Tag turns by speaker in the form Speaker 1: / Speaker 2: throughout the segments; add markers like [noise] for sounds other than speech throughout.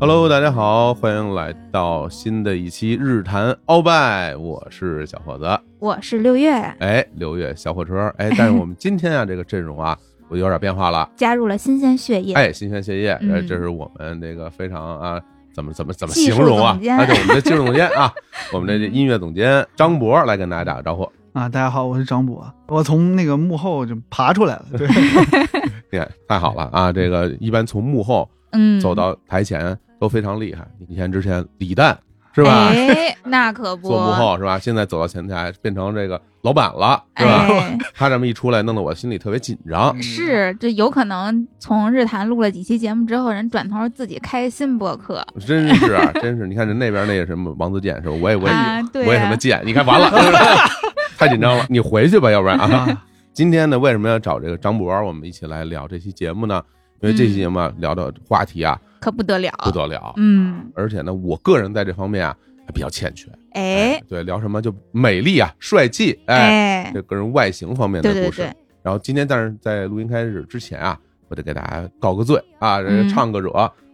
Speaker 1: Hello，大家好，欢迎来到新的一期日谈鳌拜，我是小伙子，
Speaker 2: 我是六月，
Speaker 1: 哎，六月小火车，哎，但是我们今天啊这个阵容啊， [laughs] 我有点变化了，
Speaker 2: 加入了新鲜血液。
Speaker 1: 哎，新鲜血液，
Speaker 2: 嗯
Speaker 1: 呃，这是我们这个非常啊。怎么怎么怎么
Speaker 2: 技术
Speaker 1: 形容啊
Speaker 2: 总？监
Speaker 1: 啊，对，我们的技术总监啊， [laughs] 我们的音乐总监张博来跟大家打个招呼。
Speaker 3: 啊，大家好，我是张博，啊我从那个幕后就爬出来了。对，
Speaker 1: 你看，太好了啊！这个一般从幕后
Speaker 2: 嗯，
Speaker 1: 走到台前都非常厉害。你看之前李诞是吧？
Speaker 2: 哎，那可不，
Speaker 1: 做幕后是吧？现在走到前台，变成这个老板了是吧？[laughs]
Speaker 2: 哎，嗯
Speaker 1: 他这么一出来，弄得我心里特别紧张。
Speaker 2: 是这有可能从日坛录了几期节目之后，人转头自己开新播客
Speaker 1: 真是啊，真是！你看人那边那个什么王自健是吧？我也我也、
Speaker 2: 啊，对
Speaker 1: 我也
Speaker 2: 呀
Speaker 1: 什么健，你看完了， [laughs] 是吧太紧张了。你回去吧，要不然啊。 [laughs]
Speaker 3: 啊，
Speaker 1: 今天呢，为什么要找这个张博儿我们一起来聊这期节目呢？因为这期节目啊聊的话题啊
Speaker 2: 可不得了，
Speaker 1: 不得了，
Speaker 2: 哦嗯，
Speaker 1: 而且呢，我个人在这方面啊还比较欠缺。
Speaker 2: 哎
Speaker 1: 对，聊什么就美丽啊、帅气，哎，
Speaker 2: 哎，
Speaker 1: 这个人外形方面的
Speaker 2: 对
Speaker 1: 故事。
Speaker 2: 对对，
Speaker 1: 然后今天，但是在录音开始之前啊，我得给大家告个罪啊，这
Speaker 2: 嗯
Speaker 1: 个唱个惹。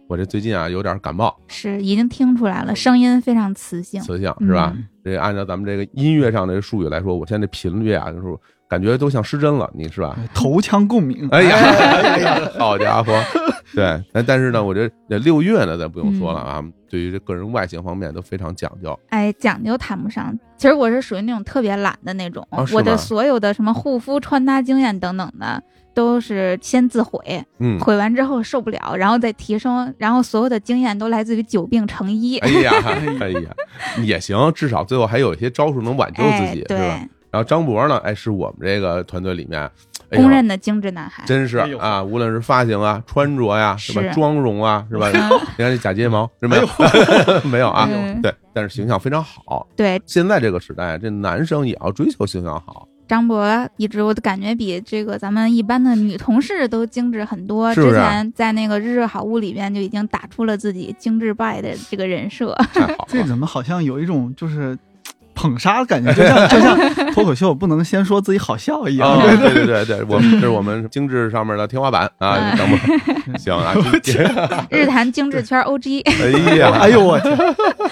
Speaker 1: 我这最近啊有点感冒，
Speaker 2: 是已经听出来了，声音非常磁性，
Speaker 1: 磁性是吧
Speaker 2: 嗯？
Speaker 1: 这按照咱们这个音乐上的术语来说，我现在这频率啊，就是感觉都像失真了，你是
Speaker 2: [laughs]
Speaker 1: 吧？
Speaker 3: 头腔共鸣。
Speaker 1: 哎呀，哎呀，好家伙！对，但但是呢，我这这六月呢，咱不用说了啊，
Speaker 2: 嗯
Speaker 1: 对于这个人外形方面都非常讲究。
Speaker 2: 哎，讲究谈不上。其实我是属于那种特别懒的那种，
Speaker 1: 哦是
Speaker 2: 我
Speaker 1: 吗
Speaker 2: 的所有的什么护肤、穿搭经验等等的，都是先自毁，
Speaker 1: 嗯，
Speaker 2: 毁完之后受不了，然后再提升，然后所有的经验都来自于久病成医。
Speaker 1: 哎
Speaker 2: [laughs]
Speaker 1: 呀，哎呀，也行，至少最后还有一些招数能挽救自己，
Speaker 2: 哎
Speaker 1: 是吧？
Speaker 2: 对，
Speaker 1: 然后张博呢，哎，是我们这个团队里面，哎呀
Speaker 2: 公认的精致男孩。
Speaker 1: 真是
Speaker 3: 哎呦
Speaker 1: 啊，无论是发型啊、穿着呀、什么
Speaker 2: 是
Speaker 1: 妆容啊，是吧？
Speaker 2: [laughs]
Speaker 1: 你
Speaker 2: 嗯
Speaker 1: 看这假睫毛是没有
Speaker 3: 哎
Speaker 1: [laughs] 没有啊？
Speaker 2: 嗯
Speaker 1: 对，但是形象非常好。
Speaker 2: 对，
Speaker 1: 现在这个时代，这男生也要追求形象
Speaker 2: [laughs]
Speaker 1: 好，
Speaker 2: 张博一直我都感觉比这个咱们一般的女同事都精致很多。
Speaker 1: 是不是啊
Speaker 2: 之前在那个《日日好物》里边就已经打出了自己精致 boy 的这个
Speaker 1: [laughs]
Speaker 2: 人设。
Speaker 1: 太好
Speaker 3: 这
Speaker 1: 了。啊
Speaker 3: 怎么好像有一种就是捧杀的感觉？就像就像脱口秀不能先说自己好笑一样。
Speaker 1: 啊，对对对对，我们这是我们精致上面的天花板啊，
Speaker 2: 嗯
Speaker 1: 张博，
Speaker 2: [laughs]
Speaker 1: 行啊，今天
Speaker 2: 日坛精致圈
Speaker 1: [laughs]
Speaker 2: OG，
Speaker 3: [laughs]
Speaker 1: 哎呀，
Speaker 3: 哎呦我天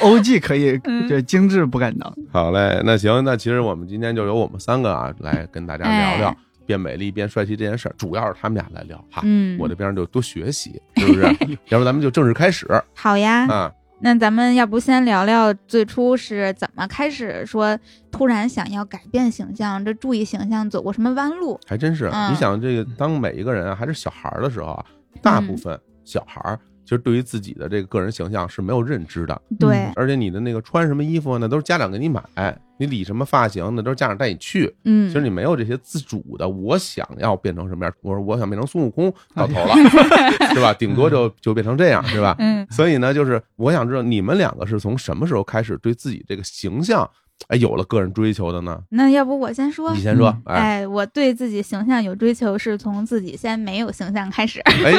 Speaker 3: ，OG 可以
Speaker 2: 嗯，
Speaker 3: 这精致不敢当。
Speaker 1: 好嘞，那行，那其实我们今天就由我们三个啊来跟大家聊聊
Speaker 2: 哎
Speaker 1: 变美丽、变帅气这件事儿，主要是他们俩来聊哈。
Speaker 2: 嗯，
Speaker 1: 我这边就多学习，是不是？要不咱们就正式开始
Speaker 2: 好呀。
Speaker 1: 啊？
Speaker 2: 那咱们要不先聊聊最初是怎么开始说突然想要改变形象，这注意形象走过什么弯路？
Speaker 1: 还真是，
Speaker 2: 嗯
Speaker 1: 你想这个，当每一个人啊还是小孩儿的时候啊，大
Speaker 2: 嗯
Speaker 1: 部分小孩儿其实对于自己的这个个人形象是没有认知的，
Speaker 2: 对，
Speaker 1: 而且你的那个穿什么衣服啊那都是家长给你买，你理什么发型那都是家长带你去，
Speaker 2: 嗯，
Speaker 1: 其实你没有这些自主的，我想要变成什么样，我说我想变成孙悟空，到头
Speaker 2: 哎
Speaker 1: 了，是吧？顶多就就变成这样，是吧？
Speaker 2: [laughs] 嗯
Speaker 1: 所以呢，就是我想知道你们两个是从什么时候开始对自己这个形象，哎，有了个人追求的呢？
Speaker 2: 那要不我先说
Speaker 1: 你。先说，哎，
Speaker 2: 哎，我对自己形象有追求，是从自己先没有形象开始，
Speaker 1: 哎，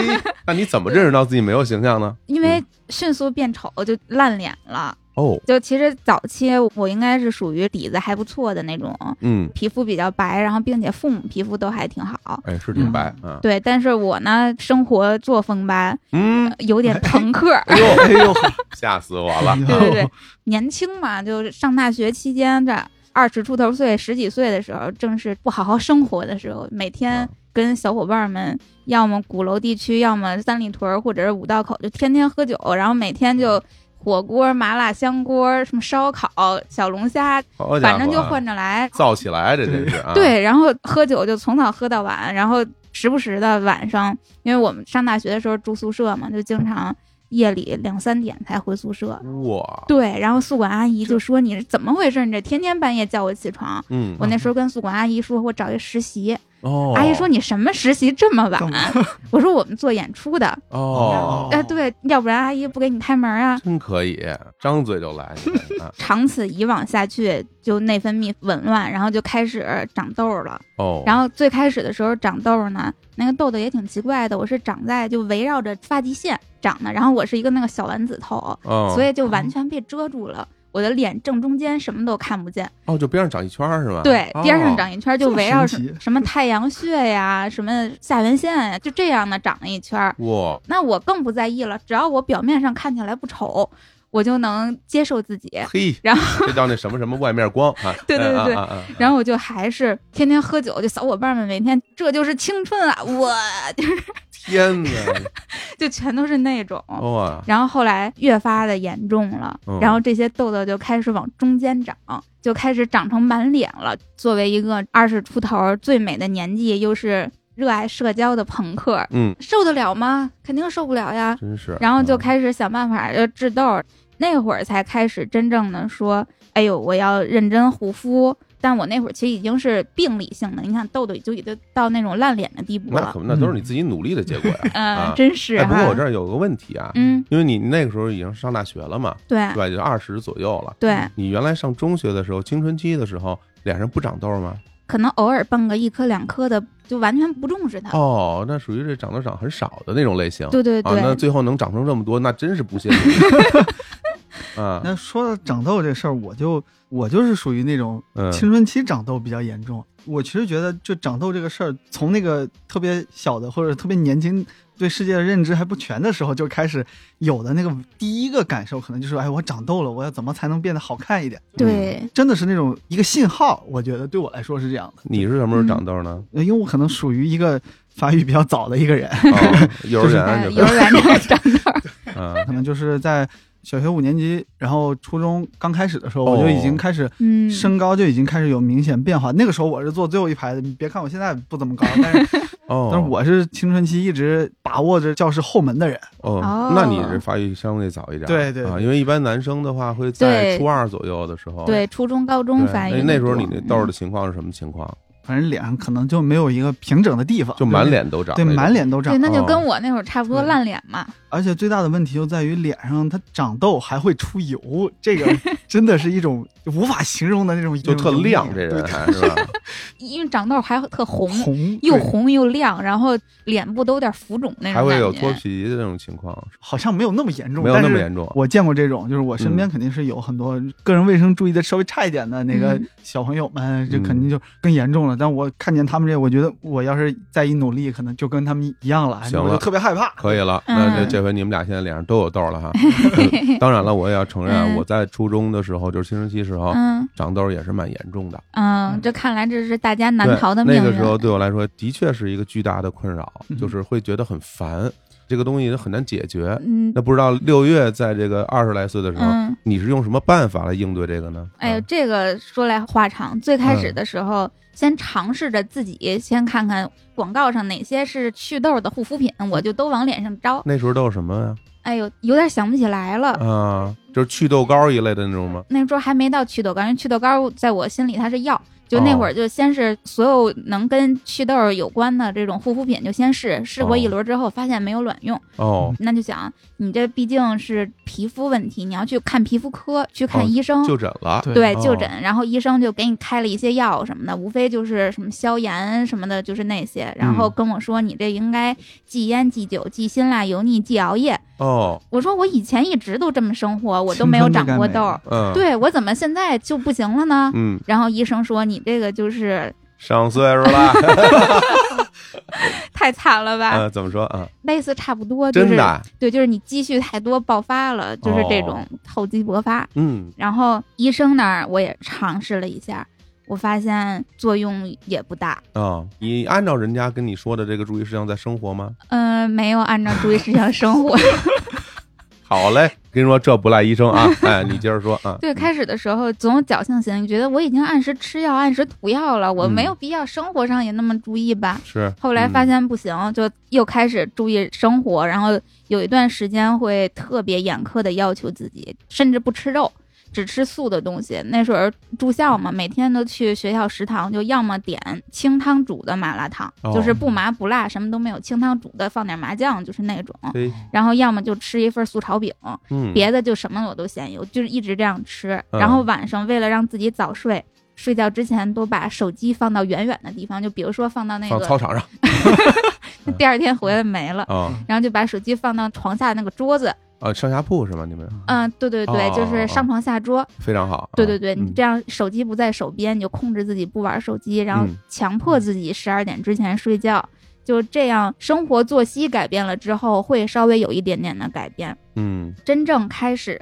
Speaker 1: 那你怎么认识到自己没有形象呢？
Speaker 2: 因为迅速变丑就烂脸了。
Speaker 1: 哦，
Speaker 2: 就其实早期我应该是属于底子还不错的那种，
Speaker 1: 嗯，
Speaker 2: 皮肤比较白，然后并且父母皮肤都还挺好。
Speaker 1: 哎，是挺白啊，
Speaker 2: 对，但是我呢，生活作风吧，
Speaker 1: [laughs] 嗯，
Speaker 2: 有点朋克，
Speaker 3: 哎呦哎呦，
Speaker 1: 吓死我 [laughs] 了，
Speaker 2: 对对对，
Speaker 3: [laughs]
Speaker 2: 年轻嘛，就是上大学期间这二十出头岁、十几岁的时候，正是不好好生活的时候，每天
Speaker 1: 嗯
Speaker 2: 跟小伙伴们，要么鼓楼地区，要么三里屯儿或者是五道口，就天天喝酒，然后每天
Speaker 1: 啊
Speaker 2: 就。火锅、麻辣香锅、什么烧烤、小龙虾，
Speaker 1: 好家伙啊
Speaker 2: 反正就换着来。
Speaker 1: 造起来，这真是啊，，
Speaker 2: 对，然后喝酒就从早喝到晚，然后时不时的晚上，因为我们上大学的时候住宿舍嘛，就经常夜里两三点才回宿舍。
Speaker 1: 哇，
Speaker 2: 对，然后宿管阿姨就说你是怎么回事？你这天天半夜叫我起床。
Speaker 1: 嗯，
Speaker 2: 我那时候跟宿管阿姨说，我找一实习。
Speaker 1: 哦，
Speaker 2: 阿姨说你什么实习这么晚
Speaker 3: 干嘛？
Speaker 2: 我说我们做演出的。
Speaker 1: 哦
Speaker 3: 哎。
Speaker 2: 呃，对，要不然阿姨不给你开门啊。
Speaker 1: 真可以，张嘴就来，你看
Speaker 2: [laughs]
Speaker 1: 啊
Speaker 2: 长此以往下去，就内分泌紊乱，然后就开始长痘了。
Speaker 1: 哦，
Speaker 2: 然后最开始的时候长痘呢，那个痘痘也挺奇怪的，我是长在就围绕着发际线长的，然后我是一个那个小丸子头，
Speaker 1: 后
Speaker 2: 所以就完全被遮住了。我的脸正中间什么都看不见，
Speaker 1: 哦，就边上长一圈儿是吧？
Speaker 2: 对，边上
Speaker 1: 哦
Speaker 2: 长一圈，就
Speaker 3: 啊这么
Speaker 2: 围绕
Speaker 3: 神
Speaker 2: 什
Speaker 3: 奇
Speaker 2: 什么太阳穴呀、什么下缘线呀，就这样的长了一圈儿。
Speaker 1: 哇，
Speaker 2: 那我更不在意了，只要我表面上看起来不丑，我就能接受自己。
Speaker 1: 嘿，
Speaker 2: 然
Speaker 1: 后这叫那什么什么外面光啊，
Speaker 2: [laughs] 对对对对
Speaker 1: 啊啊啊
Speaker 2: 然后我就还是天天喝酒，就小伙伴们每天这就是青春啊，我 [laughs]
Speaker 1: 天哪，
Speaker 2: 就全都是那种。
Speaker 1: 哇，
Speaker 2: 然后后来越发的严重了
Speaker 1: 嗯，
Speaker 2: 然后这些痘痘就开始往中间长，就开始长成满脸了。作为一个二十出头最美的年纪，又是热爱社交的朋克，
Speaker 1: 嗯，
Speaker 2: 受得了吗？肯定受不了呀。
Speaker 1: 真是，
Speaker 2: 然后就
Speaker 1: 嗯
Speaker 2: 开始想办法要治痘，那会儿才开始真正的说，哎呦，我要认真护肤。但我那会儿其实已经是病理性的，你看痘痘就已经到那种烂脸的地步
Speaker 1: 那
Speaker 2: 了
Speaker 1: 可。不，那都是你自己努力的结果呀。
Speaker 2: 嗯，
Speaker 1: 啊
Speaker 2: 真嗯 [laughs] 是
Speaker 1: 哎，不
Speaker 2: 哈。
Speaker 1: 过我这儿有个问题啊，
Speaker 2: 嗯，啊
Speaker 1: 因为你那个时候已经上大学了嘛，
Speaker 2: 对
Speaker 1: 对吧？也就二十左右了。
Speaker 2: 对，
Speaker 1: 你原来上中学的时候，青春期的时候，脸上不长痘吗？
Speaker 2: 可能偶尔蹦个一颗两颗的，就完全不重视它。
Speaker 1: 哦，那属于这长痘长很少的那种类型。
Speaker 2: 对对
Speaker 1: 啊，
Speaker 2: 对，
Speaker 1: 那最后能长成这么多，那真是不屑。
Speaker 2: [laughs]
Speaker 1: 啊，
Speaker 3: 那说到长痘这事儿，我就我就是属于那种
Speaker 1: 嗯，
Speaker 3: 青春期长痘比较严重。我其实觉得，就长痘这个事儿，从那个特别小的或者特别年轻，对世界的认知还不全的时候就开始有的那个第一个感受，可能就是哎，我长痘了，我要怎么才能变得好看一点？
Speaker 2: 对，
Speaker 3: 真的是那种一个信号，我觉得对我来说是这样的，
Speaker 1: 你是什么时候
Speaker 3: 嗯
Speaker 1: 长痘
Speaker 3: [laughs]
Speaker 1: 呢？
Speaker 3: 因为我可能属于一个发育比较早的一个人， [laughs]
Speaker 1: 哦幼儿园
Speaker 2: 哎
Speaker 1: 就
Speaker 2: 幼儿园这长痘儿，
Speaker 1: 是啊，
Speaker 3: 可能就是在小学五年级，然后初中刚开始的时候，我就已经开始
Speaker 1: [laughs]
Speaker 2: 嗯，
Speaker 3: 身高就已经开始有明显变化。那个时候我是坐最后一排的，你别看我现在不怎么高，但是
Speaker 1: 哦，
Speaker 3: 但是我是青春期一直把握着教室后门的人。
Speaker 1: 哦
Speaker 2: 哦，
Speaker 1: 那你是发育相对早一点，
Speaker 3: 对对
Speaker 1: 啊，
Speaker 3: 对
Speaker 1: 因为一般男生的话会在
Speaker 2: 对
Speaker 1: 初二左右的时候，
Speaker 2: 对，初中、高中
Speaker 1: 对，
Speaker 2: 发育
Speaker 1: 那
Speaker 2: 得
Speaker 1: 那时候
Speaker 2: 多
Speaker 1: 你那痘儿的情况是什么情况？
Speaker 3: 反正脸上可能就没有一个平整的地方，
Speaker 1: 就满脸都长，
Speaker 3: 对满，脸都
Speaker 2: 对，
Speaker 3: 长，
Speaker 2: 那就
Speaker 1: 哦
Speaker 2: 跟我那会儿差不多
Speaker 3: 对
Speaker 2: 烂脸嘛。
Speaker 3: 而且最大的问题就在于脸上它长痘还会出油，
Speaker 2: [laughs]
Speaker 3: 这个真的是一种无法形容的那种，
Speaker 1: 就特
Speaker 3: 油腻
Speaker 1: 亮，这人
Speaker 3: 对
Speaker 1: 还
Speaker 2: [laughs]
Speaker 1: 是吧？
Speaker 2: 因为长痘儿还特红，
Speaker 3: 红
Speaker 2: 又
Speaker 3: 对
Speaker 2: 红又亮，然后脸部都有点浮肿那种感觉，
Speaker 1: 还会有脱皮的那种情况，
Speaker 3: 好像没有那么严重，
Speaker 1: 没有那
Speaker 3: 但
Speaker 1: 么
Speaker 3: 是
Speaker 1: 严重。嗯
Speaker 3: 我见过这种，就是我身边肯定是有很多个人卫生注意的稍微差一点的那个
Speaker 2: 嗯
Speaker 3: 小朋友们，这肯定就更严重了。但我看见他们这，我觉得我要是再一努力，可能就跟他们一样了，
Speaker 1: 行了
Speaker 3: 我就特别害怕。
Speaker 1: 可以了，那这
Speaker 2: 嗯
Speaker 1: 这回你们俩现在脸上都有痘儿
Speaker 2: [laughs]
Speaker 1: 了哈。嗯当然了，我也要承认，啊
Speaker 2: 嗯
Speaker 1: 我在初中的时候，就是青春期时候，
Speaker 2: 嗯
Speaker 1: 长痘儿也是蛮严重的。
Speaker 2: 嗯，这看来这是大家难
Speaker 1: 对
Speaker 2: 逃的命
Speaker 1: 那
Speaker 2: 运。
Speaker 1: 个时候对我来说，的确是一个巨大的困扰，
Speaker 3: 嗯
Speaker 1: 就是会觉得很烦，这个东西很难解决。
Speaker 2: 嗯
Speaker 1: 那不知道六月在这个二十来岁的时候，
Speaker 2: 嗯，
Speaker 1: 你是用什么办法来应对这个呢？
Speaker 2: 哎呦，
Speaker 1: 嗯，
Speaker 2: 这个说来话长。最开始
Speaker 1: 嗯
Speaker 2: 的时候，先尝试着自己先看看广告上哪些是祛痘的护肤品，我就都往脸上招。
Speaker 1: 那时候都有什么呀？
Speaker 2: 哎呦，有点想不起来了。
Speaker 1: 啊，就是祛痘膏一类的那种吗？
Speaker 2: 那时候还没到祛痘膏，因为祛痘膏在我心里它是药。就那
Speaker 1: 哦
Speaker 2: 会儿，就先是所有能跟祛痘有关的这种护肤品，就先试试过一轮之后，发现没有卵用，
Speaker 1: 哦，
Speaker 2: 那就想你这毕竟是皮肤问题，你要去看皮肤科，去
Speaker 1: 哦
Speaker 2: 看医生。
Speaker 1: 就诊了。
Speaker 2: 对，
Speaker 1: 哦
Speaker 2: 就诊，然后医生就给你开了一些药什么的，无非就是什么消炎什么的，就是那些。然后
Speaker 1: 嗯
Speaker 2: 跟我说你这应该忌烟、忌酒、忌辛辣、油腻、忌熬夜。
Speaker 1: 哦，
Speaker 2: 我说我以前一直都这么生活，我都
Speaker 3: 青
Speaker 2: 没有
Speaker 3: 春就
Speaker 2: 长
Speaker 3: 该
Speaker 2: 过
Speaker 3: 没
Speaker 2: 痘
Speaker 3: 了
Speaker 2: 儿，
Speaker 1: 嗯，，
Speaker 2: 对我怎么现在就不行了呢？
Speaker 1: 嗯，
Speaker 2: 然后医生说你这个就是
Speaker 1: 上岁数
Speaker 2: [laughs]
Speaker 1: 了，
Speaker 2: 太惨了吧，
Speaker 1: [laughs] 嗯，怎么说啊？
Speaker 2: 类似差不多，就
Speaker 1: 真
Speaker 2: 是
Speaker 1: 的啊，哦
Speaker 2: 对，就是你积蓄太多爆发了，就是这种厚积薄发。
Speaker 1: 嗯，
Speaker 2: 然后医生那儿我也尝试了一下，我发现作用也不大。
Speaker 1: 啊，你按照人家跟你说的这个注意事项在生活吗？
Speaker 2: 嗯，没有按照注意事项生活。
Speaker 1: 好嘞，跟你说这不赖医生
Speaker 2: [laughs]
Speaker 1: 啊，哎，你接着说啊。
Speaker 2: [laughs] 对，开始的时候总有侥幸心，觉得我已经按时吃药、按时涂药了，我
Speaker 1: 嗯
Speaker 2: 没有必要生活上也那么注意吧。
Speaker 1: 是，
Speaker 2: 后来发
Speaker 1: 嗯
Speaker 2: 现不行，就又开始注意生活，然后有一段时间会特别严苛的要求自己，甚至不吃肉，只吃素的东西。那时候住校嘛，每天都去学校食堂，就要么点清汤煮的麻辣烫，
Speaker 1: 哦
Speaker 2: 就是不麻不辣，什么都没有，清汤煮的放点麻酱，就是那种。
Speaker 1: 对，
Speaker 2: 然后要么就吃一份素炒饼，
Speaker 1: 嗯，
Speaker 2: 别的就什么我都嫌油，就是一直这样吃。
Speaker 1: 嗯
Speaker 2: 然后晚上为了让自己早睡，睡觉之前都把手机放到远远的地方，就比如说放到那
Speaker 1: 放
Speaker 2: 个
Speaker 1: 操场上
Speaker 2: 第二天回来没了，
Speaker 1: 啊，
Speaker 2: 嗯然后就把手机放到床下那个桌子，
Speaker 1: 啊，上下铺是吗？你们
Speaker 2: 嗯，对对对，就
Speaker 1: 哦哦哦
Speaker 2: 是上床下桌，
Speaker 1: 非常好啊。
Speaker 2: 对对对，
Speaker 1: 嗯
Speaker 2: 你这样手机不在手边，你就控制自己不玩手机，然后
Speaker 1: 嗯
Speaker 2: 强迫自己十二点之前睡觉，就这样生活作息改变了之后，会稍微有一点点的改变。
Speaker 1: 嗯
Speaker 2: 真正开始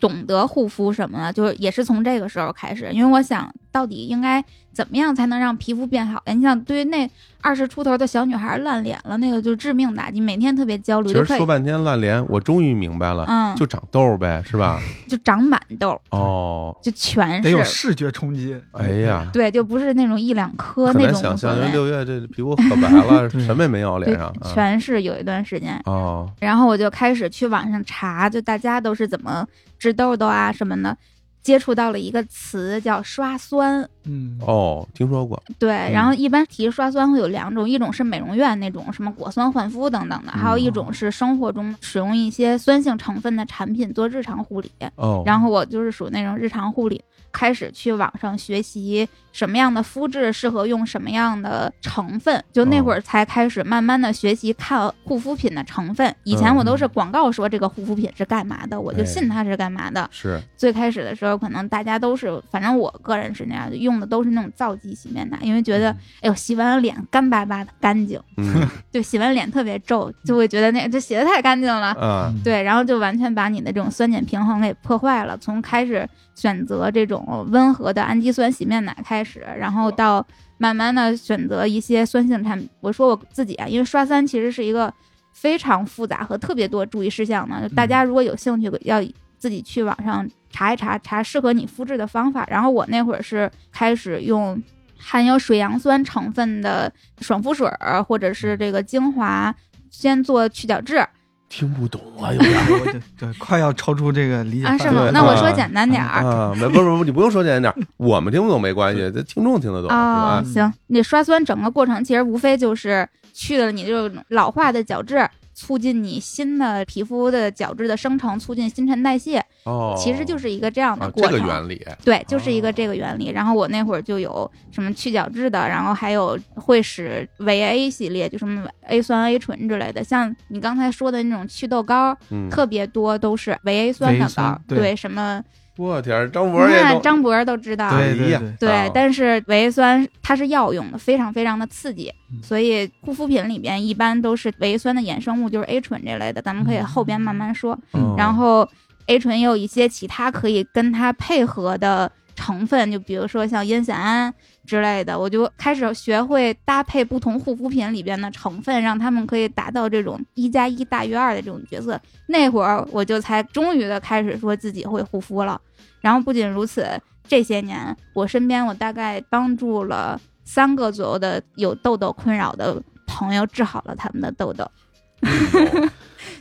Speaker 2: 懂得护肤什么的，就是也是从这个时候开始，因为我想到底应该怎么样才能让皮肤变好呀？你想，对于那二十出头的小女孩烂脸了，那个就致命打击，每天特别焦虑，
Speaker 1: 其
Speaker 2: 就
Speaker 1: 实
Speaker 2: 可
Speaker 1: 说
Speaker 2: 以，
Speaker 1: 半天烂脸，我终于明白了，
Speaker 2: 嗯，
Speaker 1: 就长痘儿呗，是吧？
Speaker 2: 就长满痘，
Speaker 1: 哦，
Speaker 2: 就全
Speaker 3: 得
Speaker 2: 是。
Speaker 3: 有视觉冲击。
Speaker 1: 哎，呀，
Speaker 2: 对，就不是那种一两颗
Speaker 1: 很
Speaker 2: 那
Speaker 1: 难
Speaker 2: 种无
Speaker 1: 想
Speaker 2: 所
Speaker 1: 象，因为
Speaker 2: 谓，
Speaker 1: 六月这皮肤可白
Speaker 2: [laughs]
Speaker 1: 了，
Speaker 3: 对
Speaker 1: 什么也没有脸
Speaker 2: 对
Speaker 1: 上。啊。
Speaker 2: 全是有一段时间。
Speaker 1: 哦，
Speaker 2: 然后我就开始去网上查，就大家都是怎么治痘痘啊什么的，接触到了一个词叫刷酸。
Speaker 3: 嗯，
Speaker 1: 哦，听说过，
Speaker 2: 对，然后一般提刷酸会有两种，一种是美容院那种什么果酸焕肤等等的，还有一种是生活中使用一些酸性成分的产品做日常护理。
Speaker 1: 哦，
Speaker 2: 然
Speaker 1: 后
Speaker 2: 后我就是属那种日常护理，开始去网上学习什么样的肤质适合用什么样的成分，就那会儿才开始慢慢的学习看护肤品的成分。以前我都是广告说这个护肤品是干嘛的，我就信它是干嘛的。
Speaker 1: 是
Speaker 2: 最开始的时候，可能大家都是，反正我个人是那样的，用的都是那种皂基洗面奶，因为觉得哎呦洗完脸干巴巴的干净， [laughs]
Speaker 1: 嗯
Speaker 2: 就洗完脸特别皱，就会觉得那这洗的太干净了。
Speaker 3: 嗯
Speaker 1: 啊，
Speaker 2: 对，然后就完全把你的这种酸碱平衡给破坏了。从开始选择这种温和的氨基酸洗面奶开始，然后到慢慢的选择一些酸性产品。我说我自己啊，因为刷酸其实是一个非常复杂和特别多注意事项呢。大家如果有兴趣，要自己去网上查一查，查适合你肤质的方法。然后我那会儿是开始用。含有水杨酸成分的爽肤水儿，或者是这个精华，先做去角质，
Speaker 1: [laughs] 听不懂啊，有点
Speaker 3: 哎我就对，快要超出这个理解
Speaker 2: 啊，
Speaker 3: 范
Speaker 2: 是
Speaker 3: 围
Speaker 2: 吗
Speaker 1: 对？
Speaker 3: 了。
Speaker 2: 那我说
Speaker 1: 啊
Speaker 2: 简单点儿哦
Speaker 1: 啊，没不是不是，你不用说简单点儿，我们听不懂没关系，这听众听得懂是
Speaker 2: 啊、
Speaker 1: 吧？
Speaker 2: 行，你刷酸整个过程其实无非就是去了你这种老化的角质，促进你新的皮肤的角质的生成，促进新陈代谢，
Speaker 1: 哦，
Speaker 2: 其实就是一个这样的
Speaker 1: 啊
Speaker 2: 过
Speaker 1: 这个
Speaker 2: 程。
Speaker 1: 原理，啊
Speaker 2: 对，就是一个这个原理。然后我那会儿就有什么去角质的，然后还有会使维 A 系列，就什么 A 酸 A 醇之类的。像你刚才说的那种祛痘膏，
Speaker 1: 嗯，
Speaker 2: 特别多都是维 A 酸
Speaker 3: 维 A
Speaker 2: 的
Speaker 3: 酸
Speaker 2: 膏。
Speaker 3: 对
Speaker 2: 什么
Speaker 1: 我天儿，张博儿也
Speaker 2: 那
Speaker 1: 懂
Speaker 2: 张博儿都知道。
Speaker 3: 对
Speaker 1: 哎呀
Speaker 3: 对对，
Speaker 2: 对
Speaker 1: 哦，
Speaker 2: 但是维 A 酸它是药用的，非常非常的刺激，
Speaker 3: 嗯
Speaker 2: 所以护肤品里边一般都是维 A 酸的衍生物，就是 A 醇这类的，咱们可以
Speaker 3: 嗯
Speaker 2: 后边慢慢说。
Speaker 1: 嗯
Speaker 2: 然后 A 醇也有一些其他可以跟它配合的成分，就比如说像烟酰胺之类的，我就开始学会搭配不同护肤品里边的成分，让他们可以达到这种一加一大于二的这种角色。那会儿我就才终于的开始说自己会护肤了。然后不仅如此，这些年我身边我大概帮助了三个左右的有痘痘困扰的朋友治好了他们的痘痘，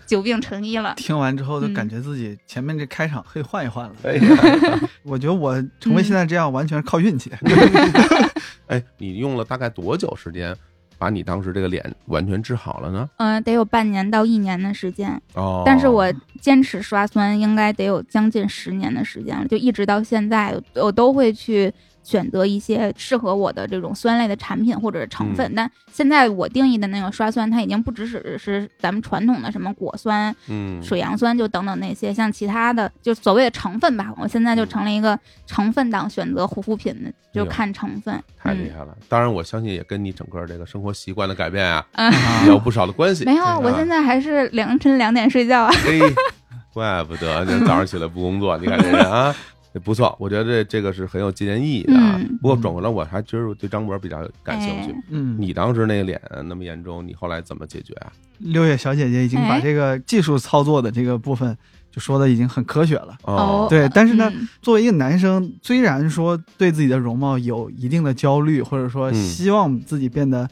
Speaker 2: 久病成医了。
Speaker 3: 听完之后就
Speaker 2: 嗯
Speaker 3: 感觉自己前面这开场可以换一换了。
Speaker 1: 哎呀，
Speaker 3: 我觉得我成为
Speaker 2: 嗯
Speaker 3: 现在这样完全是靠运气。
Speaker 1: 嗯哎，你用了大概多久时间把你当时这个脸完全治好了呢？
Speaker 2: 嗯、得有半年到一年的时间，
Speaker 1: 哦，
Speaker 2: 但是我坚持刷酸应该得有将近十年的时间了，就一直到现在，我都会去选择一些适合我的这种酸类的产品或者是成分。但现在我定义的那种刷酸，它已经不只是是咱们传统的什么果酸、
Speaker 1: 嗯，
Speaker 2: 水杨酸就等等那些，像其他的就所谓的成分吧，我现在就成了一个成分党选择护肤品的，就嗯看成分。
Speaker 1: 太厉
Speaker 2: 嗯
Speaker 1: 害了。当然，我相信也跟你整个这个生活习惯的改变
Speaker 2: [laughs]
Speaker 1: 啊，
Speaker 3: 啊
Speaker 1: 也有不少的关系。
Speaker 2: 没有啊，我现在还是凌晨两点睡觉啊。
Speaker 1: [laughs] 嘿，怪不得你早上起来不工作，你看这人
Speaker 2: [laughs]
Speaker 1: 啊。不错，我觉得这这个是很有纪念意义的啊。
Speaker 2: 嗯
Speaker 1: 不过转过来，我还其实对张博比较感兴趣。
Speaker 2: 哎
Speaker 3: 嗯，
Speaker 1: 你当时那个脸那么严重，你后来怎么解决啊？
Speaker 3: 六月小姐姐已经把
Speaker 2: 哎
Speaker 3: 这个技术操作的这个部分就说的已经很科学了。
Speaker 2: 哦，
Speaker 3: 对，但是呢，
Speaker 2: 嗯
Speaker 3: 作为一个男生，虽然说对自己的容貌有一定的焦虑，或者说
Speaker 1: 嗯
Speaker 3: 希望自己变得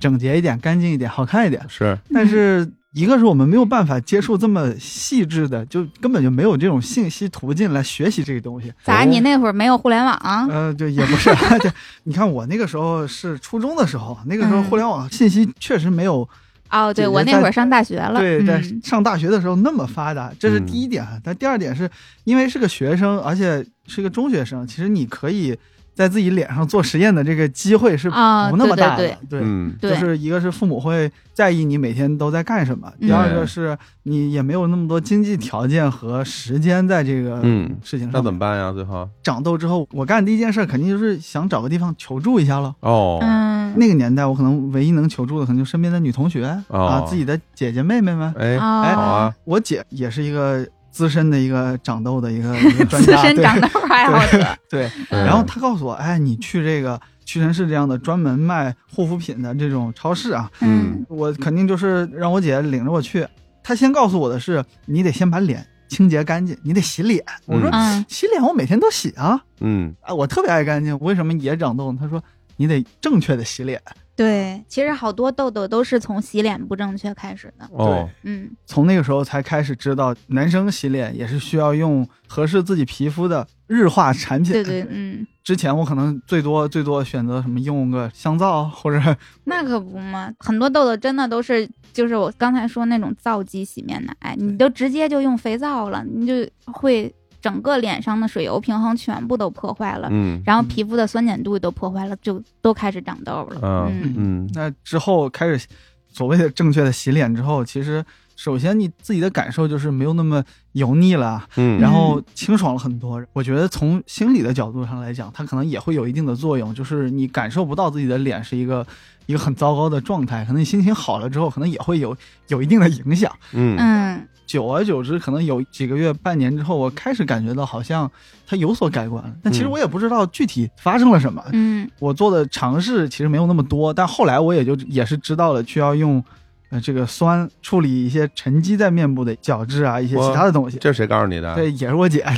Speaker 3: 整洁一点、干净一点、好看一
Speaker 2: 嗯
Speaker 3: 点，
Speaker 1: 是，
Speaker 3: 但是一个是我们没有办法接触这么细致的，就根本就没有这种信息途径来学习这个东西。
Speaker 2: 咋？
Speaker 1: 哦
Speaker 2: 你那会儿没有互联网？
Speaker 3: 呃，就也不是，就你看我那个时候是初中的时候，那个时候
Speaker 2: 嗯
Speaker 3: 互联网信息确实没有
Speaker 2: 哦，对
Speaker 3: 解
Speaker 2: 我
Speaker 3: 决
Speaker 2: 那会
Speaker 3: 在
Speaker 2: 儿上大学了，
Speaker 3: 对，在
Speaker 2: 嗯、
Speaker 3: 上大学的时候那么发达，这
Speaker 1: 嗯
Speaker 3: 是第一点啊。但第二点是因为是个学生，而且是个中学生，其实你可以在自己脸上做实验的这个机会是不
Speaker 2: 啊，
Speaker 3: 那么
Speaker 2: 对
Speaker 3: 大的。
Speaker 2: 对
Speaker 3: 对
Speaker 1: 嗯，
Speaker 2: 对，
Speaker 3: 就是一个是父母会在意你每天都在干什么，第二
Speaker 1: 嗯
Speaker 3: 个是你也没有那么多经济条件和时间在这个
Speaker 1: 嗯
Speaker 3: 事情
Speaker 1: 那
Speaker 3: 上。
Speaker 1: 怎么办呀？最后
Speaker 3: 长痘之后，我干的第一件事肯定就是想找个地方求助一下了。
Speaker 1: 哦，
Speaker 2: 嗯，
Speaker 3: 那个年代，我可能唯一能求助的，可能就身边的女同学、
Speaker 1: 哦
Speaker 3: 啊，自己的姐姐妹妹们。
Speaker 1: 哎，好
Speaker 2: 哎
Speaker 1: 啊，
Speaker 3: 我姐也是一个资深的一个长痘的一
Speaker 2: [laughs]
Speaker 3: 个一个专
Speaker 2: 资
Speaker 3: 家，
Speaker 2: 深
Speaker 3: 对
Speaker 2: 长
Speaker 3: [laughs]
Speaker 2: 痘爱好者， [laughs]
Speaker 3: 对。
Speaker 1: 嗯
Speaker 3: 然后她告诉我，哎，你去这个屈臣氏这样的专门卖护肤品的这种超市啊，
Speaker 1: 嗯
Speaker 2: 嗯
Speaker 3: 我肯定就是让我姐领着我去。她先告诉我的是，你得先把脸清洁干净，你得洗脸。我说、
Speaker 1: 嗯
Speaker 2: 嗯
Speaker 3: 洗脸我每天都洗啊，
Speaker 1: 嗯
Speaker 3: 啊，我特别爱干净，为什么也长痘呢？她说你得正确的洗脸。
Speaker 2: 对，其实好多痘痘都是从洗脸不正确开始的，
Speaker 1: 哦，
Speaker 2: 嗯
Speaker 3: 从那个时候才开始知道，男生洗脸也是需要用合适自己皮肤的日化产品。
Speaker 2: 对对嗯，
Speaker 3: 之前我可能最多最多选择什么用个香皂 [laughs] 或者
Speaker 2: 那可不嘛，很多痘痘真的都是就是我刚才说那种皂基洗面奶，你都直接就用肥皂了，你就会整个脸上的水油平衡全部都破坏了，
Speaker 1: 嗯
Speaker 2: 然后皮肤的酸碱度都破坏了，就都开始长痘了，
Speaker 1: 啊
Speaker 2: 嗯
Speaker 1: 嗯
Speaker 3: 那之后开始所谓的正确的洗脸之后，其实首先你自己的感受就是没有那么油腻了，
Speaker 1: 嗯，
Speaker 3: 然后清爽了很多。我觉得从心理的角度上来讲，它可能也会有一定的作用，就是你感受不到自己的脸是一个一个很糟糕的状态，可能你心情好了之后，可能也会有有一定的
Speaker 1: [laughs]
Speaker 3: 影响。
Speaker 1: 嗯
Speaker 2: 嗯
Speaker 3: 久而久之，可能有几个月、半年之后，我开始感觉到好像它有所改观了，但其实
Speaker 1: 嗯
Speaker 3: 我也不知道具体发生了什么。
Speaker 2: 嗯
Speaker 3: 我做的尝试其实没有那么多，但后来我也就也是知道了，需要用呃这个酸处理一些沉积在面部的角质啊，一些
Speaker 1: 哇
Speaker 3: 其他的东西。
Speaker 1: 这啊是谁告诉你的？
Speaker 3: 对，也是
Speaker 1: [laughs]
Speaker 3: 我姐。
Speaker 1: 哎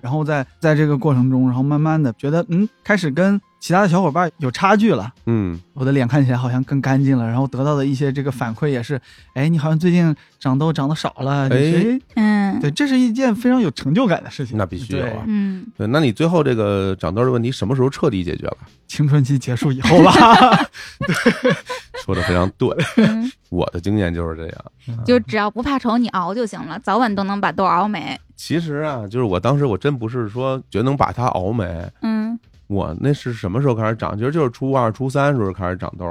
Speaker 3: 然后在在这个过程中，然后慢慢的觉得，嗯，开始跟其他的小伙伴有差距了，
Speaker 1: 嗯
Speaker 3: 我的脸看起来好像更干净了。然后得到的一些这个反馈也是，哎，你好像最近长痘长得少了。
Speaker 1: 哎
Speaker 3: 就是
Speaker 2: 嗯
Speaker 3: 对，这是一件非常有成就感的事
Speaker 1: [laughs]
Speaker 3: 情。
Speaker 1: 那必须有啊
Speaker 3: 对
Speaker 2: 嗯，
Speaker 1: 对，那你最后这个长痘的问题什么时候彻底解决了？
Speaker 3: 青春期结束以后吧。
Speaker 1: 说的非常对，
Speaker 2: 嗯
Speaker 1: 我的经验就是这样。
Speaker 2: 就只要不怕丑，你熬就行了，早晚都能把痘熬没，
Speaker 1: 其实啊，就是我当时我真不是说觉得能把它熬没，
Speaker 2: 嗯
Speaker 1: 我那是什么时候开始长？其实就是初二、初三时候开始长痘，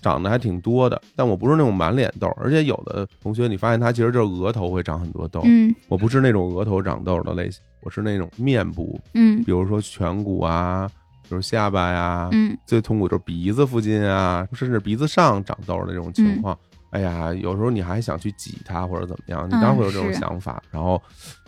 Speaker 1: 长得还挺多的。但我不是那种满脸痘，而且有的同学你发现他其实就是额头会长很多痘，
Speaker 2: 嗯
Speaker 1: 我不是那种额头长痘的类型，我是那种面部，
Speaker 2: 嗯
Speaker 1: 比如说颧骨啊，比如下巴呀、
Speaker 2: 嗯
Speaker 1: 最痛苦就是鼻子附近啊，甚至鼻子上长痘的这种
Speaker 2: 嗯
Speaker 1: 情况。哎呀，有时候你还想去挤它或者怎么样，你当然会有这种
Speaker 2: 嗯是
Speaker 1: 想法。然后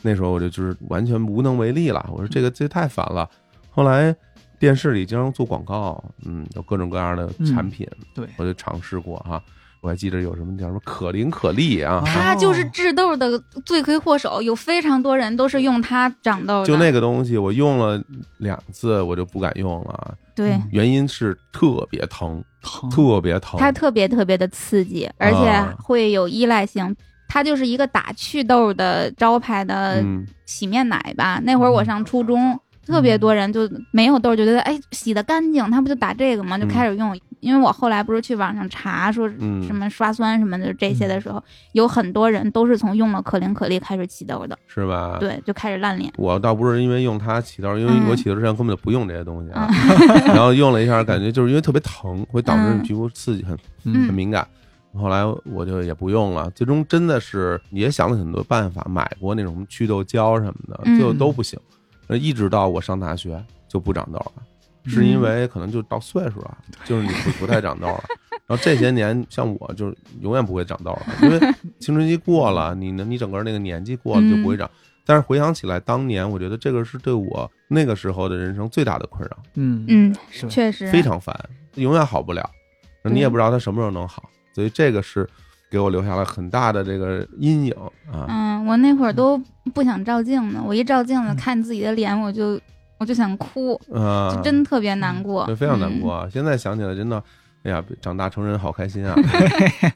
Speaker 1: 那时候我就就是完全无能为力了，
Speaker 2: 嗯
Speaker 1: 我说这个这太烦了。后来电视里经常做广告，嗯，有各种各样的产品，
Speaker 3: [laughs]
Speaker 2: 嗯
Speaker 3: 对，
Speaker 1: 我就尝试过哈、我还记得有什么叫什么可伶可俐啊，
Speaker 3: 啊
Speaker 2: 它就是治痘的罪魁祸首，有非常多人都是用它长痘的。
Speaker 1: 就那个东西我用了两次，我就不敢用了，
Speaker 2: 对，
Speaker 3: 嗯
Speaker 1: 原因是特别疼，
Speaker 3: 疼
Speaker 1: 特别疼。
Speaker 2: 哦它特别特别的刺激，而
Speaker 1: 啊
Speaker 2: 且会有依赖性。它就是一个打祛痘的招牌的
Speaker 1: 嗯，
Speaker 2: 洗面奶吧。那会儿我上初中，特别多人就没有痘，就觉得哎洗的干净，它不就打这个吗？就开始用。因为我后来不是去网上查说
Speaker 1: 嗯
Speaker 2: 什么刷酸什么的这些的时候，有很多人都是从用了可伶可俐开始起痘的，
Speaker 1: 是吧？
Speaker 2: 对，就开始烂脸。
Speaker 1: 我倒不是因为用它起痘，因为
Speaker 2: 嗯
Speaker 1: 我起痘之前根本就不用这些东西啊。 [laughs] 然后用了一下，感觉就是因为特别疼，会导致
Speaker 2: 嗯
Speaker 1: 你皮肤刺激很
Speaker 3: 嗯
Speaker 1: 很敏感。后来我就也不用了，最终真的是也想了很多办法，买过那种什么祛痘胶什么的，
Speaker 2: 嗯
Speaker 1: 最后都不行。呃一直到我上大学就不长痘了，是
Speaker 2: 嗯
Speaker 1: 因为可能就到岁数了，就是你不不太长痘了。然后这些年，像我就是永远不会长痘了，因为青春期过了，你呢，你整个那个年纪过了就不
Speaker 2: 嗯
Speaker 1: 会长。但是回想起来，当年我觉得这个是对我那个时候的人生最大的困扰，
Speaker 3: 嗯
Speaker 2: 嗯，
Speaker 3: 是
Speaker 2: 确实
Speaker 1: 非常烦，永远好不了，
Speaker 2: 对
Speaker 1: 你也不知道它什么时候能好，所以这个是给我留下了很大的这个阴影啊。
Speaker 2: 嗯，我那会儿都不想照镜子，我一照镜子看自己的脸，我就我就想哭，
Speaker 1: 嗯，
Speaker 2: 就真特嗯别难过，
Speaker 1: 对非常难过。啊现在想起来，真的，哎呀，长大成人好开
Speaker 2: [laughs]
Speaker 1: 心啊，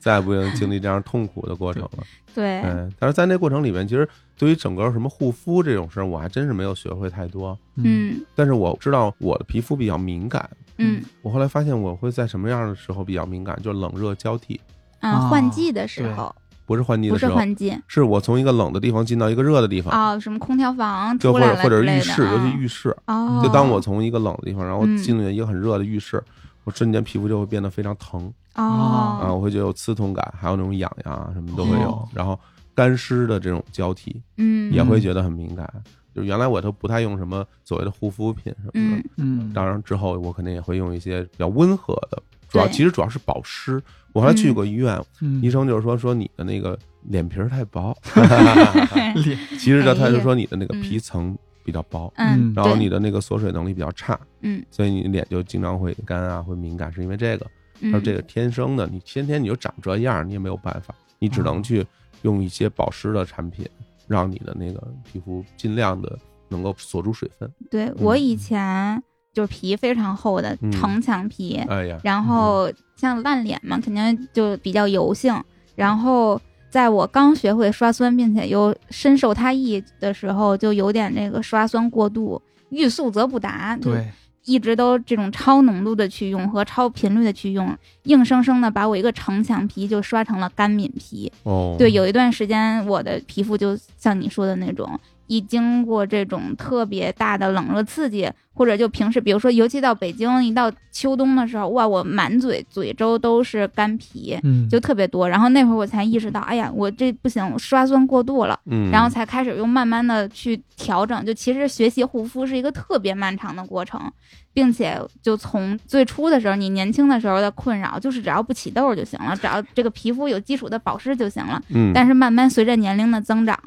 Speaker 1: 再也不用经历这样痛苦的过程了。
Speaker 2: 嗯。对，
Speaker 1: 嗯，但是在那过程里面，其实对于整个什么护肤这种事儿，我还真是没有学会太多。
Speaker 2: 嗯
Speaker 1: 但是我知道我的皮肤比较敏感，
Speaker 2: 嗯
Speaker 1: 我后来发现我会在什么样的时候比较敏感，就冷热交替。
Speaker 2: 嗯，
Speaker 3: 啊
Speaker 2: 换季的时候，
Speaker 1: 不是换季
Speaker 2: 不
Speaker 1: 的
Speaker 2: 是
Speaker 1: 时候，
Speaker 2: 换季
Speaker 1: 是我从一个冷的地方进到一个热的地方，
Speaker 2: 啊、什么空调房
Speaker 1: 就
Speaker 2: 出
Speaker 1: 或
Speaker 2: 来
Speaker 1: 者
Speaker 2: 了
Speaker 1: 或者
Speaker 2: 之
Speaker 1: 是
Speaker 2: 类
Speaker 1: 浴
Speaker 2: 的
Speaker 1: 室，尤其浴
Speaker 2: 啊
Speaker 1: 室，
Speaker 2: 哦，
Speaker 1: 就当我从一个冷的地方，然后
Speaker 2: 嗯
Speaker 1: 进入一个很热的浴室，我瞬间皮肤就会变得非常疼啊，
Speaker 2: 哦，
Speaker 1: 我会觉得有刺痛感，还有那种痒痒啊什么都会有
Speaker 3: 哦，
Speaker 1: 然后干湿的这种交替
Speaker 2: 嗯，
Speaker 1: 也会觉得很敏感。就是原来我都不太用什么所谓的护肤品什么
Speaker 2: 嗯
Speaker 1: 的， [laughs]
Speaker 3: 嗯，
Speaker 1: 当然之后我肯定也会用一些比较温和的，主要
Speaker 2: 对
Speaker 1: 其实主要是保湿。我后来去
Speaker 2: 嗯
Speaker 1: 过医院，
Speaker 3: 嗯
Speaker 1: 医生就是说说你的那个脸皮儿太薄， [laughs]
Speaker 2: 嗯
Speaker 3: 脸，
Speaker 1: 其实呢他
Speaker 2: 哎
Speaker 1: 就
Speaker 2: 呀
Speaker 1: 说你的那个
Speaker 2: 嗯
Speaker 1: 皮层比较薄，
Speaker 2: 嗯，
Speaker 3: 嗯
Speaker 1: 然后
Speaker 2: 对
Speaker 1: 你的那个锁水能力比较差，
Speaker 2: 嗯
Speaker 1: 所以你脸就经常会干啊，会敏感，是因为这个。他说
Speaker 2: 嗯
Speaker 1: 这个天生的，你先天你就长这样，你也没有办法，你只能
Speaker 2: 嗯
Speaker 3: 哦
Speaker 1: 去用一些保湿的产品，让你的那个皮肤尽量的能够锁住水分。
Speaker 2: 对我以前就是皮非常厚的
Speaker 1: 嗯
Speaker 2: 城墙皮，
Speaker 1: 哎呀，
Speaker 2: 然后像烂脸嘛，肯定就比较油性。然后在我刚学会刷酸，并且又深受它益的时候，就有点那个刷酸过度，欲速则不达，，
Speaker 3: 对，
Speaker 2: 一直都这种超浓度的去用和超频率的去用，硬生生的把我一个城墙皮就刷成了干敏皮。
Speaker 1: 哦，
Speaker 2: 对，有一段时间我的皮肤就像你说的那种，一经过这种特别大的冷热刺激，或者就平时，比如说，尤其到北京一到秋冬的时候，哇，我满嘴嘴周都是干皮，
Speaker 3: 嗯，
Speaker 2: 就特别多。然后那会儿我才意识到，哎呀，我这不行，我刷酸过度了。
Speaker 1: 嗯，
Speaker 2: 然后才开始用慢慢的去调整，就其实学习护肤是一个特别漫长的过程，并且就从最初的时候，你年轻的时候的困扰就是只要不起痘儿就行了，只要这个皮肤有基础的保湿就行了。
Speaker 1: 嗯，
Speaker 2: 但是慢慢随着年龄的增长，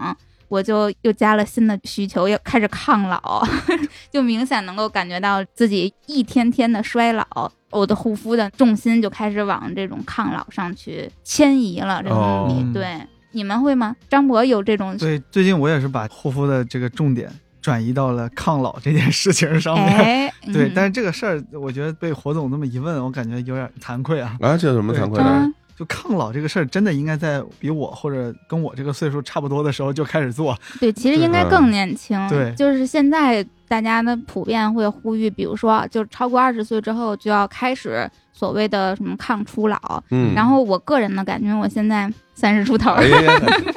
Speaker 2: 我就又加了新的需求，又开始抗老， [laughs] 就明显能够感觉到自己一天天的衰老，我的护肤的重心就开始往这种抗老上去迁移了。这
Speaker 1: 哦
Speaker 2: 种比、对。你们会吗？张博有这种
Speaker 3: 对，最近我也是把护肤的这个重点转移到了抗老这件事情上面。 [laughs]
Speaker 2: 哎，
Speaker 3: 对，
Speaker 2: 嗯
Speaker 3: 但是这个事儿，我觉得被火总这么一问，我感觉有点惭愧啊。
Speaker 1: 啊，这有什么惭愧的
Speaker 2: 啊？，
Speaker 3: 就抗老这个事儿，真的应该在比我或者跟我这个岁数差不多的时候就开始做。
Speaker 2: 对，其实应该更年轻。
Speaker 3: 对
Speaker 2: 就是现在大家呢普遍会呼吁，比如说，啊就超过二十岁之后就要开始所谓的什么抗初老。
Speaker 1: 嗯，
Speaker 2: 然后我个人的感觉，我现在三十出头，
Speaker 1: 哎呀，
Speaker 2: [laughs]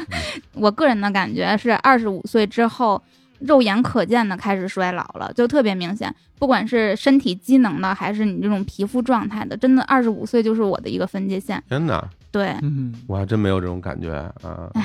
Speaker 2: 我个人的感觉是二十五岁之后。肉眼可见的开始衰老了，就特别明显。不管是身体机能的，还是你这种皮肤状态的，真的二十五岁就是我的一个分界线。
Speaker 1: 天哪，
Speaker 2: 对，
Speaker 3: 嗯，
Speaker 1: 我还真没有这种感觉啊
Speaker 2: 哎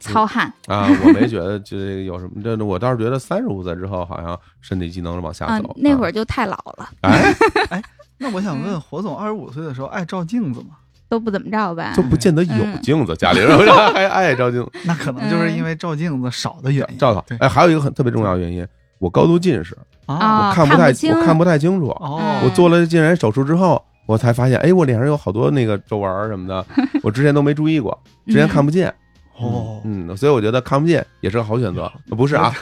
Speaker 2: 糙汉，
Speaker 1: 啊！我没觉得这有什么，这我倒是觉得三十五岁之后好像身体机能往下
Speaker 2: 嗯、
Speaker 1: 走。
Speaker 2: 那会
Speaker 1: 儿
Speaker 2: 儿就太老了，
Speaker 1: 哎，
Speaker 3: 那我想
Speaker 2: 嗯
Speaker 3: 问，火总二十五岁的时候爱照镜子吗？
Speaker 2: 都不怎么着呗
Speaker 1: 就。不见得有
Speaker 2: 嗯
Speaker 1: 镜子，家里人 [laughs] 还爱照镜子。
Speaker 3: 那可能就是因为照镜子少的原因。
Speaker 1: 赵导
Speaker 3: 对，
Speaker 1: 哎，还有一个很特别重要的原因，我高度近视，
Speaker 2: 啊
Speaker 1: 我看不
Speaker 2: 看
Speaker 1: 太
Speaker 2: 不清
Speaker 1: 我看不太清楚。
Speaker 3: 哦，
Speaker 2: 嗯
Speaker 1: 我做了近视眼手术之后，我才发现，哎，我脸上有好多那个皱纹儿什么的，我之前都没注意过，之
Speaker 2: 嗯
Speaker 1: 前看不见。
Speaker 3: 哦，
Speaker 1: 嗯，所以我觉得看不见也是个好选择，不是啊？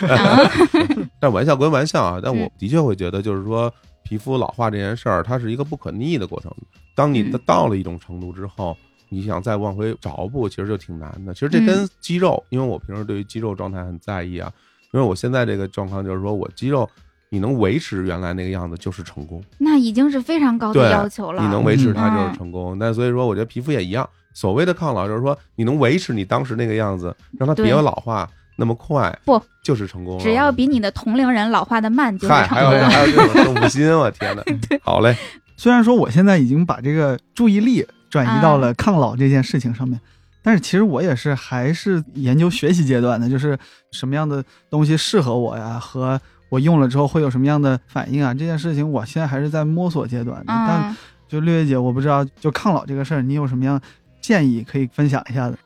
Speaker 1: [laughs] 但玩笑归玩笑啊，但我
Speaker 2: 嗯
Speaker 1: 的确会觉得，就是说皮肤老化这件事儿，它是一个不可逆的过程。当你
Speaker 2: 嗯
Speaker 1: 到了一种程度之后，你想再往回找补，其实就挺难的。其实这跟
Speaker 2: 嗯
Speaker 1: 肌肉，因为我平时对于肌肉状态很在意啊，因为我现在这个状况就是说我肌肉。你能维持原来那个样子就是成功，
Speaker 2: 那已经是非常高的
Speaker 1: 对
Speaker 2: 要求了。
Speaker 1: 你能维持它就
Speaker 2: 嗯
Speaker 1: 是成功。那所以说，我觉得皮肤也一样。所谓的抗老，就是说你能维持你当时那个样子，让它别
Speaker 2: 对
Speaker 1: 老化那么快，
Speaker 2: 不
Speaker 1: 就是成功了。
Speaker 2: 只要比你的同龄人老化的慢，就是
Speaker 1: 嗨，
Speaker 2: 成
Speaker 1: 还有
Speaker 2: 功了。
Speaker 1: 还有这种动物心，我
Speaker 2: [laughs]
Speaker 1: 天哪！好嘞，
Speaker 3: 虽然说我现在已经把这个注意力转移到了
Speaker 2: 嗯
Speaker 3: 抗老这件事情上面，但是其实我也是还是研究学习阶段的，就是什么样的东西适合我呀，和我用了之后会有什么样的反应啊，这件事情我现在还是在摸索阶段的。但
Speaker 2: 嗯，
Speaker 3: 就六月姐，我不知道就抗老这个事儿，你有什么样建议可以分享一下的？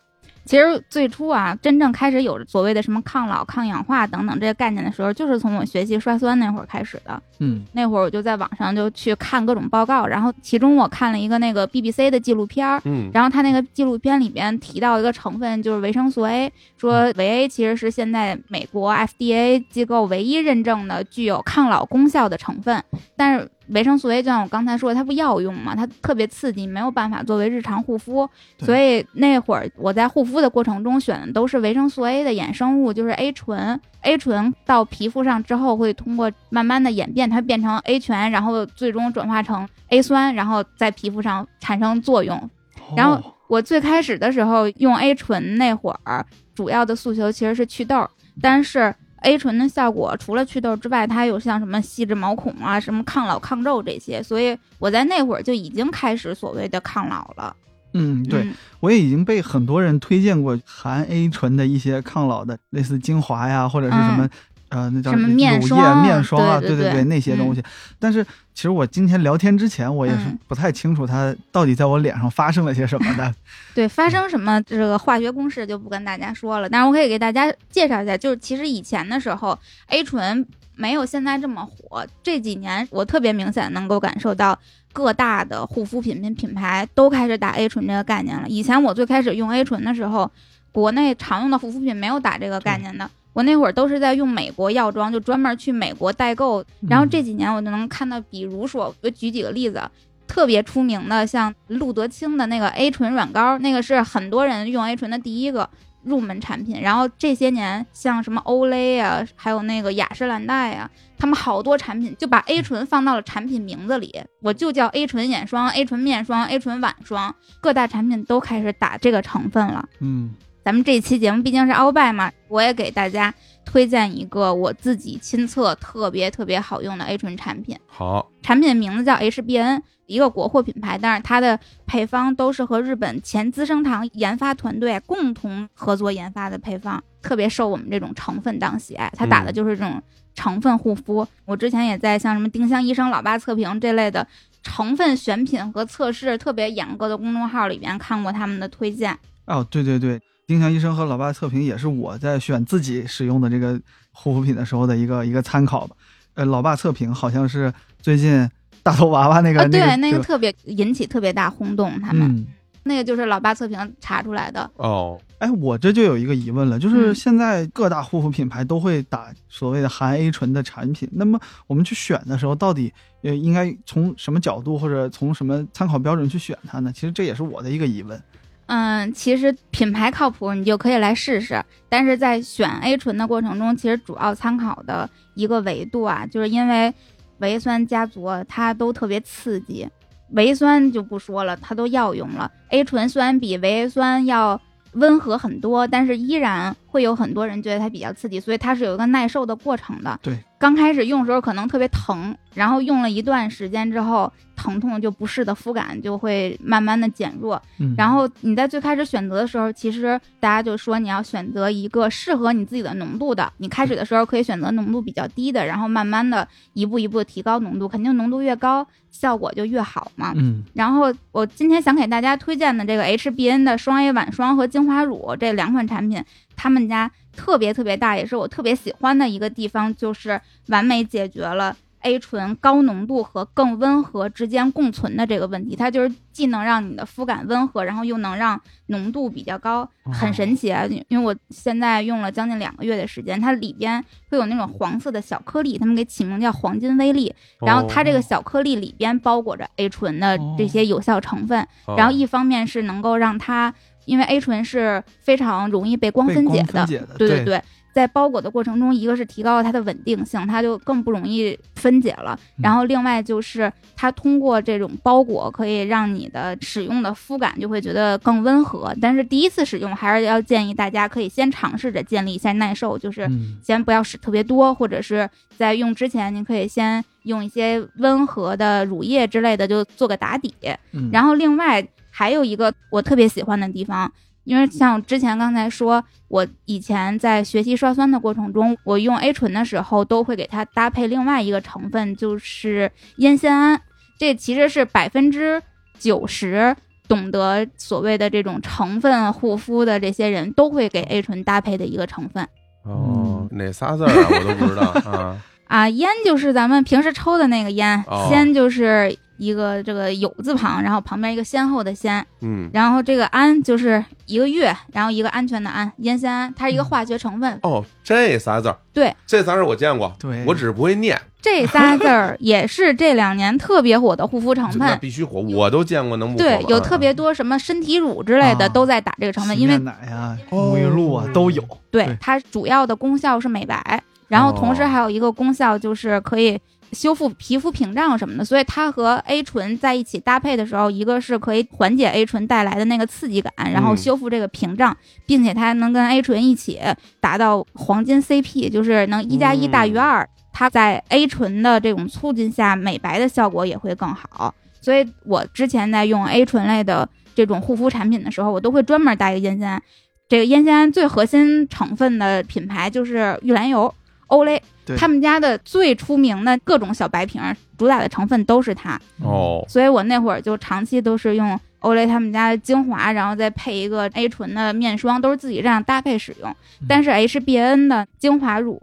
Speaker 2: 其实最初啊，真正开始有所谓的什么抗老、抗氧化等等这些概念的时候，就是从我学习刷酸那会儿开始的。
Speaker 3: 嗯
Speaker 2: 那会儿我就在网上就去看各种报告，然后其中我看了一个那个 BBC 的纪录片儿，
Speaker 1: 嗯，
Speaker 2: 然后他那个纪录片里边提到一个成分，就是维生素 A，说维 A 其实是现在美国 FDA 机构唯一认证的具有抗老功效的成分。但是维生素 A 就像我刚才说的，它不药用嘛，它特别刺激，没有办法作为日常护肤。
Speaker 3: 对
Speaker 2: 所以那会儿我在护肤的过程中选的都是维生素 A 的衍生物，就是 A 醇。A 醇到皮肤上之后，会通过慢慢的演变，它变成 A 醛，然后最终转化成 A 酸，然后在皮肤上产生作用，然后
Speaker 3: 哦
Speaker 2: 我最开始的时候用 A 醇那会儿，主要的诉求其实是祛痘，但是 A 醇的效果除了祛痘之外，它有像什么细致毛孔啊、什么抗老抗皱这些，所以我在那会儿就已经开始所谓的抗老了。
Speaker 3: 嗯，对，
Speaker 2: 嗯
Speaker 3: 我也已经被很多人推荐过含 A 醇的一些抗老的，类似精华呀，或者是什么、呃，那叫
Speaker 2: 嗯什么
Speaker 3: 乳
Speaker 2: 面
Speaker 3: 液
Speaker 2: 霜啊
Speaker 3: 面霜啊，
Speaker 2: 对
Speaker 3: 对
Speaker 2: 对对
Speaker 3: 对，那些东西。但是其实我今天聊天之前，我也是
Speaker 2: 嗯
Speaker 3: 不太清楚它到底在我脸上发生了些什么的。
Speaker 2: 对，发生什么这个化学公式就不跟大家说了，但是我可以给大家介绍一下，就是其实以前的时候，A 醇没有现在这么火，这几年我特别明显能够感受到各大的护肤品品品牌都开始打 A 醇这个概念了。以前我最开始用 A 醇的时候，国内常用的护肤品没有打这个概念的。我那会儿都是在用美国药妆，就专门去美国代购。 [laughs] 然后
Speaker 3: 嗯
Speaker 2: 这几年我就能看到，比如说，我举几个例子，特别出名的，像路德清的那个 A 醇软膏，那个是很多人用 A 醇的第一个入门产品。然后这些年，像什么欧莱啊，还有那个雅诗兰黛啊，他们好多产品就把 A 醇放到了产品名字里，我就叫 A 醇眼霜、A 醇面霜、A 醇晚霜，各大产品都开始打这个成分了。
Speaker 3: 嗯，
Speaker 2: 咱们这一期节目毕竟是鳌拜嘛，我也给大家推荐一个我自己亲测特别特别好用的 A 醇产品。
Speaker 1: 好，
Speaker 2: 产品名字叫 HBN，一个国货品牌，但是它的配方都是和日本前资生堂研发团队共同合作研发的配方，特别受我们这种成分党喜爱。它打的就是这种成分护肤。我之前也在像什么丁香医生、老爸测评这类的成分选品和测试特别严格的公众号里边看过他们的推荐。
Speaker 3: 哦，对对对，丁香医生和老爸测评也是我在选自己使用的这个护肤品的时候的一个一个参考吧。呃，老爸测评好像是最近大头娃娃那个、
Speaker 2: 啊，对，
Speaker 3: 那
Speaker 2: 那
Speaker 3: 个
Speaker 2: 个特别引起特别大轰动，他们、
Speaker 3: 嗯，
Speaker 2: 那个就是老爸测评查出来的。
Speaker 1: 哦，
Speaker 3: 哎，我这就有一个疑问了，就是
Speaker 2: 嗯
Speaker 3: 现在各大护肤品牌都会打所谓的含 A 醇的产品，那么我们去选的时候，到底呃应该从什么角度或者从什么参考标准去选它呢？其实这也是我的一个疑问。
Speaker 2: 嗯，其实品牌靠谱，你就可以来试试。但是在选 A 醇的过程中，其实主要参考的一个维度啊，就是因为维酸家族啊它都特别刺激，维酸就不说了，它都药用了。A 醇虽然比维 A 酸要温和很多，但是依然会有很多人觉得它比较刺激，所以它是有一个耐受的过程的。
Speaker 3: 对，
Speaker 2: 刚开始用的时候可能特别疼，然后用了一段时间之后，疼痛就不适的肤感就会慢慢的减弱。
Speaker 3: 嗯，
Speaker 2: 然后你在最开始选择的时候，其实大家就说你要选择一个适合你自己的浓度的。你开始的时候可以选择浓度比较低的，然后慢慢的一步一步地提高浓度，肯定浓度越高效果就越好嘛。
Speaker 3: 嗯，
Speaker 2: 然后我今天想给大家推荐的这个 HBN 的双 A 晚霜和精华乳这两款产品，他们家特别特别大，也是我特别喜欢的一个地方，就是完美解决了 A 醇高浓度和更温和之间共存的这个问题。它就是既能让你的肤感温和，然后又能让浓度比较高，
Speaker 3: 嗯
Speaker 2: 很神奇啊！因为我现在用了将近两个月的时间，它里边会有那种黄色的小颗粒，他们给起名叫黄金微粒。
Speaker 1: 哦
Speaker 3: 哦
Speaker 2: 然后它这个小颗粒里边包裹着 A 醇的这些有效成分，
Speaker 1: 哦，
Speaker 2: 然后
Speaker 1: 哦
Speaker 2: 一方面是能够让它，因为 A 醇是非常容易被光
Speaker 3: 哦被
Speaker 2: 分
Speaker 3: 光
Speaker 2: 解
Speaker 3: 分
Speaker 2: 的，
Speaker 3: 解的，
Speaker 2: 对
Speaker 3: 对，
Speaker 2: 对，在包裹的过程中，一个是提高了它的稳定性，它就更不容易分解了。
Speaker 3: 嗯
Speaker 2: 然后另外就是它通过这种包裹，可以让你的使用的肤感就会觉得更温和。但是第一次使用，还是要建议大家可以先尝试着建立一下耐受，就是
Speaker 3: 嗯
Speaker 2: 先不要使特别多，或者是在用之前，您可以先用一些温和的乳液之类的，就做个打底。
Speaker 3: 嗯，
Speaker 2: 然后另外还有一个我特别喜欢的地方，因为像之前刚才说，我以前在学习刷酸的过程中，我用 A 醇的时候都会给它搭配另外一个成分，就是烟酰胺。这其实是百分之九十懂得所谓的这种成分护肤的这些人都会给 A 醇搭配的一个成分。
Speaker 1: 哦，
Speaker 2: 嗯
Speaker 1: 哪仨字儿啊？我都不知道
Speaker 2: [laughs]
Speaker 1: 啊。
Speaker 2: 啊，烟就是咱们平时抽的那个烟，
Speaker 1: 哦
Speaker 2: 先就是一个这个有字旁，然后旁边一个先后的先，
Speaker 1: 嗯，
Speaker 2: 然后这个安就是一个月，然后一个安全的安，烟酰胺，它是一个化学成分。
Speaker 1: 哦，这仨字儿，
Speaker 2: 对，
Speaker 1: 这仨字儿我见过，
Speaker 3: 对
Speaker 1: 我只是不会念，
Speaker 2: 这仨字儿也是这两年特别火的护肤成
Speaker 1: 那
Speaker 2: 分。
Speaker 1: 必须火，嗯我都见过，能不火
Speaker 2: 哦对
Speaker 1: 吗，
Speaker 2: 有特别多什么身体乳之类的
Speaker 3: 啊
Speaker 2: 都在打这个成分，
Speaker 3: 洗
Speaker 2: 因为
Speaker 1: 哦
Speaker 3: 啊面奶啊、沐浴露啊都有。
Speaker 2: 对
Speaker 3: 对
Speaker 2: 它主要的功效是美白，然后同时
Speaker 1: 哦
Speaker 2: 还有一个功效就是可以修复皮肤屏障什么的，所以它和 A 醇在一起搭配的时候，一个是可以缓解 A 醇带来的那个刺激感，然后
Speaker 1: 嗯
Speaker 2: 修复这个屏障，并且它还能跟 A 醇一起达到黄金 CP，就是能一加一大于
Speaker 1: 嗯
Speaker 2: 二、它在 A 醇的这种促进下，美白的效果也会更好。所以我之前在用 A 醇类的这种护肤产品的时候，我都会专门带一个烟酰胺。这个烟酰胺最核心成分的品牌就是玉兰油、欧蕾
Speaker 3: 对，
Speaker 2: 他们家的最出名的各种小白瓶儿，主打的成分都是它。
Speaker 3: 嗯
Speaker 1: 哦，
Speaker 2: 所以我那会儿就长期都是用欧蕾他们家的精华，然后再配一个 A 醇的面霜，都是自己这样搭配使用
Speaker 4: 嗯。
Speaker 2: 但是 HBN 的精华乳，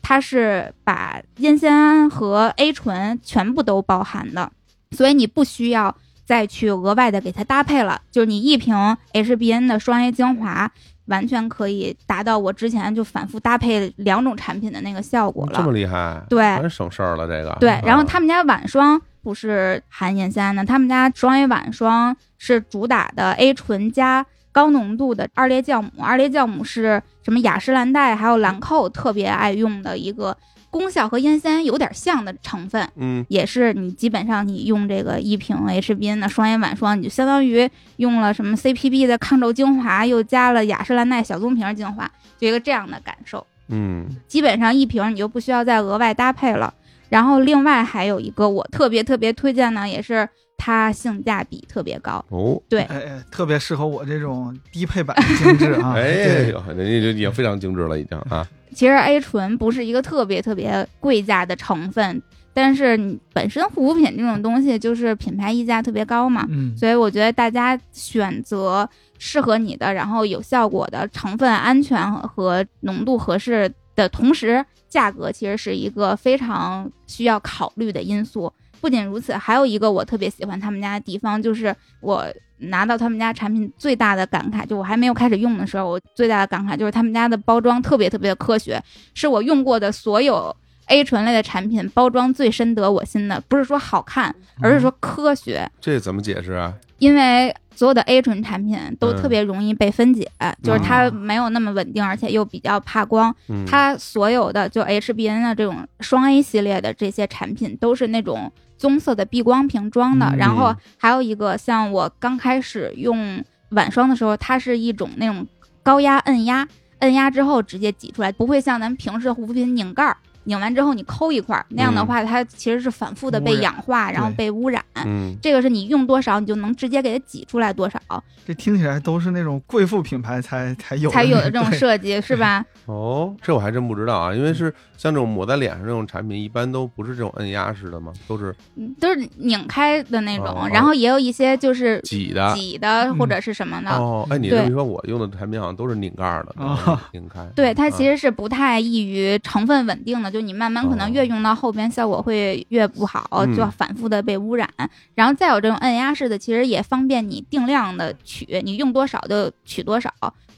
Speaker 2: 它是把烟酰胺和 A 醇全部都包含的，所以你不需要再去额外的给它搭配了。就是你一瓶 HBN 的双 A 精华。完全可以达到我之前就反复搭配两种产品的那个效果了。
Speaker 1: 嗯这么厉害，
Speaker 2: 嗯对
Speaker 1: 真省事儿了这个。
Speaker 2: 对，然后
Speaker 1: 嗯
Speaker 2: 他们家晚霜不是含烟酰胺的，他们家双 A 晚霜是主打的 A 醇加高浓度的二裂酵母，二裂酵母是什么雅诗兰黛还有兰蔻特别爱用的一个功效和烟酰胺有点像的成分。
Speaker 1: 嗯，
Speaker 2: 也是你基本上你用这个一瓶 HBN 的双眼晚霜，你就相当于用了什么 CPB 的抗皱精华，又加了雅诗兰黛小棕瓶精华，就一个这样的感受。
Speaker 1: 嗯
Speaker 2: 基本上一瓶你就不需要再额外搭配了。然后另外还有一个我特别特别推荐呢，也是它性价比特别高，
Speaker 1: 哦，
Speaker 2: 对，
Speaker 3: 哎哎，特别适合我这种低配版的精致啊！
Speaker 1: [laughs] 哎
Speaker 3: 对
Speaker 1: 呦，人家就也非常精致了已经啊。
Speaker 2: 其实 A 醇不是一个特别特别贵价的成分，但是你本身护肤品这种东西就是品牌溢价特别高嘛，
Speaker 3: 嗯，
Speaker 2: 所以我觉得大家选择适合你的，然后有效果的成分安全和浓度合适的同时，价格其实是一个非常需要考虑的因素。不仅如此，还有一个我特别喜欢他们家的地方，就是我拿到他们家产品最大的感慨，就我还没有开始用的时候，我最大的感慨就是他们家的包装特别特别的科学，是我用过的所有 A 醇类的产品包装最深得我心的。不是说好看，而是说科学。
Speaker 1: 这怎么解释啊？
Speaker 2: 因为所有的 A 醇产品都特别容易被分解，就是它
Speaker 3: 嗯
Speaker 2: 没有那么稳定，而且又比较怕光。
Speaker 1: 嗯，
Speaker 2: 它所有的就 HBN 啊的这种双 A 系列的这些产品都是那种棕色的避光瓶装的，
Speaker 3: 嗯
Speaker 2: 然后还有一个像我刚开始用晚霜的时候，它是一种那种高压摁压，摁压之后直接挤出来，不会像咱们平时的护肤品拧盖儿。拧完之后你抠一块儿，那样的
Speaker 1: 嗯
Speaker 2: 话它其实是反复的
Speaker 3: 污
Speaker 2: 被
Speaker 3: 染
Speaker 2: 氧化，然后
Speaker 3: 对
Speaker 2: 被污染。
Speaker 1: 嗯，
Speaker 2: 这个是你用多少，你就能直接给它挤出来多少，
Speaker 3: 这听起来都是那种贵妇品牌才才有的
Speaker 2: 才有
Speaker 1: [laughs]
Speaker 2: 的这种
Speaker 3: [laughs] 对
Speaker 2: 设计，是吧？
Speaker 1: 哦，这我还真不知道啊，因为
Speaker 3: 嗯
Speaker 1: 是像这种抹在脸上这种产品，一般都不是这种摁压式的嘛，都是
Speaker 2: 嗯都是拧开的那
Speaker 1: 哦
Speaker 2: 种，然后也有一些就是
Speaker 1: 挤的。
Speaker 2: 挤的或者是什么的。
Speaker 1: 哦，哎，你
Speaker 2: 对
Speaker 1: 这么一说，我用的产品好像都是拧盖儿的，
Speaker 3: 哦
Speaker 1: 拧开。
Speaker 2: 对，它其
Speaker 1: 啊
Speaker 2: 实是不太易于成分稳定的，就你慢慢可能越用到后边效果会越不好，
Speaker 1: 哦嗯
Speaker 2: 就要反复的被污染。然后再有这种摁压式的，其实也方便你定量的取，你用多少就取多少，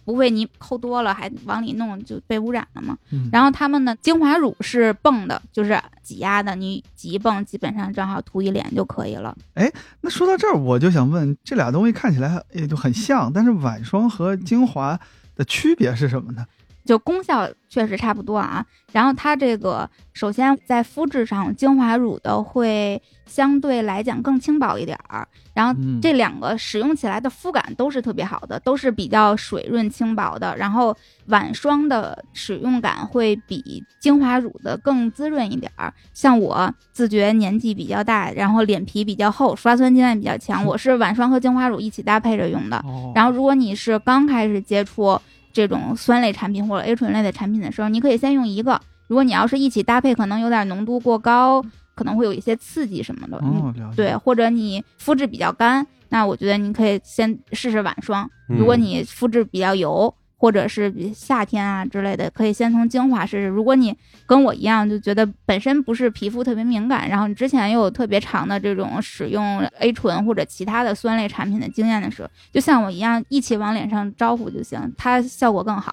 Speaker 2: 不会你抠多了还往里弄就被污染了嘛。
Speaker 3: 嗯
Speaker 2: 然后他们的精华乳是泵的，就是挤压的，你挤一泵，基本上正好涂一脸就可以了。
Speaker 3: 那说到这儿，我就想问，这俩东西看起来也就很像，但是晚霜和精华的区别是什么呢？
Speaker 2: 就功效确实差不多啊。然后它这个首先在肤质上，精华乳的会相对来讲更轻薄一点儿，然后
Speaker 3: 嗯
Speaker 2: 这两个使用起来的肤感都是特别好的，都是比较水润轻薄的。然后晚霜的使用感会比精华乳的更滋润一点儿。像我自觉年纪比较大，然后脸皮比较厚，刷酸经验比较强，我是晚霜和精华乳一起搭配着用的。
Speaker 3: 哦
Speaker 2: 然后，如果你是刚开始接触这种酸类产品或者 A 醇类的产品的时候，你可以先用一个。如果你要是一起搭配，可能有点浓度过高，可能会有一些刺激什么的。嗯，
Speaker 3: 哦，了解。
Speaker 2: 对，，或者你肤质比较干，那我觉得你可以先试试晚霜。
Speaker 1: 嗯
Speaker 2: 如果你肤质比较油，或者是比夏天啊之类的，可以先从精华试试。如果你跟我一样，就觉得本身不是皮肤特别敏感，然后你之前又有特别长的这种使用 A 醇或者其他的酸类产品的经验的时候，就像我一样，一起往脸上招呼就行，它效果更好。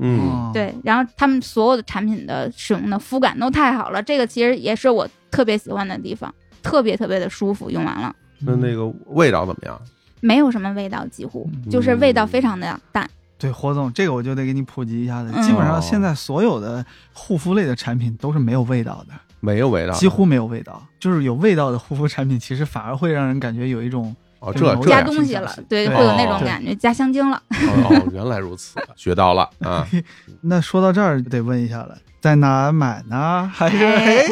Speaker 1: 嗯，
Speaker 3: 哦、
Speaker 2: 对，然后他们所有的产品的使用的肤感都太好了，这个其实也是我特别喜欢的地方，特别特别的舒服，用完了
Speaker 1: 那那个味道怎么样？
Speaker 2: 没有什么味道，几乎就是味道非常的淡。
Speaker 3: 对活动，这个我就得给你普及一下子。基本上
Speaker 1: 嗯
Speaker 3: 现在所有的护肤类的产品都是没有味道的，
Speaker 1: 没有味道，啊
Speaker 3: 几乎没有味道。就是有味道的护肤产品，其实反而会让人感觉有一种
Speaker 1: 哦，这这
Speaker 2: 加
Speaker 1: 样
Speaker 3: 东
Speaker 2: 东西了，对，
Speaker 3: 对
Speaker 2: 会有那
Speaker 1: 哦
Speaker 2: 种感觉，加香精了。
Speaker 1: 哦，哦原来如此，学到了啊！
Speaker 3: 那说到这儿就得问一下了，在哪儿买呢？还是
Speaker 2: 哎
Speaker 3: 哎，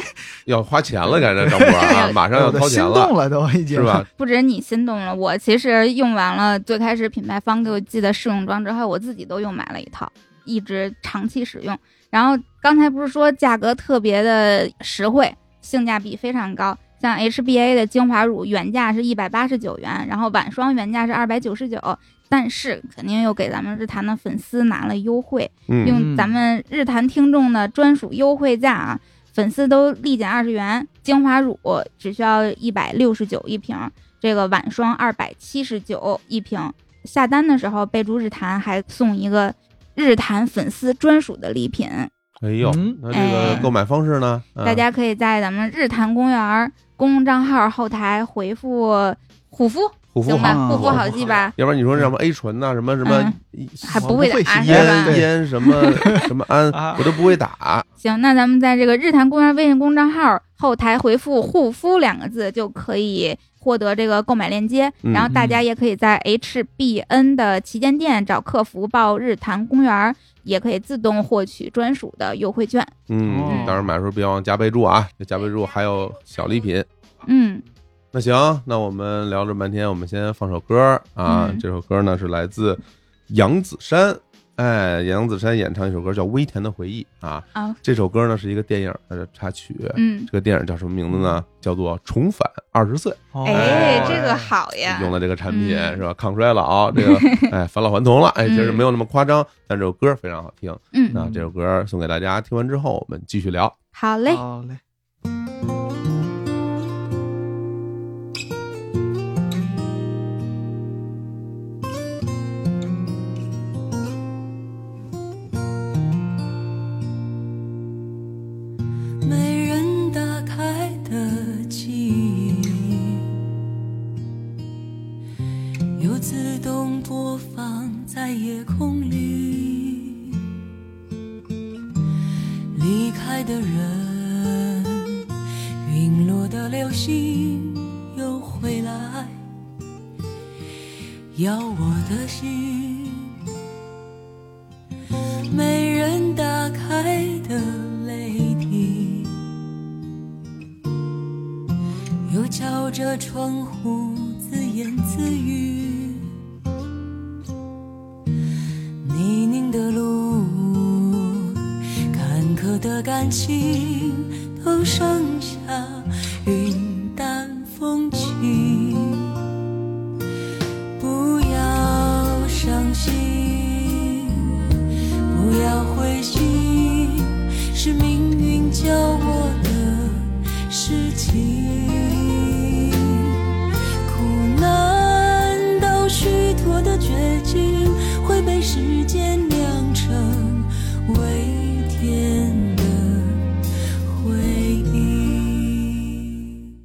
Speaker 1: 要花钱了，感觉张博啊，马上要
Speaker 3: 我都
Speaker 1: 掏
Speaker 3: 哎心
Speaker 1: 钱
Speaker 3: 动
Speaker 1: 了，
Speaker 3: 了都已经
Speaker 1: 是吧？？
Speaker 2: [laughs] 不止你心动了，我其实用完了最开始品牌方给我寄的试用装之后，我自己都又买了一套，一直长期使用。然后刚才不是说价格特别的实惠，性价比非常高。像 HBA 的精华乳原价是一百八十九元，然后晚霜原价是二百九十九，但是肯定又给咱们日坛的粉丝拿了优惠，
Speaker 1: 嗯，
Speaker 2: 用咱们日坛听众的专属优惠价啊，粉丝都立减二十元，精华乳只需要一百六十九一瓶，这个晚霜二百七十九一瓶。下单的时候备注日坛，还送一个日坛粉丝专属的礼品，
Speaker 1: 哎呦
Speaker 3: 嗯，
Speaker 1: 那这个
Speaker 2: 哎
Speaker 1: 购买方式呢？嗯
Speaker 2: 大家可以在咱们日坛公园公众账号后台回复“护肤
Speaker 1: 护”，肤
Speaker 2: 行
Speaker 1: 好，
Speaker 2: 吧？
Speaker 3: 啊
Speaker 2: 护肤
Speaker 3: 护肤
Speaker 2: 好记吧？
Speaker 1: 要不然你说什么 A 醇呐，什么什么
Speaker 2: 还
Speaker 3: 我
Speaker 2: 不
Speaker 3: 不
Speaker 2: 会的
Speaker 3: 会
Speaker 2: 啊，是
Speaker 3: 吸烟
Speaker 2: 吧？
Speaker 1: 烟
Speaker 3: 对
Speaker 1: 烟什
Speaker 2: [laughs]
Speaker 1: 么什么胺
Speaker 3: 啊，
Speaker 1: 我都不会打。
Speaker 2: 行，那咱们在这个日坛公园微信公众号后台回复“护肤”两个字，就可以获得这个购买链接。
Speaker 1: 嗯
Speaker 2: 然后大家也可以在 HBN 的旗舰店找客服报“日坛公园”，也可以自动获取专属的优惠券。
Speaker 1: 嗯
Speaker 3: 哦，
Speaker 1: 当然买的时候别忘加备注啊，这加备注还有小礼品。
Speaker 2: 嗯，
Speaker 1: 那行，那我们聊这么半天，我们先放首歌啊。
Speaker 2: 嗯
Speaker 1: 这首歌呢是来自杨子姗，哎，杨子姗演唱一首歌叫《微甜的回忆》啊。
Speaker 2: 啊，
Speaker 1: 这首歌呢是一个电影的插曲，
Speaker 2: 嗯
Speaker 1: 这，个电影叫什么名字呢？叫做《重返二十岁
Speaker 3: 哦
Speaker 2: 哎，这个好》，呀，
Speaker 1: 用的这个产品
Speaker 2: 嗯
Speaker 1: 是吧？抗衰老，这
Speaker 2: [laughs]
Speaker 1: 个哎返老还童了，哎，其实没有那么夸张，但这首歌非常好听。
Speaker 2: 嗯，
Speaker 1: 那这首歌送给大家，听完之后我们继续聊。
Speaker 2: 好嘞，
Speaker 1: 哦
Speaker 3: 好嘞，
Speaker 4: 没人打开的记忆里，又自动播放在夜空里。离开的人，陨落的流星又回来，要我的心。没人打开的泪滴，又敲着窗户自言自语。泥泞的路，坎坷的感情，都剩下云淡风轻。不要伤心，不要灰心，是命运教我的事情。苦难到虚脱的绝境，会被时间酿成微甜的回忆。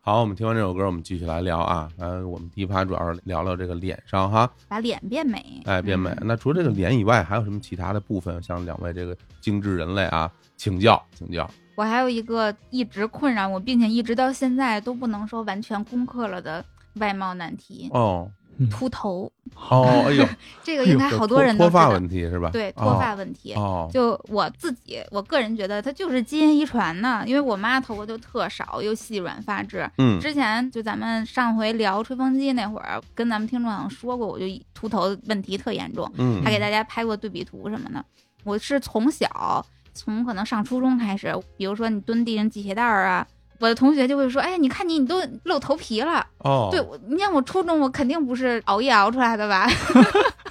Speaker 1: 好，我们听完这首歌，我们继续来聊啊。嗯，我们第一趴主要是聊聊这个脸上哈，
Speaker 2: 把脸变美，
Speaker 1: 哎，变
Speaker 2: 嗯
Speaker 1: 美。那除了这个脸以外，还有什么其他的部分？向两位这个精致人类啊，请教请教。
Speaker 2: 我还有一个一直困扰我，并且一直到现在都不能说完全攻克了的外貌难题
Speaker 1: 哦
Speaker 2: ——秃头。
Speaker 1: 哦，哎 [laughs] 呦，
Speaker 2: 这个应该
Speaker 1: 这
Speaker 2: 好
Speaker 1: 脱
Speaker 2: 多人都
Speaker 1: 脱
Speaker 2: 知道
Speaker 1: 发，问题是吧？
Speaker 2: 对
Speaker 1: 哦
Speaker 2: 脱发问题。
Speaker 1: 哦，
Speaker 2: 就我自己，我个人觉得它就是基因遗传呢，因为我妈头发就特少，又细软发质。
Speaker 1: 嗯
Speaker 2: 之前就咱们上回聊吹风机那会儿，跟咱们听众好像说过，我就秃头问题特严重，
Speaker 1: 嗯
Speaker 2: 还给大家拍过对比图什么的。我是从小，从可能上初中开始，比如说你蹲地上系鞋带儿啊，我的同学就会说：“哎，你看你，你都露头皮了。
Speaker 1: 哦，
Speaker 2: 对，我你看我初中，我肯定不是熬夜熬出来的吧？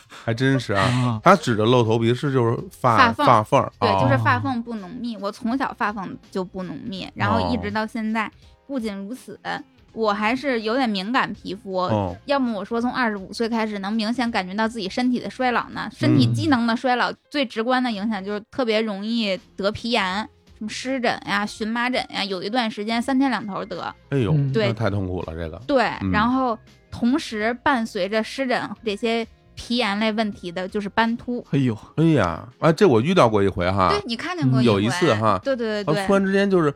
Speaker 1: 还真是啊。
Speaker 3: 啊，
Speaker 1: 他指着露头皮是就是发
Speaker 2: 发缝
Speaker 1: 发缝儿，
Speaker 2: 对，就是
Speaker 1: 哦
Speaker 2: 发缝不浓密，我从小发缝就不浓密，然后
Speaker 1: 哦
Speaker 2: 一直到现在。不仅如此，我还是有点敏感皮肤。
Speaker 1: 哦
Speaker 2: 要么我说从二十五岁开始能明显感觉到自己身体的衰老呢，身体
Speaker 1: 嗯
Speaker 2: 机能的衰老、最直观的影响就是特别容易得皮炎。什么湿疹呀、荨麻疹呀，有一段时间三天两头得。
Speaker 1: 哎呦，
Speaker 3: 嗯
Speaker 1: 那
Speaker 2: 对
Speaker 1: 太痛苦了这个。
Speaker 2: 对，
Speaker 1: 嗯
Speaker 2: 然后同时伴随着湿疹这些皮炎类问题的就是斑秃。
Speaker 3: 哎呦，
Speaker 1: 哎呀，啊，这我遇到过一回哈，
Speaker 2: 对你看见过
Speaker 1: 嗯有
Speaker 2: 一
Speaker 1: 一次
Speaker 2: 回
Speaker 1: 哈
Speaker 2: 对对
Speaker 1: 啊
Speaker 2: 对
Speaker 1: 突
Speaker 2: 对，
Speaker 1: 然之间就是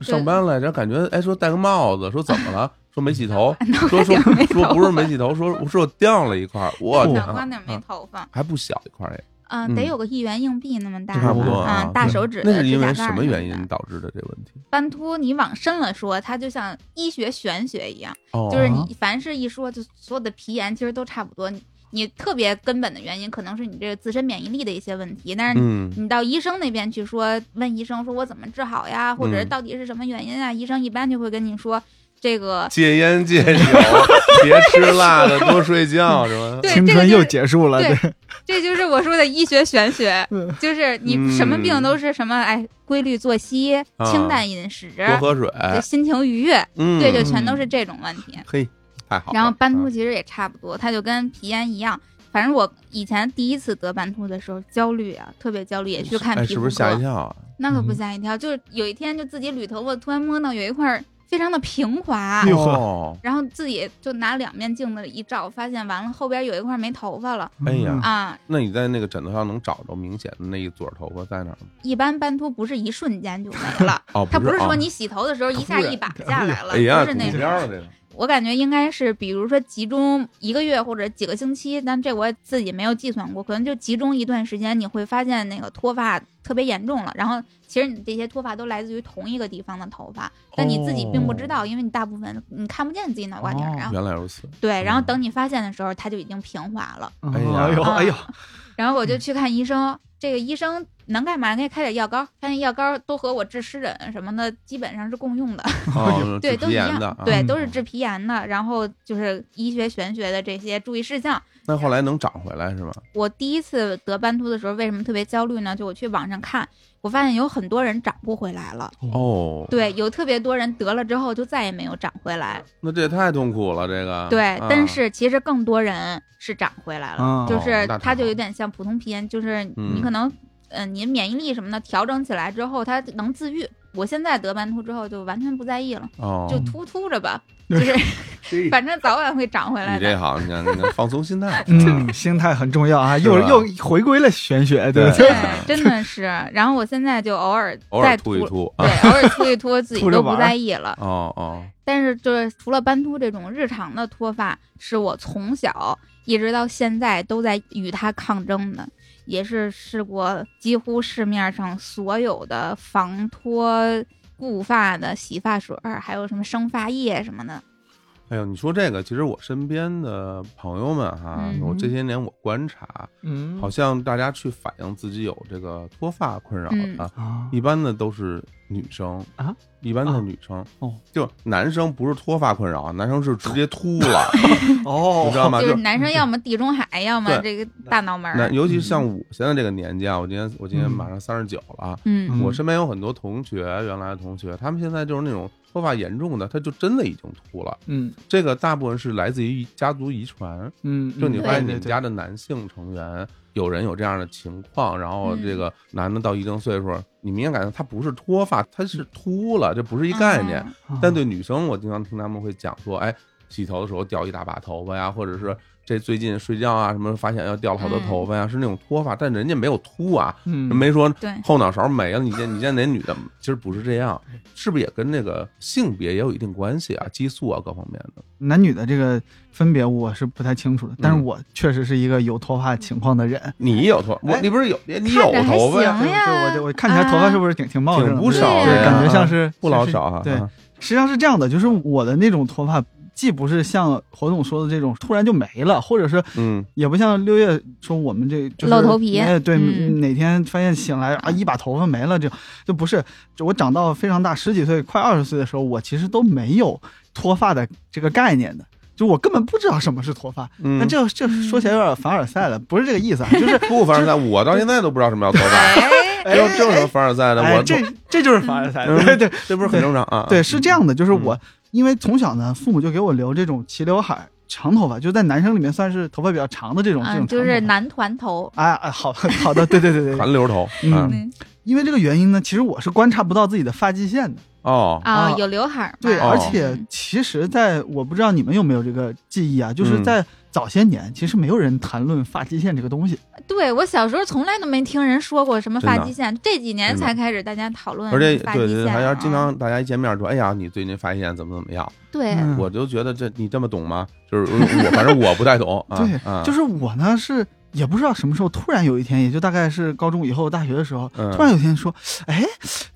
Speaker 1: 上班来着，感觉哎说戴个帽子，说怎么了？说没洗
Speaker 2: [laughs]
Speaker 1: 头， [laughs] 说说
Speaker 2: 没头
Speaker 1: 说不是没洗头，说我说我掉了一块儿，我天
Speaker 2: 脑
Speaker 1: 啊
Speaker 2: 瓜顶没
Speaker 1: 啊
Speaker 2: 头发，
Speaker 1: 还不小一块儿也
Speaker 2: 嗯，得
Speaker 1: 嗯
Speaker 2: 有个一元硬币那么大，
Speaker 1: 差不多
Speaker 2: 啊，
Speaker 1: 啊
Speaker 2: 大
Speaker 1: 对
Speaker 2: 手指
Speaker 1: 那
Speaker 2: 的
Speaker 1: 是因
Speaker 2: 指甲
Speaker 1: 为
Speaker 2: 盖
Speaker 1: 什
Speaker 2: 儿
Speaker 1: 么
Speaker 2: 那
Speaker 1: 原
Speaker 2: 的
Speaker 1: 因导致的这问题？
Speaker 2: [laughs] 斑秃，你往深了说，它就像医学玄学一样，
Speaker 1: [laughs] 哦，
Speaker 2: 就是你凡是一说，就所有的皮炎其实都差不多。你你特别根本的原因可能是你这个自身免疫力的一些问题，但是你
Speaker 1: 嗯
Speaker 2: 你到医生那边去说，问医生说我怎么治好呀，或者是
Speaker 1: 嗯
Speaker 2: 到底是什么原因啊？医生一般就会跟你说这个。
Speaker 1: 戒烟戒酒，别吃辣的，多睡觉，是吧？
Speaker 2: 对
Speaker 3: 青
Speaker 2: 这个
Speaker 3: 春
Speaker 2: 就
Speaker 3: 又
Speaker 2: 是
Speaker 3: 结束了，
Speaker 2: 对，这就是我说的医学玄学
Speaker 3: 嗯，
Speaker 2: 就是你什么病都是什么，哎，规律作息、
Speaker 1: 嗯啊
Speaker 2: 清淡饮食、
Speaker 1: 多喝水，
Speaker 2: 就心情愉悦，
Speaker 1: 嗯，
Speaker 2: 对，就全都是这种问题。
Speaker 1: 嘿，太好了。
Speaker 2: 然后斑秃
Speaker 1: 啊
Speaker 2: 其实也差不多，它就跟皮炎一样。反正我以前第一次得斑秃的时候，焦虑啊，特别焦虑，也去看
Speaker 1: 哎，
Speaker 2: 皮
Speaker 1: 是
Speaker 2: 肤
Speaker 1: 不
Speaker 2: 科。
Speaker 1: 是吓一跳啊？
Speaker 2: 那可不吓一跳，就是有一天就自己捋头发，突然摸到有一块儿非常的平滑
Speaker 3: 哎，呦
Speaker 1: 哦，
Speaker 2: 然后自己就拿两面镜子一照，发现完了后边有一块没头发了
Speaker 1: [laughs] 哎呀
Speaker 3: 嗯
Speaker 2: 啊。
Speaker 1: 那你在那个枕头上能找着明显的那一撮头发在哪儿吗？
Speaker 2: 一般斑秃不是一瞬间就没了
Speaker 1: [laughs] ，哦，
Speaker 2: 它不是
Speaker 1: 啊
Speaker 2: 说你洗头的时候一下一把下来了，
Speaker 1: [laughs] 哎呀，
Speaker 2: 不是那
Speaker 1: 骨边儿了
Speaker 2: 种。
Speaker 1: 这个。
Speaker 2: 我感觉应该是，比如说集中一个月或者几个星期，但这我也自己没有计算过，可能就集中一段时间，你会发现那个脱发特别严重了。然后其实你这些脱发都来自于同一个地方的头发，
Speaker 1: 哦
Speaker 2: 但你自己并不知道，因为你大部分你看不见自己脑瓜顶儿。
Speaker 3: 哦
Speaker 2: 然后
Speaker 1: 原来如此，
Speaker 2: 对，然后等你发现的时候，它就已经平滑了。
Speaker 3: 嗯
Speaker 1: 哎呀
Speaker 3: 哎呦
Speaker 2: 啊
Speaker 3: 哎呦，
Speaker 2: 然后我
Speaker 1: 嗯
Speaker 2: 就去看医生，这个医生能干嘛？给你开点药膏，他那药膏都和我治湿疹什么的基本上是共用的， [laughs]
Speaker 1: 哦，
Speaker 2: 对，
Speaker 1: 治
Speaker 2: 都
Speaker 1: 皮
Speaker 2: 一
Speaker 1: 炎的
Speaker 2: 样
Speaker 1: 啊，
Speaker 2: 对，
Speaker 3: 嗯
Speaker 2: 都是治皮炎的。然后就是医学玄学的这些注意事项。
Speaker 1: 那后来能长回来是吗？
Speaker 2: 我第一次得斑秃的时候，为什么特别焦虑呢？就我去网上看，我发现有很多人长不回来了，
Speaker 1: 哦，
Speaker 2: 对，有特别多人得了之后就再也没有长回来。
Speaker 1: 那这也太痛苦了，这个。
Speaker 2: 对，
Speaker 1: 啊
Speaker 2: 但是其实更多人是长回来了，
Speaker 3: 哦
Speaker 2: 啊就是
Speaker 1: 那
Speaker 2: 它
Speaker 1: 太
Speaker 2: 就
Speaker 1: 好
Speaker 2: 有点像普通皮炎，就是你
Speaker 1: 嗯
Speaker 2: 可能，嗯、你免疫力什么的调整起来之后，它能自愈。我现在得斑秃之后就完全不在意了，
Speaker 1: 哦，
Speaker 2: 就秃秃
Speaker 1: [laughs]
Speaker 2: 着吧，就是反正早晚会长回来
Speaker 1: 你这
Speaker 2: 的。
Speaker 1: 好，你看，你看，放松心态。
Speaker 2: [laughs]
Speaker 1: 啊
Speaker 3: [laughs] 嗯，心态很重要啊，又
Speaker 1: 是吧
Speaker 3: 又回归了玄学，对不
Speaker 1: 对
Speaker 3: 对？
Speaker 1: [laughs]
Speaker 2: 对，真的是。然后我现在就偶尔
Speaker 1: 偶
Speaker 2: 再
Speaker 1: 尔
Speaker 2: 秃
Speaker 1: 吐一，吐啊。 [laughs]
Speaker 2: 对，偶尔秃一秃，自己
Speaker 3: 秃着
Speaker 2: 都不
Speaker 3: 玩儿
Speaker 2: 在意了。
Speaker 1: 哦哦，
Speaker 2: 但是就是除了斑秃这种日常的脱发，是我从小一直到现在都在与它抗争的，也是试过几乎市面上所有的防脱固发的洗发水儿，还有什么生发液什么的。
Speaker 1: 哎呦，你说这个，其实我身边的朋友们哈，
Speaker 2: 嗯
Speaker 1: 我这些年我观察，
Speaker 3: 嗯
Speaker 1: 好像大家去反映自己有这个脱发困扰
Speaker 2: 嗯
Speaker 1: 的，
Speaker 3: 啊，
Speaker 1: 一般的都是女生
Speaker 3: 啊，
Speaker 1: 一般都是女生。
Speaker 3: 哦，
Speaker 1: 就男生不是脱发困扰，男生是直
Speaker 3: [laughs]
Speaker 1: 接秃了，你知道
Speaker 3: 哦，
Speaker 1: 吗？
Speaker 2: 就
Speaker 1: 就是
Speaker 2: 男生要么地中海，要么
Speaker 1: 嗯对
Speaker 2: 这个大脑门
Speaker 1: 那
Speaker 2: 儿。
Speaker 1: 尤其像
Speaker 3: 嗯
Speaker 1: 我现在这个年纪啊，我今年我今年马上三十九了啊，
Speaker 2: 嗯
Speaker 3: 嗯
Speaker 1: 我身边有很多同学，原来的同学，他们现在就是那种脱发严重的，他就真的已经秃了。
Speaker 3: 嗯
Speaker 1: 这个大部分是来自于家族遗传，
Speaker 3: 嗯，
Speaker 1: 就你
Speaker 3: 嗯
Speaker 1: 发现你
Speaker 3: 对
Speaker 1: 们
Speaker 3: 对
Speaker 1: 家的男性成员有人有这样的情况，然后
Speaker 2: 嗯
Speaker 1: 这个男的到一定岁数，你明显感觉他不是脱发，他是秃了，这不是一概念。
Speaker 2: 嗯
Speaker 3: 对
Speaker 1: 但对女生，我经常听他们会讲说，哎，洗头的时候掉一大把头发呀，或者是这最近睡觉啊什么发现要掉了好多
Speaker 2: 嗯
Speaker 1: 头发呀，是那种脱发，但人家没有秃啊，
Speaker 3: 嗯
Speaker 1: 没说
Speaker 2: 对
Speaker 1: 后脑勺没了。你见你见哪女的，其实不是这样，是不是也跟那个性别也有一定关系啊，激素啊各方面的？
Speaker 3: 男女的这个分别我是不太清楚的，但是我确实是一个有脱发情况的人。
Speaker 1: 你有头，我
Speaker 3: 哎
Speaker 1: 你不是有你
Speaker 2: 看
Speaker 1: 有
Speaker 2: 着还
Speaker 1: 头发呀
Speaker 2: 行？
Speaker 3: 对，
Speaker 2: 哎呀
Speaker 3: 对我就我看起来头发是哦不是挺挺茂盛的，
Speaker 1: 挺不
Speaker 2: 少的
Speaker 3: 对
Speaker 2: 呀
Speaker 3: 感觉像是
Speaker 1: 不老少啊，
Speaker 3: 对，
Speaker 1: 啊
Speaker 3: 实际上是这样的，就是我的那种脱发，既不是像侯总说的这种突然就没了，或者是
Speaker 1: 嗯，
Speaker 3: 也不像六月说我们这就是
Speaker 2: 露头皮
Speaker 3: 哎，对，
Speaker 2: 嗯
Speaker 3: 哪天发现醒来啊，一把头发没了，这就不是。就我长到非常大，十几岁快二十岁的时候，我其实都没有脱发的这个概念的，就我根本不知道什么是脱发。那
Speaker 1: 嗯，
Speaker 3: 这这说起来有点凡尔赛了，不是这个意思啊，就是
Speaker 1: 不凡尔赛，我到现在都不知道什么叫头发，
Speaker 2: 哎，
Speaker 1: 这有这有什么凡尔赛的？
Speaker 3: 哎
Speaker 1: 我
Speaker 3: 这这就是凡尔赛，
Speaker 1: 嗯
Speaker 3: 哎 [laughs] 对对
Speaker 1: [laughs] 这不是很正常啊？
Speaker 3: 对，是这样的，就是我因为从小呢，父母就给我留这种齐刘海、长头发，就在男生里面算是头发比较长的这种
Speaker 2: 嗯，
Speaker 3: 这种长头发。
Speaker 2: 就是男团头。
Speaker 3: 哎哎，好好的，对对对对，
Speaker 1: 韩流头，
Speaker 3: 嗯
Speaker 1: 啊
Speaker 2: 嗯
Speaker 3: 因为这个原因呢，其实我是观察不到自己的发际线的，
Speaker 1: 哦，
Speaker 2: 啊、
Speaker 3: 啊
Speaker 2: 有刘海儿嘛。
Speaker 3: 对，
Speaker 1: 哦
Speaker 3: 而且
Speaker 2: 嗯
Speaker 3: 其实在我不知道你们有没有这个记忆啊，就是
Speaker 1: 嗯
Speaker 3: 在早些年，其实没有人谈论发际线这个东西。
Speaker 2: 对我小时候从来都没听人说过什么
Speaker 1: 真
Speaker 2: 发
Speaker 1: 的啊
Speaker 2: 际线，这几年
Speaker 1: 真的啊
Speaker 2: 才开始大家讨论
Speaker 1: 而且
Speaker 2: 发
Speaker 1: 对
Speaker 2: 际
Speaker 1: 对，
Speaker 2: 线啊。
Speaker 1: 还要经常大家一见面说，哎呀，你最近发现怎么怎么样？
Speaker 2: 对，
Speaker 3: 嗯
Speaker 1: 我就觉得这你这么懂吗？就是我我反正我不太
Speaker 3: [laughs]
Speaker 1: 懂啊，
Speaker 3: 对
Speaker 1: 啊
Speaker 3: 就是我呢是也不知道什么时候，突然有一天，也就大概是高中以后、大学的时候，
Speaker 1: 嗯
Speaker 3: 突然有一天说，哎，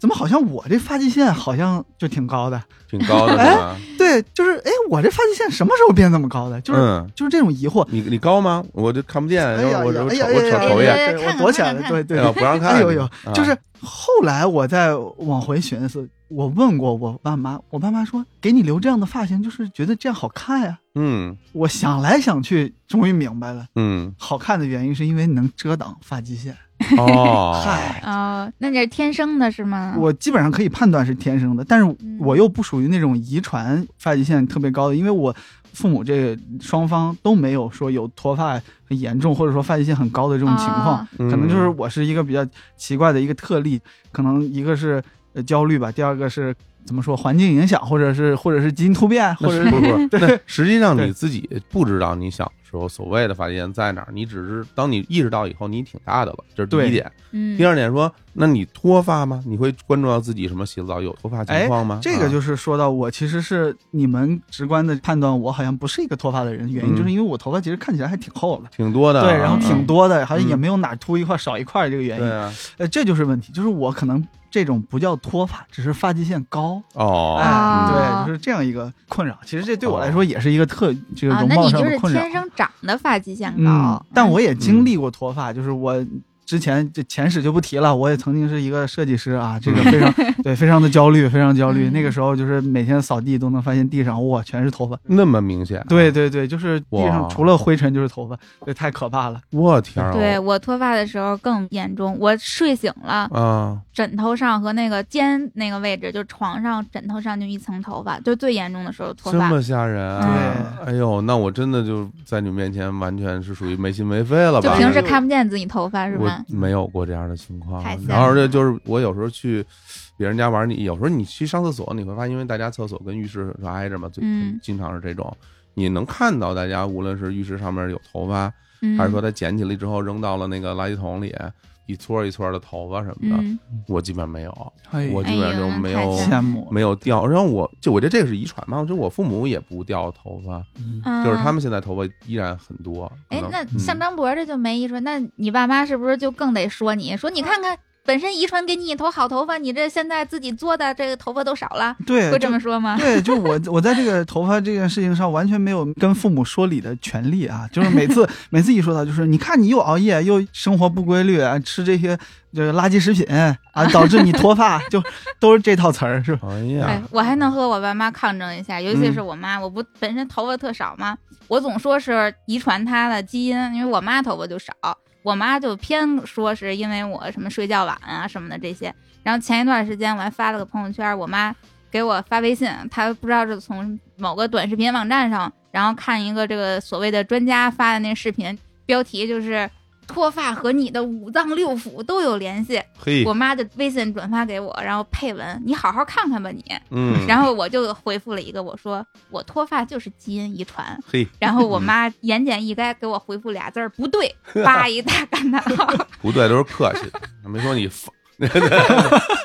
Speaker 3: 怎么好像我这发际线好像就挺高的？
Speaker 1: 挺高的，
Speaker 3: 哎
Speaker 1: 是吧？
Speaker 3: 对，就是哎，我这发际线什么时候变这么高的？就是、
Speaker 1: 嗯，
Speaker 3: 就是这种疑惑。
Speaker 1: 你你高吗？我就看不见，
Speaker 3: 哎呀
Speaker 1: 然后我
Speaker 3: 呀
Speaker 1: 就
Speaker 3: 哎呀
Speaker 1: 瞅
Speaker 3: 哎
Speaker 1: 我
Speaker 3: 呀
Speaker 1: 瞅
Speaker 3: 哎呀
Speaker 1: 瞅一
Speaker 2: 哎
Speaker 1: 眼，
Speaker 2: 呀
Speaker 3: 对
Speaker 2: 看
Speaker 3: 我躲
Speaker 2: 看
Speaker 3: 起来
Speaker 2: 看
Speaker 3: 了，
Speaker 2: 看
Speaker 3: 对对
Speaker 1: 哎呀，不让看，
Speaker 3: 哎呦呦
Speaker 1: 啊，
Speaker 3: 就是后来我再往回寻思，我问过我爸妈，我爸妈说给你留这样的发型，就是觉得这样好看呀。
Speaker 1: 嗯
Speaker 3: 我想来想去，终于明白了， [laughs]
Speaker 1: 嗯
Speaker 3: 好看的原因是因为能遮挡发际线。
Speaker 1: 哦，
Speaker 3: 嗨，
Speaker 2: 啊、那你是天生的是吗？
Speaker 3: 我基本上可以判断是天生的，但是
Speaker 2: 嗯
Speaker 3: 我又不属于那种遗传发际线特别高的，因为我父母这双方都没有说有脱发很严重，或者说发际线很高的这种情况。
Speaker 2: 啊
Speaker 1: 嗯
Speaker 3: 可能就是我是一个比较奇怪的一个特例，可能一个是呃焦虑吧，第二个是怎么说环境影响，或者是或者是基因突变，或
Speaker 1: 那是
Speaker 3: 者是
Speaker 1: 不是不是，那实际上
Speaker 3: 对
Speaker 1: 你自己不知道你小时候所谓的发际线在哪儿，你只是当你意识到以后，你挺大的了，这是第
Speaker 3: 对
Speaker 1: 一点。
Speaker 2: 嗯，
Speaker 1: 第二点说，那你脱发吗？你会关注到自己什么洗澡有脱发情
Speaker 2: 哎
Speaker 1: 况吗？啊
Speaker 3: 这个就是是说到我其实是你们直观的判断，我好像不是一个脱发的人，原因
Speaker 1: 嗯
Speaker 3: 就是因为我头发其实看起来还挺厚的。
Speaker 1: 挺多的啊，
Speaker 3: 对，然后挺多的，好像也
Speaker 1: 嗯
Speaker 3: 没有哪儿凸一块儿少一块儿这个原因
Speaker 1: 对，啊，
Speaker 3: 呃，这就是问题，就是我可能这种不叫脱发，只是发际线高，
Speaker 1: 哦，
Speaker 3: 哎，
Speaker 2: 哦
Speaker 3: 对，就是这样一个困扰。其实这对我来说也是一个特这个
Speaker 2: 啊，
Speaker 3: 容
Speaker 2: 那
Speaker 3: 貌
Speaker 2: 你
Speaker 3: 上
Speaker 2: 就是
Speaker 3: 的困扰
Speaker 2: 天。生长的发际线
Speaker 3: 嗯
Speaker 2: 高，，
Speaker 3: 但我也经历过脱发，就是我之前这前史就不提了，我也曾经是一个设计师啊，这个非常对，非常的焦虑，非常焦虑。
Speaker 2: 嗯
Speaker 3: 那个时候就是每天扫地都能发现地上哇全是头发。
Speaker 1: 那么明显，啊
Speaker 3: 对，对对，就是地
Speaker 1: 嗯
Speaker 3: 上
Speaker 1: 哇
Speaker 3: 除了灰尘就是头发，对，太可怕了。
Speaker 1: 我天啊，
Speaker 2: 对我脱发的时候更严重，我睡醒了，
Speaker 1: 啊，
Speaker 2: 枕头上和那个肩那个位置，就床上枕头上就一层头发，就最严重的时候脱
Speaker 1: 这
Speaker 2: 发。
Speaker 1: 么吓人啊，哎呦，那我真的就在你面前完全是属于没心没肺了
Speaker 2: 就
Speaker 1: 吧？
Speaker 2: 平时看不见自己头发是
Speaker 1: 我
Speaker 2: 吧？
Speaker 1: 没有过这样的情况啊
Speaker 2: 太吓。人
Speaker 1: 然后这就是我有时候去别人家玩，你有时候你去上厕所，你会发现，因为大家厕所跟浴室是挨着嘛，最
Speaker 2: 嗯
Speaker 1: 经常是这种。你能看到大家，无论是浴室上面有头发，
Speaker 2: 嗯，
Speaker 1: 还是说他捡起来之后扔到了那个垃圾桶里，一撮一撮的头发什么的，
Speaker 2: 嗯，
Speaker 1: 我基本没有，
Speaker 3: 哎
Speaker 1: 我
Speaker 2: 哎
Speaker 1: 基本上
Speaker 2: 呦
Speaker 1: 就
Speaker 2: 那
Speaker 1: 没
Speaker 2: 太
Speaker 1: 有
Speaker 2: 吓人
Speaker 3: 羡慕了，
Speaker 1: 没有掉。然后我就我觉得这个是遗传嘛，我觉得我父母也不掉头发，
Speaker 3: 嗯
Speaker 1: 就是他
Speaker 2: 们。
Speaker 1: 们现在头发依然很多。可
Speaker 2: 哎，
Speaker 1: 能
Speaker 2: 那
Speaker 1: 嗯
Speaker 2: 像张博这就没遗传，那你爸妈是不是就更得说你说你看看，本身遗传给你一头好头发，你这现在自己做的这个头发都少了，
Speaker 3: [laughs] 对，
Speaker 2: 会
Speaker 3: 就
Speaker 2: 这么说吗？
Speaker 3: 对，就我我在这个头发这件事情上完全没有跟父母说理的权利啊！就是每次每次一说到就是，你看你又熬夜又生活不规律啊，吃这些这个垃圾食品啊，导致你脱发，就都是这套词儿是吧？
Speaker 1: 哎
Speaker 2: 哎
Speaker 1: 呀，，
Speaker 2: 我还能和我爸妈抗争一下，尤其
Speaker 3: 嗯
Speaker 2: 是我妈，我不本身头发特少嘛，我总说是遗传她的基因，因为我妈头发就少，我妈就偏说是因为我什么睡觉晚啊什么的这些。然后前一段时间我还发了个朋友圈，我妈给我发微信，她不知道是从某个短视频网站上，然后看一个这个所谓的专家发的那视频，标题就是脱发和你的五脏六腑都有联系。
Speaker 1: 嘿
Speaker 2: 我，妈就微信转发给我，然后配文你好好看看吧你。
Speaker 1: 嗯，
Speaker 2: 然后我就回复了一个，我说我脱发就是基因遗传。
Speaker 1: 嘿，
Speaker 2: 然后我妈言简意赅给我回复俩字儿不
Speaker 1: [laughs]
Speaker 2: 对，叭一大感叹号。
Speaker 1: 不对，都是客气，没说你疯， [laughs]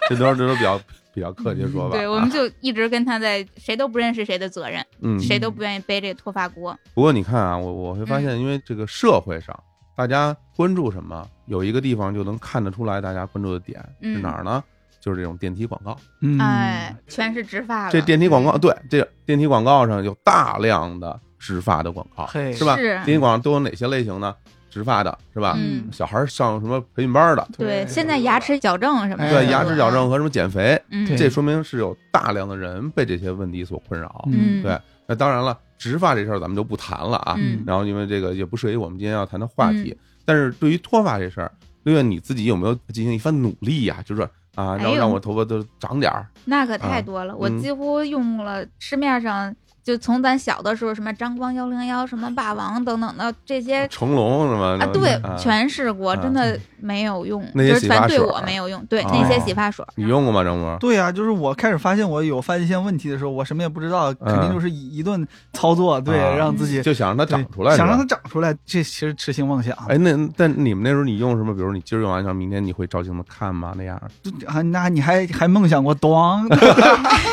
Speaker 1: 这都是这都比较比较客气说吧。啊
Speaker 2: 对，我们就一直跟她在谁都不认识谁的责任，
Speaker 1: 嗯，
Speaker 2: 谁都不愿意背这脱发锅。
Speaker 1: 不过你看啊，我我会发现，因为这个社会上大家关注什么，有一个地方就能看得出来大家关注的点
Speaker 2: 嗯
Speaker 1: 是哪儿呢？就是这种电梯广告。
Speaker 3: 嗯，
Speaker 2: 哎，全是植发了。
Speaker 1: 这电梯广告，对，这电梯广告上有大量的植发的广告，
Speaker 3: 嘿
Speaker 1: 是吧？
Speaker 2: 是
Speaker 1: 电梯广告都有哪些类型呢？植发的是吧？
Speaker 2: 嗯
Speaker 1: 小孩上什么培训班的，
Speaker 2: 对，现在牙齿矫正什么的，
Speaker 3: 哎
Speaker 1: 对，牙齿矫正，和什么减肥，
Speaker 2: 嗯，
Speaker 3: 对
Speaker 1: 这说明是有大量的人被这些问题所困扰。
Speaker 2: 嗯，
Speaker 1: 对，啊那当然了，植发这事儿咱们就不谈了啊。
Speaker 2: 嗯
Speaker 1: 然后因为这个也不涉及我们今天要谈的话题，但是对于脱发这事儿，六月你自己有没有进行一番努力呀、就是啊，
Speaker 2: 哎
Speaker 1: 让
Speaker 2: 呦
Speaker 1: 让我头发都长点儿。
Speaker 2: 那可太多了，我
Speaker 1: 啊嗯
Speaker 2: 几乎用了市面上就从咱小的时候，什么张光幺零幺、什么霸王等等的这些
Speaker 1: 成龙什么
Speaker 2: 哎啊，
Speaker 1: 的
Speaker 2: 对，
Speaker 1: 啊
Speaker 2: 全试过，
Speaker 1: 啊
Speaker 2: 真的没有用，
Speaker 1: 那些
Speaker 2: 就是
Speaker 1: 洗发
Speaker 2: 全对
Speaker 1: 水
Speaker 2: 我
Speaker 1: 儿
Speaker 2: 没有用，对
Speaker 1: 哦
Speaker 2: 那些洗发水儿，
Speaker 1: 你用过吗？张博？
Speaker 3: 对呀、啊就是我开始发现我有发际线问题的时候，我什么也不知道，肯定就是一一顿操作，对，
Speaker 1: 啊
Speaker 3: 让自己
Speaker 1: 嗯就想让它长
Speaker 3: 对
Speaker 1: 出来，
Speaker 3: 想让它
Speaker 1: 是吧
Speaker 3: 长出来，这其实痴心妄想。
Speaker 1: 哎，那但你们那时候你用什么？比如你今儿用完，然后明天你会照镜子看吗？那样，
Speaker 3: 啊，那你还还梦想过咣？ [laughs]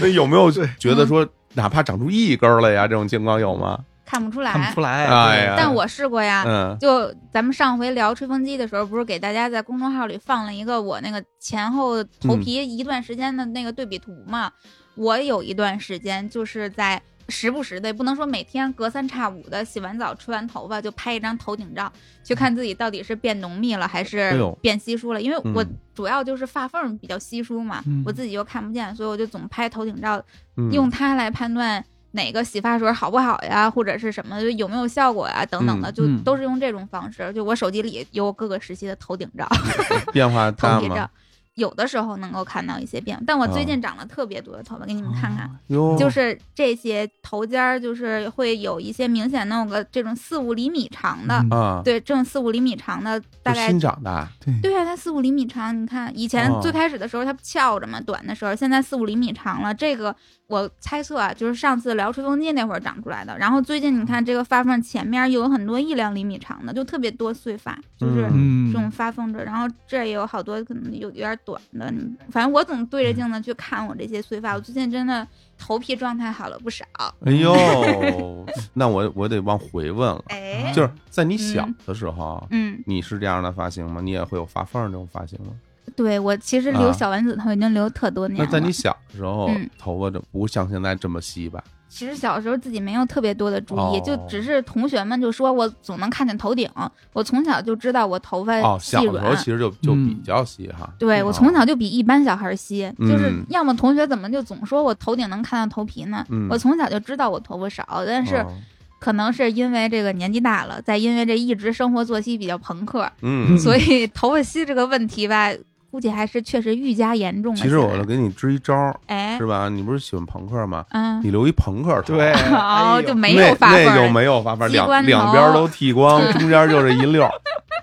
Speaker 1: 那有没有
Speaker 3: 对
Speaker 1: 觉
Speaker 2: 嗯
Speaker 1: 得说，哪怕长出一根儿来呀，这种情况有吗？
Speaker 2: 看不出
Speaker 3: 看不
Speaker 2: 来
Speaker 3: 出。来。
Speaker 1: 哎呀
Speaker 2: 但我试过呀，
Speaker 1: 嗯，
Speaker 2: 就咱们上回聊吹风机的时候，不是给大家在公众号里放了一个我那个前后头皮一段时间的那个对比图嘛？我有一段时间就是在时不时的，不能说每天隔三差五的洗完澡、吹完头发就拍一张头顶照，去看自己到底是变浓密了还是
Speaker 1: 哎呦
Speaker 2: 变稀疏了。因为
Speaker 1: 嗯
Speaker 2: 我主要就是发缝比较稀疏嘛，
Speaker 3: 嗯
Speaker 2: 我自己又看不见，所以我就总拍头顶照，
Speaker 1: 嗯
Speaker 2: 用它来判断哪个洗发水好不好呀，或者是什么就有没有效果呀，等等的，
Speaker 1: 嗯
Speaker 2: 就
Speaker 3: 嗯
Speaker 2: 都是用这种方式。就我手机里有各个时期的头顶照、 [laughs]
Speaker 1: 变化
Speaker 2: 头
Speaker 1: 大
Speaker 2: 皮
Speaker 1: 吗哦
Speaker 2: 照？，有的时候能够看到一些变化。但我最近长了特别多的头发，给你们
Speaker 3: 嗯
Speaker 2: 看看，
Speaker 1: 哟，
Speaker 2: 就是这些头尖儿，就是会有一些明显弄个这种四五厘米长的，
Speaker 3: 嗯
Speaker 1: 啊，
Speaker 2: 对，这种四五厘米长的，大
Speaker 1: 就
Speaker 2: 概
Speaker 1: 新长的啊，
Speaker 3: 对，
Speaker 2: 对啊，它四五厘米长，你看以前
Speaker 1: 哦
Speaker 2: 最开始的时候它不翘着嘛，短的时候，现在四五厘米长了。这个我猜测啊，就是上次聊吹风机那会儿长出来的。然后最近你看这个发缝前面有很多一两厘米长的，就特别多碎发，就是
Speaker 1: 嗯
Speaker 2: 这种发缝着。然后这也有好多可能有有点短的，你反正我总对着镜子去看我这些碎发。我最近真的头皮状态好了不少，
Speaker 1: 哎呦， [laughs] 那我我得往回问了，
Speaker 2: 哎，
Speaker 1: 就是在你小的时候，啊
Speaker 2: 嗯，
Speaker 1: 你是这样的发型吗？你也会有发缝儿这种发型吗？
Speaker 2: 对我其实
Speaker 1: 啊
Speaker 2: 留小丸子头已经留特多年
Speaker 1: 那
Speaker 2: 了。
Speaker 1: 在你小的时候
Speaker 2: 嗯，
Speaker 1: 头发就不像现在这么稀吧？
Speaker 2: 其实小时候自己没有特别多的注意，
Speaker 1: 哦
Speaker 2: 就只是同学们就说我总能看见头顶，我从小就知道我头发
Speaker 1: 哦，
Speaker 2: 呃细
Speaker 1: 小的
Speaker 2: 软。
Speaker 1: 时候其实就就
Speaker 3: 嗯
Speaker 1: 比较稀哈。啊
Speaker 2: 对我从小就比一般小孩稀，
Speaker 1: 嗯
Speaker 2: 就是要么同学怎么就总说我头顶能看到头皮呢？
Speaker 1: 嗯
Speaker 2: 我从小就知道我头发少，但是
Speaker 1: 哦
Speaker 2: 可能是因为这个年纪大了，再因为这一直生活作息比较朋克，
Speaker 1: 嗯，
Speaker 2: 所以头发稀这个问题吧，估计还是确实愈加严重了起
Speaker 1: 其
Speaker 2: 来。
Speaker 1: 实我给你支一招儿，
Speaker 2: 哎
Speaker 1: 是，吧？你不是喜欢朋克吗？
Speaker 2: 嗯， [laughs]
Speaker 1: 你留一朋克头，
Speaker 3: [laughs] 对，
Speaker 2: 哦
Speaker 3: 哎呦
Speaker 2: 就没有发
Speaker 1: 那
Speaker 2: 缝儿
Speaker 1: 那就没有发缝儿，
Speaker 2: 机关
Speaker 1: 两两
Speaker 2: 头
Speaker 1: 边儿都剃光，中间就是一溜儿，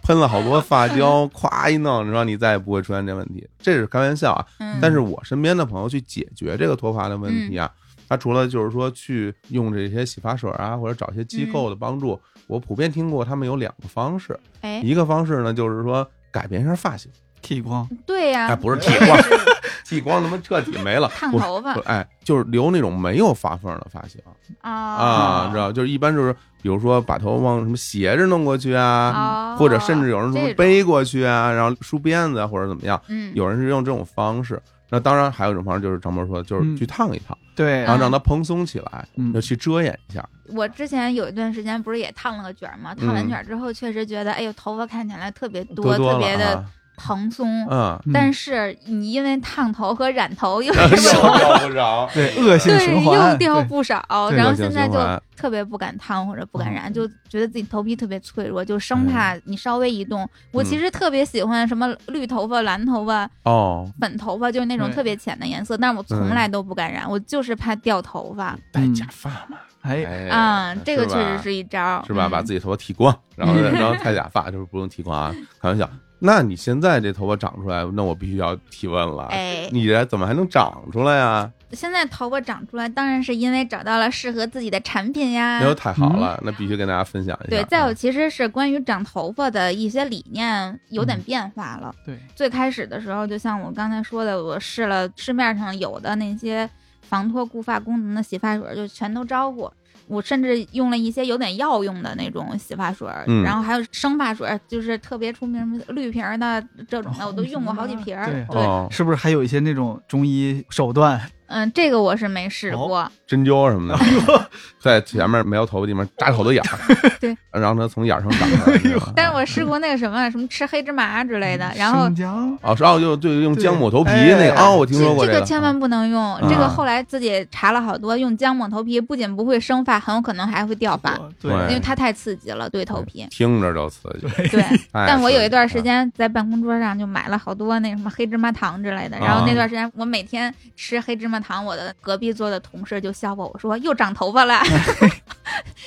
Speaker 1: 喷了好多发胶，咵一弄，你说你再也不会出现这问题。这是开玩笑啊，
Speaker 2: 嗯
Speaker 1: 但是我身边的朋友去解决这个脱发的问题啊，
Speaker 2: 嗯
Speaker 1: 他除了就是说去用这些洗发水啊，或者找一些机
Speaker 2: 嗯
Speaker 1: 构的帮助，我普遍听过他们有两个方式，
Speaker 2: 哎，
Speaker 1: 一个方式呢就是说改变一下发型，
Speaker 3: 剃光，
Speaker 2: 啊对呀、
Speaker 1: 哎，不是剃光， [laughs] 剃光他妈彻底没了，
Speaker 2: 烫
Speaker 1: 不是
Speaker 2: 头发
Speaker 1: 不是哎，就是留那种没有发缝儿的发型。啊，
Speaker 2: 啊
Speaker 1: 你知道，就是一般就是，比如说把头往什么斜着弄过去啊，
Speaker 2: 啊
Speaker 1: 或者甚至有人什么
Speaker 2: 这种
Speaker 1: 背过去啊，然后梳辫子啊，或者怎么样，
Speaker 2: 嗯，
Speaker 1: 有人是用这种方式。那当然还有一种方式，就是张博说的，就是
Speaker 3: 嗯
Speaker 1: 去烫一烫，
Speaker 3: 对
Speaker 2: 嗯
Speaker 1: 然，
Speaker 2: 啊
Speaker 1: 后让它蓬松起来，
Speaker 3: 嗯
Speaker 1: 要去遮掩一下。
Speaker 2: 我之前有一段时间不是也烫了个卷儿嘛，烫完
Speaker 1: 嗯
Speaker 2: 卷儿之后确实觉得，哎呦，头发看起来特别
Speaker 1: 多多
Speaker 2: 特别
Speaker 1: 了
Speaker 2: 的
Speaker 1: 啊，
Speaker 2: 蓬松。
Speaker 1: 嗯，
Speaker 2: 但
Speaker 3: 是
Speaker 2: 是你因为烫头和染头又
Speaker 1: 啊 [laughs] 用嗯不着，
Speaker 3: 对恶性
Speaker 2: 对
Speaker 3: 循
Speaker 2: 又
Speaker 3: 环，
Speaker 2: 掉
Speaker 3: 对
Speaker 2: 不少，
Speaker 3: 对
Speaker 2: 然后
Speaker 1: 恶性
Speaker 2: 现在
Speaker 1: 循
Speaker 2: 就
Speaker 1: 环嗯
Speaker 2: 特别不敢烫或者不敢染，就觉得自己头皮特别脆弱，就生
Speaker 1: 哎
Speaker 2: 怕你稍微一动。我其
Speaker 1: 嗯
Speaker 2: 实特别喜欢什么绿头发、蓝头发、
Speaker 1: 哦，
Speaker 2: 粉头发，就是那种
Speaker 3: 对
Speaker 2: 特别浅的颜色，但是我从
Speaker 1: 嗯
Speaker 2: 来都不敢染，我就是怕掉头发。
Speaker 1: 戴
Speaker 3: 嗯
Speaker 1: 假发嘛，
Speaker 3: 哎，
Speaker 1: 哎，
Speaker 2: 嗯，这个
Speaker 1: 是
Speaker 2: 确
Speaker 1: 吧
Speaker 2: 实是一招儿，
Speaker 1: 是吧？
Speaker 2: 嗯
Speaker 1: 把自己头发剃光，然后然
Speaker 2: [laughs]
Speaker 1: 后太假发，就是不用剃光啊，开玩笑。那你现在这头发长出来，那我必须要提问了，
Speaker 2: 哎嗯
Speaker 1: 你这怎么还能长出来啊呀、
Speaker 2: 现在头发长出来，当然是因为找到了适合自己的产品呀
Speaker 1: 那。就哎太好
Speaker 3: 嗯
Speaker 1: 了，那必须跟大家分享一下。
Speaker 2: 对，再有其实是关于长头发的一些理念有
Speaker 1: 嗯
Speaker 2: 点变化了。
Speaker 3: 对，
Speaker 2: 最开始的时候，就像我刚才说的，我试了市面上有的那些防脱固发功能的洗发水，就全都招过。我甚至用了一些有点药用的那种洗发水，
Speaker 1: 嗯
Speaker 2: 然后还有生发水，就是特别出名的绿瓶儿的这种的，我都用过好几瓶儿。
Speaker 3: 对
Speaker 2: 对，
Speaker 1: 哦，
Speaker 3: 是不是还有一些那种中医手段？
Speaker 2: 嗯，这个我是没试
Speaker 3: 哦
Speaker 2: 过。
Speaker 1: 针灸什
Speaker 2: 哎
Speaker 1: 么的，在前面没有头发地方扎好多眼儿，
Speaker 2: [laughs] 对，哎
Speaker 1: 让它从眼儿上长出来你知道吗。
Speaker 2: 但是我试过那个什么什么吃黑芝麻之类的，
Speaker 3: 嗯
Speaker 2: 然后
Speaker 3: 生姜
Speaker 1: 哦，是哦，就就用
Speaker 3: 对
Speaker 1: 姜抹头皮
Speaker 3: 哎
Speaker 1: 那个啊，我听说
Speaker 2: 这
Speaker 1: 过
Speaker 2: 这
Speaker 1: 个，
Speaker 2: 千万不能用。这个后来自己查了好多，用姜抹头皮不仅不会生发，很有可能还会掉发，因
Speaker 1: 对
Speaker 2: 为它太刺激了对头
Speaker 1: [laughs]
Speaker 2: 皮。
Speaker 1: 嗯听着就刺激。
Speaker 3: 对，
Speaker 2: 对，
Speaker 1: 哎
Speaker 2: 但我有一段
Speaker 1: 刺
Speaker 2: 时
Speaker 1: 激
Speaker 2: 间在
Speaker 1: 啊
Speaker 2: 办公桌上就买了好多那什么黑芝麻糖之类的，然后那段时间我每天吃黑芝麻堂，我的隔壁桌的同事就笑话我说又长头发了。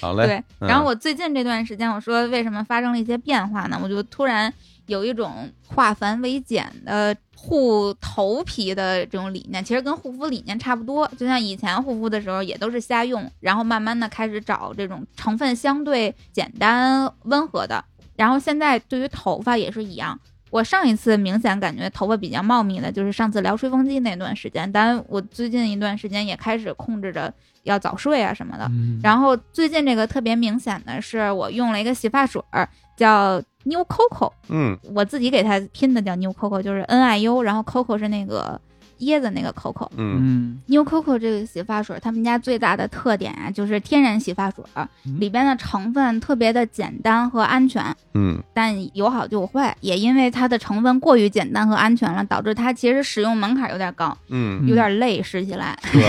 Speaker 1: 好嘞嗯
Speaker 2: 对，，然后
Speaker 1: 我
Speaker 2: 我最近这段时间，我说为什么发生了一些变化呢？我就突然有一种化繁为简的护头皮的这种理念，其实跟护肤理念差不多。就像以前护肤的时候也都是瞎用，然后慢慢的开始找这种成分相对简单温和的。然后现在对于头发也是一样。我上一次明显感觉头发比较茂密的，就是上次聊吹风机那段时间。但我最近一段时间也开始控制着要早睡啊什么的。
Speaker 3: 嗯
Speaker 2: 然后最近这个特别明显的是，我用了一个洗发水儿，叫 New Coco，
Speaker 1: 嗯
Speaker 2: 我自己给它拼的叫 New Coco，就是 N I U，然后 Coco 是那个椰子那个 Coco。
Speaker 1: 嗯
Speaker 3: 嗯
Speaker 2: New Coco 这个洗发水儿，他们家最大的特点啊，就是天然洗发水儿，
Speaker 3: 嗯
Speaker 2: 里边的成分特别的简单和安全。
Speaker 1: 嗯
Speaker 2: 但有好就有坏，也因为它的成分过于简单和安全了，导致它其实使用门槛有点高，
Speaker 1: 嗯，
Speaker 2: 有点累，使起来。
Speaker 1: 是吧？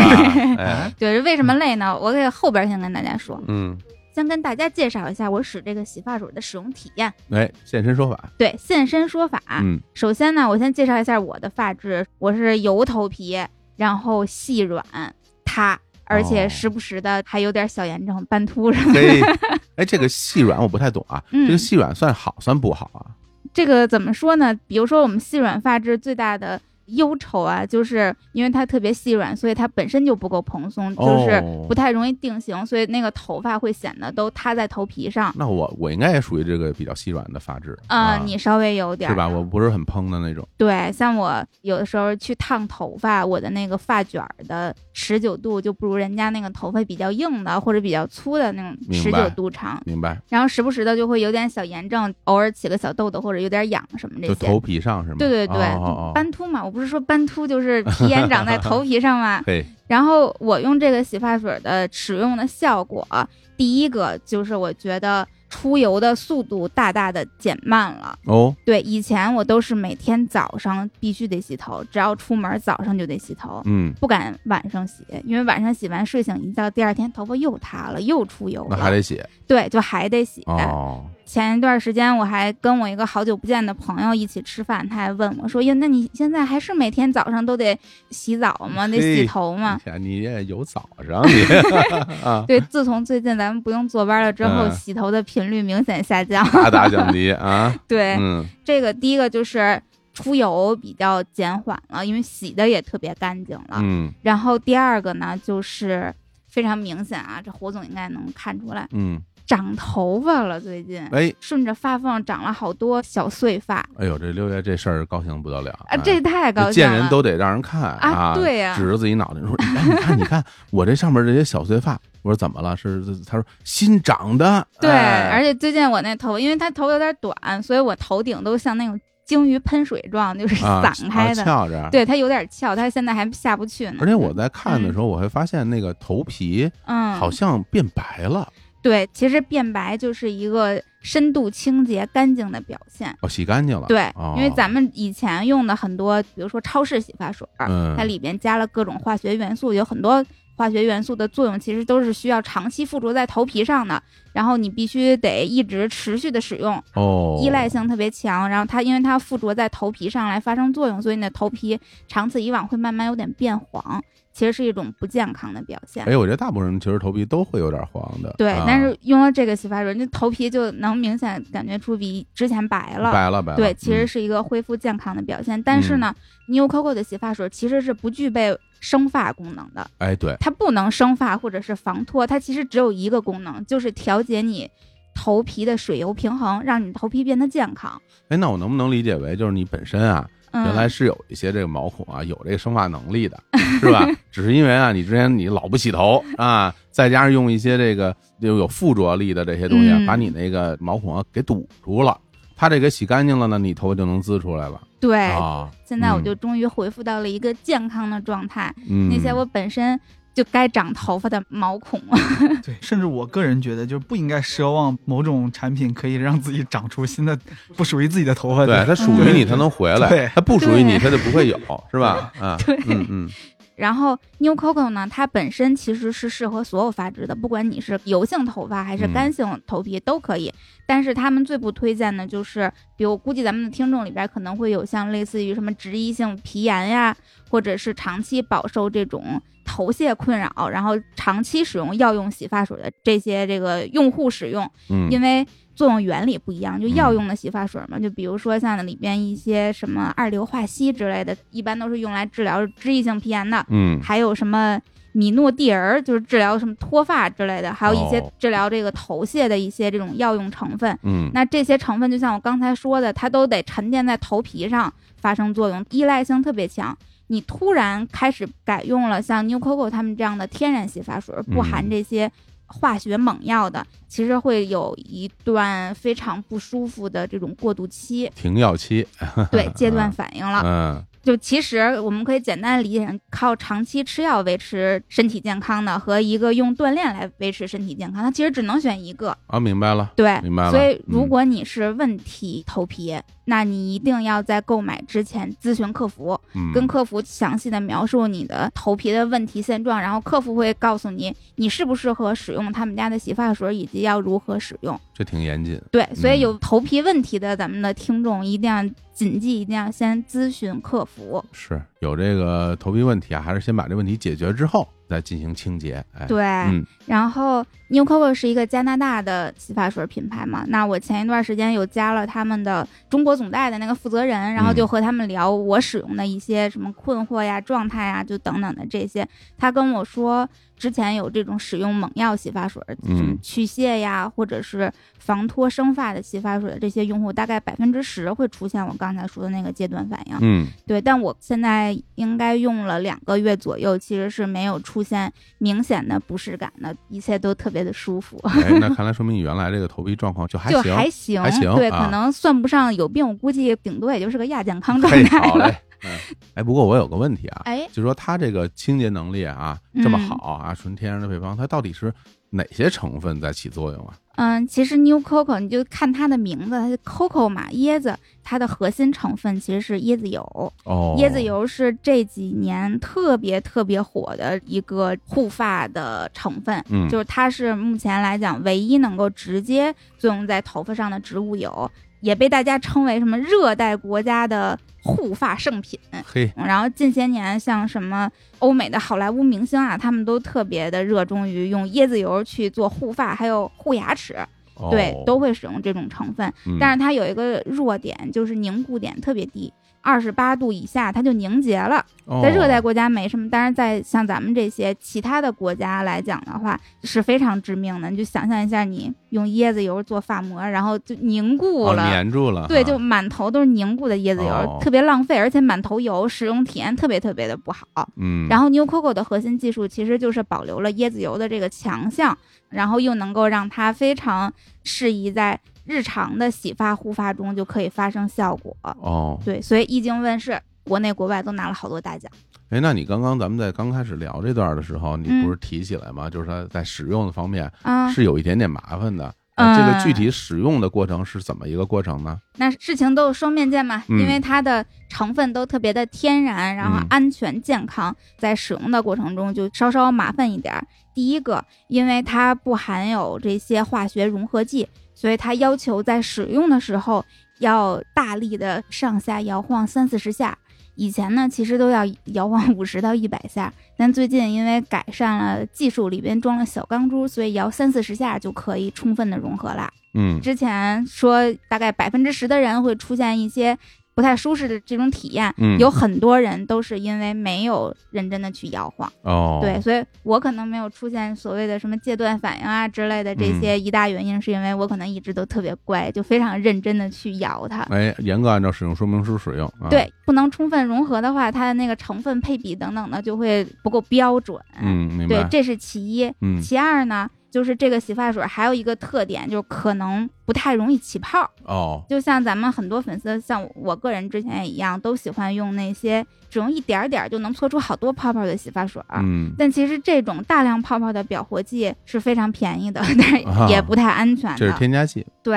Speaker 3: [laughs]
Speaker 1: 哎，
Speaker 2: 对，为什么累呢？我给后边儿先跟大家说。
Speaker 1: 嗯，
Speaker 2: 先跟大家介绍一下我使这个洗发水的使用体验。
Speaker 1: 哎，现身说法，
Speaker 2: 对，现身说法。
Speaker 1: 嗯
Speaker 2: 首先呢，我先介绍一下我的发质，我是油头皮，然后细软塌，而
Speaker 1: 哦
Speaker 2: 且时不时的还有点小炎症、斑秃什么的。
Speaker 1: 嘿，哎，这个细软我不太懂啊，
Speaker 2: 嗯
Speaker 1: 这个细软算好算不好啊？
Speaker 2: 这个怎么说呢？比如说我们细软发质最大的。忧愁啊，就是因为它特别细软，所以它本身就不够蓬松，就是
Speaker 1: 哦
Speaker 2: 不太容易定型，所以那个头发会显得都塌在头皮上。
Speaker 1: 那我我应该也属于这个比较细软的发质
Speaker 2: 呃
Speaker 1: 啊，，
Speaker 2: 你啊稍微有点儿
Speaker 1: 是吧？我不是很蓬的那种，
Speaker 2: 对，像我有的时候去烫头发，我的那个发卷儿的持久度就不如人家那个头发比较硬的或者比较粗的那种
Speaker 1: 明
Speaker 2: 持
Speaker 1: 白
Speaker 2: 久度长。
Speaker 1: 明白？
Speaker 2: 然后时不时的就会有点小炎症，偶尔起个小痘痘或者有点痒什么这
Speaker 1: 就头
Speaker 2: 些。
Speaker 1: 皮上是吗？
Speaker 2: 对对对，
Speaker 1: 哦哦哦，。
Speaker 2: 斑秃嘛，我不是说斑秃就是皮炎长在头皮上嘛
Speaker 1: [laughs] 嘿，
Speaker 2: 然后我用这个洗发水的使用的效果，第一个就是我觉得出油的速度大大的减慢了。
Speaker 1: 哦，
Speaker 2: 对，以前我都是每天早上必须得洗头，只要出门早上就得洗头，
Speaker 1: 嗯，
Speaker 2: 不敢晚上洗，因为晚上洗完睡醒一觉，第二天头发又塌了，又出油
Speaker 1: 那还
Speaker 2: 了。
Speaker 1: 得洗
Speaker 2: 对，就还得洗。
Speaker 1: 哦，
Speaker 2: 前一段时间我还跟我一个好久不见的朋友一起吃饭，他还问我说：“呀，那你现在还是每天早上都得洗澡吗？得洗
Speaker 1: 嘿嗯
Speaker 2: 头吗
Speaker 1: 你看哎你也有早上你啊？”，
Speaker 2: 对，自从最近咱们不用坐班了之后，
Speaker 1: 嗯
Speaker 2: 洗头的频率明显下降。 [laughs]
Speaker 1: 大大降低啊，
Speaker 2: 对，
Speaker 1: 嗯
Speaker 2: 这个第一个就是出油比较减缓了，因为洗的也特别干净了。
Speaker 1: 嗯
Speaker 2: 然后第二个呢，就是非常明显啊，这胡总应该能看出来，
Speaker 1: 嗯，
Speaker 2: 长头发了，最近、
Speaker 1: 哎
Speaker 2: 顺着发缝长了好多小碎发
Speaker 1: 哎呦，这六月这事儿高兴不得了
Speaker 2: 啊，这太高
Speaker 1: 这
Speaker 2: 兴
Speaker 1: 哎见
Speaker 2: 了。
Speaker 1: 人都得让人看
Speaker 2: 啊对呀
Speaker 1: 指着自己脑袋说：“ [laughs] 哎，你看，你看，我这上面这些小碎发。”我说：“怎么了？”是是他说新长的。
Speaker 2: 对，
Speaker 1: 哎
Speaker 2: 而且最近我那头发，因为它头有点短，所以我头顶都像那种鲸鱼喷水状，就是
Speaker 1: 啊
Speaker 2: 散开的。
Speaker 1: 啊翘着。，
Speaker 2: 对，它有点翘，它现在还下不去呢。
Speaker 1: 而且我在看的时候，我会发现那个头皮
Speaker 2: 嗯，
Speaker 1: 好像变白了。
Speaker 2: 对，其实变白就是一个深度清洁干净的表现。
Speaker 1: 哦，洗干净了。
Speaker 2: 对，
Speaker 1: 哦
Speaker 2: 因为咱们以前用的很多，比如说超市洗发水儿，
Speaker 1: 嗯
Speaker 2: 它里边加了各种化学元素，有很多化学元素的作用其实都是需要长期附着在头皮上的，然后你必须得一直持续的使用，
Speaker 1: 哦
Speaker 2: 依赖性特别强。然后它因为它附着在头皮上来发生作用，所以你的头皮长此以往会慢慢有点变黄，其实是一种不健康的表现。
Speaker 1: 哎，我觉得大部分人其实头皮都会有点黄的。
Speaker 2: 对，
Speaker 1: 啊
Speaker 2: 但是用了这个洗发水，那头皮就能明显感觉出比之前白了。
Speaker 1: 白了白了。
Speaker 2: 对，其实
Speaker 1: 嗯
Speaker 2: 是一个恢复健康的表现。但是呢、n e w Coco 的洗发水其实是不具备生发功能的，
Speaker 1: 哎对，
Speaker 2: 它不能生发或者是防脱，它其实只有一个功能，就是调节你头皮的水油平衡，让你头皮变得健康。
Speaker 1: 哎，那我能不能理解为就是你本身啊，
Speaker 2: 嗯，
Speaker 1: 原来是有一些这个毛孔啊， [laughs] 有这个生发能力的，是吧？ [laughs] 只是因为啊，你之前你老不洗头啊，再加上用一些这个有有附着力的这些东西啊，
Speaker 2: 嗯
Speaker 1: 把你那个毛孔啊给堵住了。它这给洗干净了呢，你头发就能滋出来了
Speaker 2: 对、
Speaker 1: 啊。
Speaker 2: 现在我就终于恢复到了一个健康的状态，
Speaker 1: 嗯
Speaker 2: 那些我本身就该长头发的毛孔。
Speaker 3: 对，甚至我个人觉得，就是不应该奢望某种产品可以让自己长出新的不属于自己的头发。
Speaker 1: 对它属于你，它能回来
Speaker 3: 对；
Speaker 1: 它不属于你，
Speaker 2: 对
Speaker 1: 它就不会有，是吧？啊，
Speaker 2: 对
Speaker 1: 嗯嗯，
Speaker 2: 然后 New Coco 呢，它本身其实是适合所有发质的，不管你是油性头发还是
Speaker 5: 嗯
Speaker 2: 干性头皮都可以。但是他们最不推荐的就是，比如估计咱们的听众里边可能会有像类似于什么脂溢性皮炎呀，或者是长期饱受这种头屑困扰，然后长期使用药用洗发水的这些这个用户使用，
Speaker 5: 嗯，
Speaker 2: 因为作用原理不一样，就药用的洗发水嘛，就比如说像里边一些什么二硫化硒之类的，一般都是用来治疗脂溢性皮炎的，
Speaker 5: 嗯
Speaker 2: 还有什么米诺地尔，就是治疗什么脱发之类的，还有一些
Speaker 5: 哦
Speaker 2: 治疗这个头屑的一些这种药用成分。
Speaker 5: 嗯
Speaker 2: 那这些成分就像我刚才说的，它都得沉淀在头皮上发生作用，依赖性特别强。你突然开始改用了像 New Coco 他们这样的天然洗发水，不含
Speaker 5: 嗯，
Speaker 2: 这些化学猛药的，其实会有一段非常不舒服的这种过渡期
Speaker 5: [laughs] 停药期，
Speaker 2: 对阶段反应了。
Speaker 5: 嗯
Speaker 2: 就其实我们可以简单理解成靠长期吃药维持身体健康的和一个用锻炼来维持身体健康，它其实只能选一个。
Speaker 5: 啊，明白了，
Speaker 2: 对，
Speaker 5: 明白了
Speaker 2: 所以如
Speaker 5: 嗯
Speaker 2: 果你是问题头皮，那你一定要在购买之前咨询客服，
Speaker 5: 嗯，
Speaker 2: 跟客服详细的描述你的头皮的问题现状，然后客服会告诉你你适不适合使用他们家的洗发水，以及要如何使用。
Speaker 5: 这挺严谨，
Speaker 2: 对，所
Speaker 5: 嗯
Speaker 2: 以有头皮问题的咱们的听众一定要谨记，一定要先咨询客服。
Speaker 5: 是有这个头皮问题啊，还是先把这问题解决之后再进行清洁，哎，
Speaker 2: 对， [laughs]
Speaker 5: 嗯
Speaker 2: 然后 New Coco 是一个加拿大的洗发水品牌嘛，那我前一段时间有加了他们的中国总代的那个负责人，然后就和他们聊我使用的一些什么困惑呀、状态呀，就等等的这些。他跟我说，之前有这种使用猛药洗发水，
Speaker 5: 嗯
Speaker 2: 什么去屑呀，或者是防脱生发的洗发水的这些用户，大概百分之十会出现我刚才说的那个阶段反应。
Speaker 5: 嗯
Speaker 2: 对，但我现在应该用了两个月左右，其实是没有出现明显的不适感的，一切都特别的舒服，
Speaker 5: 哎，那看来说明你原来这个头皮状况 [laughs] 就还
Speaker 2: 就
Speaker 5: 行，
Speaker 2: 还行，
Speaker 5: 还行
Speaker 2: 对，
Speaker 5: 啊
Speaker 2: 可能算不上有病，我估计顶多也就是个亚健康状
Speaker 5: 嘿，
Speaker 2: 态
Speaker 5: 好
Speaker 2: 了。
Speaker 5: 嘞，嗯哎，不过我有个问题啊，
Speaker 2: 哎，嗯
Speaker 5: 就说它这个清洁能力啊这么好啊，纯天然的配方，它到底是哪些成分在起作用啊？
Speaker 2: 嗯，其实 New Coco 你就看它的名字，它是 Coco 嘛，椰子，它的核心成分其实是椰子油。
Speaker 5: 哦，
Speaker 2: 椰子油是这几年特别特别火的一个护发的成分，
Speaker 5: 嗯
Speaker 2: 就是它是目前来讲唯一能够直接作用在头发上的植物油，也被大家称为什么热带国家的护发圣品。
Speaker 5: 嘿，
Speaker 2: 然后近些年，像什么欧美的好莱坞明星啊，他们都特别的热衷于用椰子油去做护发，还有护牙齿，
Speaker 5: 哦
Speaker 2: 对，都，会使用这种成分。
Speaker 5: 嗯
Speaker 2: 但是它有一个弱点，就是凝固点特别低，二十八度以下它就凝结了。在热带
Speaker 5: 哦
Speaker 2: 国家没什么，但是在像咱们这些其他的国家来讲的话，是非常致命的。你就想象一下，你用椰子油做发膜，然后就凝固
Speaker 5: 哦
Speaker 2: 了。
Speaker 5: 粘住了哈，
Speaker 2: 对，就满头都是凝固的椰子油，
Speaker 5: 哦
Speaker 2: 特别浪费，而且满头油，使用体验特别特别的不好。
Speaker 5: 嗯，
Speaker 2: 然后 New Coco 的核心技术其实就是保留了椰子油的这个强项，然后又能够让它非常适宜在日常的洗发护发中就可以发生效果。
Speaker 5: 哦，
Speaker 2: 对，所以一经问世，国内国外都拿了好多大奖。
Speaker 5: 哎，那你刚刚咱们在刚开始聊这段的时候，你
Speaker 2: 嗯
Speaker 5: 不是提起来吗？就是它在使用的方面
Speaker 2: 啊，
Speaker 5: 是有一点点麻烦的。那这个
Speaker 2: 嗯
Speaker 5: 具体使用的过程是怎么一个过程呢？
Speaker 2: 那事情都有双面见嘛，
Speaker 5: 嗯
Speaker 2: 因为它的成分都特别的天然，然后
Speaker 5: 嗯
Speaker 2: 安全健康，在使用的过程中就稍稍麻烦一点儿。第一个，因为它不含有这些化学融合剂，所以它要求在使用的时候要大力的上下摇晃三四十下。以前呢，其实都要摇晃五十到一百下，但最近因为改善了技术，里边装了小钢珠，所以摇三四十下就可以充分的融合啦。
Speaker 5: 嗯，
Speaker 2: 之前说大概百分之十的人会出现一些不太舒适的这种体验，
Speaker 5: 嗯
Speaker 2: 有很多人都是因为没有认真的去摇晃，
Speaker 5: 哦，
Speaker 2: 对，，所以我可能没有出现所谓的什么戒断反应啊之类的这
Speaker 5: 嗯
Speaker 2: 些一大原因，是因为我可能一直都特别乖，就非常认真的去摇它。
Speaker 5: 哎，严格按照使用说明书使用啊。，
Speaker 2: 对，不能充分融合的话，它的那个成分配比等等的就会不够标准。，
Speaker 5: 嗯，明
Speaker 2: 对
Speaker 5: 白，。
Speaker 2: 这是其一。
Speaker 5: 嗯，
Speaker 2: 其二呢，就是这个洗发水还有一个特点，就是可能不太容易起泡。
Speaker 5: 哦，
Speaker 2: 就像咱们很多粉丝，像我个人之前也一样，都喜欢用那些只用一点儿点儿就能搓出好多泡泡的洗发水儿。
Speaker 5: 嗯，
Speaker 2: 但其实这种大量泡泡的表活剂是非常便宜的，但是也不太安全
Speaker 5: 啊这
Speaker 2: 的。
Speaker 5: 是添加剂。
Speaker 2: 对，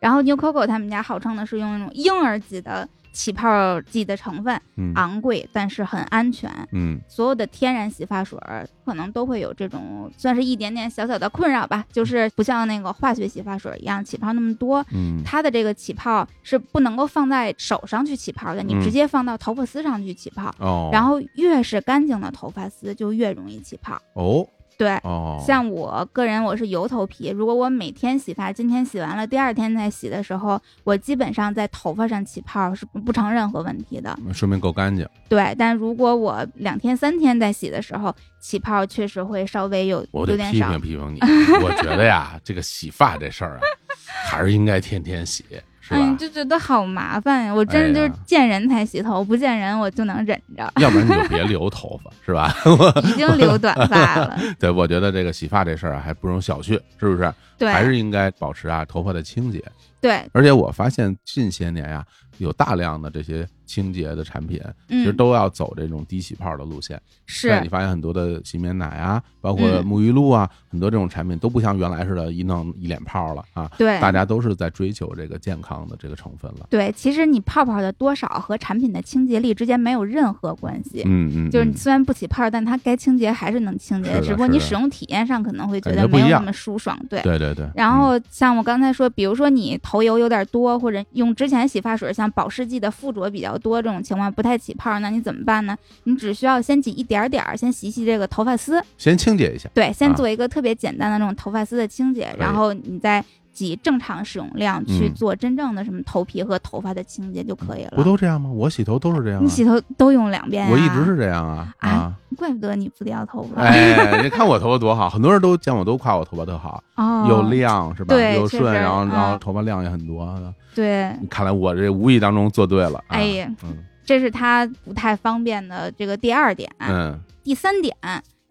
Speaker 2: 然后 New Coco 他们家号称的是用那种婴儿级的起泡剂的成分
Speaker 1: 嗯
Speaker 2: 昂贵，但是很安全。
Speaker 1: 嗯
Speaker 2: 所有的天然洗发水儿可能都会有这种，算是一点点小小的困扰吧，就是不像那个化学洗发水一样起泡那么多。
Speaker 1: 嗯
Speaker 2: 它的这个起泡是不能够放在手上去起泡的，你
Speaker 1: 嗯
Speaker 2: 直接放到头发丝上去起泡。
Speaker 1: 哦，
Speaker 2: 然后越是干净的头发丝就越容易起泡。
Speaker 1: 哦
Speaker 2: 对，
Speaker 1: 哦，
Speaker 2: 像我个人我是油头皮，如果我每天洗发，今天洗完了，第二天再洗的时候，我基本上在头发上起泡是不成任何问题的。
Speaker 1: 说明够干净，
Speaker 2: 对，但如果我两天三天再洗的时候，起泡确实会稍微有
Speaker 1: 我
Speaker 2: 有
Speaker 1: 得
Speaker 2: 点
Speaker 1: 批
Speaker 2: 少
Speaker 1: 评。批评你，我觉得
Speaker 2: [laughs]
Speaker 1: 呀，这个洗发这事儿啊，还是应该天天洗，是
Speaker 2: 哎，
Speaker 1: 吧？
Speaker 2: 就觉得好麻烦呀！我真是就
Speaker 1: 哎
Speaker 2: 是
Speaker 1: 呀，
Speaker 2: 见人才洗头，不见人我就能忍着
Speaker 1: 要不然你就别留头发，是吧？ [laughs]
Speaker 2: 已经留短发了。
Speaker 1: 对，我觉得这个洗发这事儿啊，还不容小觑，是不是？
Speaker 2: 对，
Speaker 1: 还是应该保持啊头发的清洁。
Speaker 2: 对，
Speaker 1: 而且我发现近些年呀、有大量的这些清洁的产品，其实
Speaker 2: 嗯，
Speaker 1: 都要走这种低起泡的路线。对你
Speaker 2: 是，
Speaker 1: 发现很多的洗面奶啊，包括
Speaker 2: 嗯
Speaker 1: 沐浴露啊，很多这种产品都不像原来似的，一弄一脸泡了啊。
Speaker 2: 对，
Speaker 1: 大家都是在追求这个健康的这个成分了。
Speaker 2: 对，其实你泡泡的多少和产品的清洁力之间没有任何关系。
Speaker 1: 嗯嗯，
Speaker 2: 就是你
Speaker 1: 嗯
Speaker 2: 虽然不起泡，但它该清洁还是能清洁
Speaker 1: 是的
Speaker 2: 只不过你
Speaker 1: 是的
Speaker 2: 使用体验上可能会觉
Speaker 1: 感觉
Speaker 2: 得
Speaker 1: 不一
Speaker 2: 没有那
Speaker 1: 样
Speaker 2: 么舒爽。对。
Speaker 1: 对对对。嗯
Speaker 2: 然后像我刚才说，比如说你头油有点多，或者用之前洗发水像保湿剂的附着比较多，这种情况不太起泡，那你怎么办呢？你只需要先挤一点点儿，先洗洗这个头发丝，
Speaker 1: 嗯先清洁一下，
Speaker 2: 对，
Speaker 1: 啊
Speaker 2: 先做一个特别简单的那种头发丝的清洁，
Speaker 1: 以
Speaker 2: 然后你再挤正常使用量去
Speaker 1: 嗯
Speaker 2: 做真正的什么头皮和头发的清洁就可以了。
Speaker 1: 不都这样吗？我洗头都是这样、啊，
Speaker 2: 嗯你洗头都用两遍、啊，
Speaker 1: 我一直，是这样啊
Speaker 2: 啊
Speaker 1: 啊！
Speaker 2: 怪不得你不掉头发。
Speaker 1: 哎，你看我头发多好，很多人都见我都夸我头发特好，
Speaker 2: 哦，
Speaker 1: 又亮是吧？
Speaker 2: 对
Speaker 1: 又
Speaker 2: 确
Speaker 1: 顺，
Speaker 2: 实
Speaker 1: 然后然后
Speaker 2: 嗯
Speaker 1: 头发量也很多。
Speaker 2: 对，
Speaker 1: 看来我这无意当中做对了。啊
Speaker 2: 哎呀
Speaker 1: 嗯
Speaker 2: 这 [laughs] 是他不太方便的这个第二点。
Speaker 1: 嗯
Speaker 2: 第三点，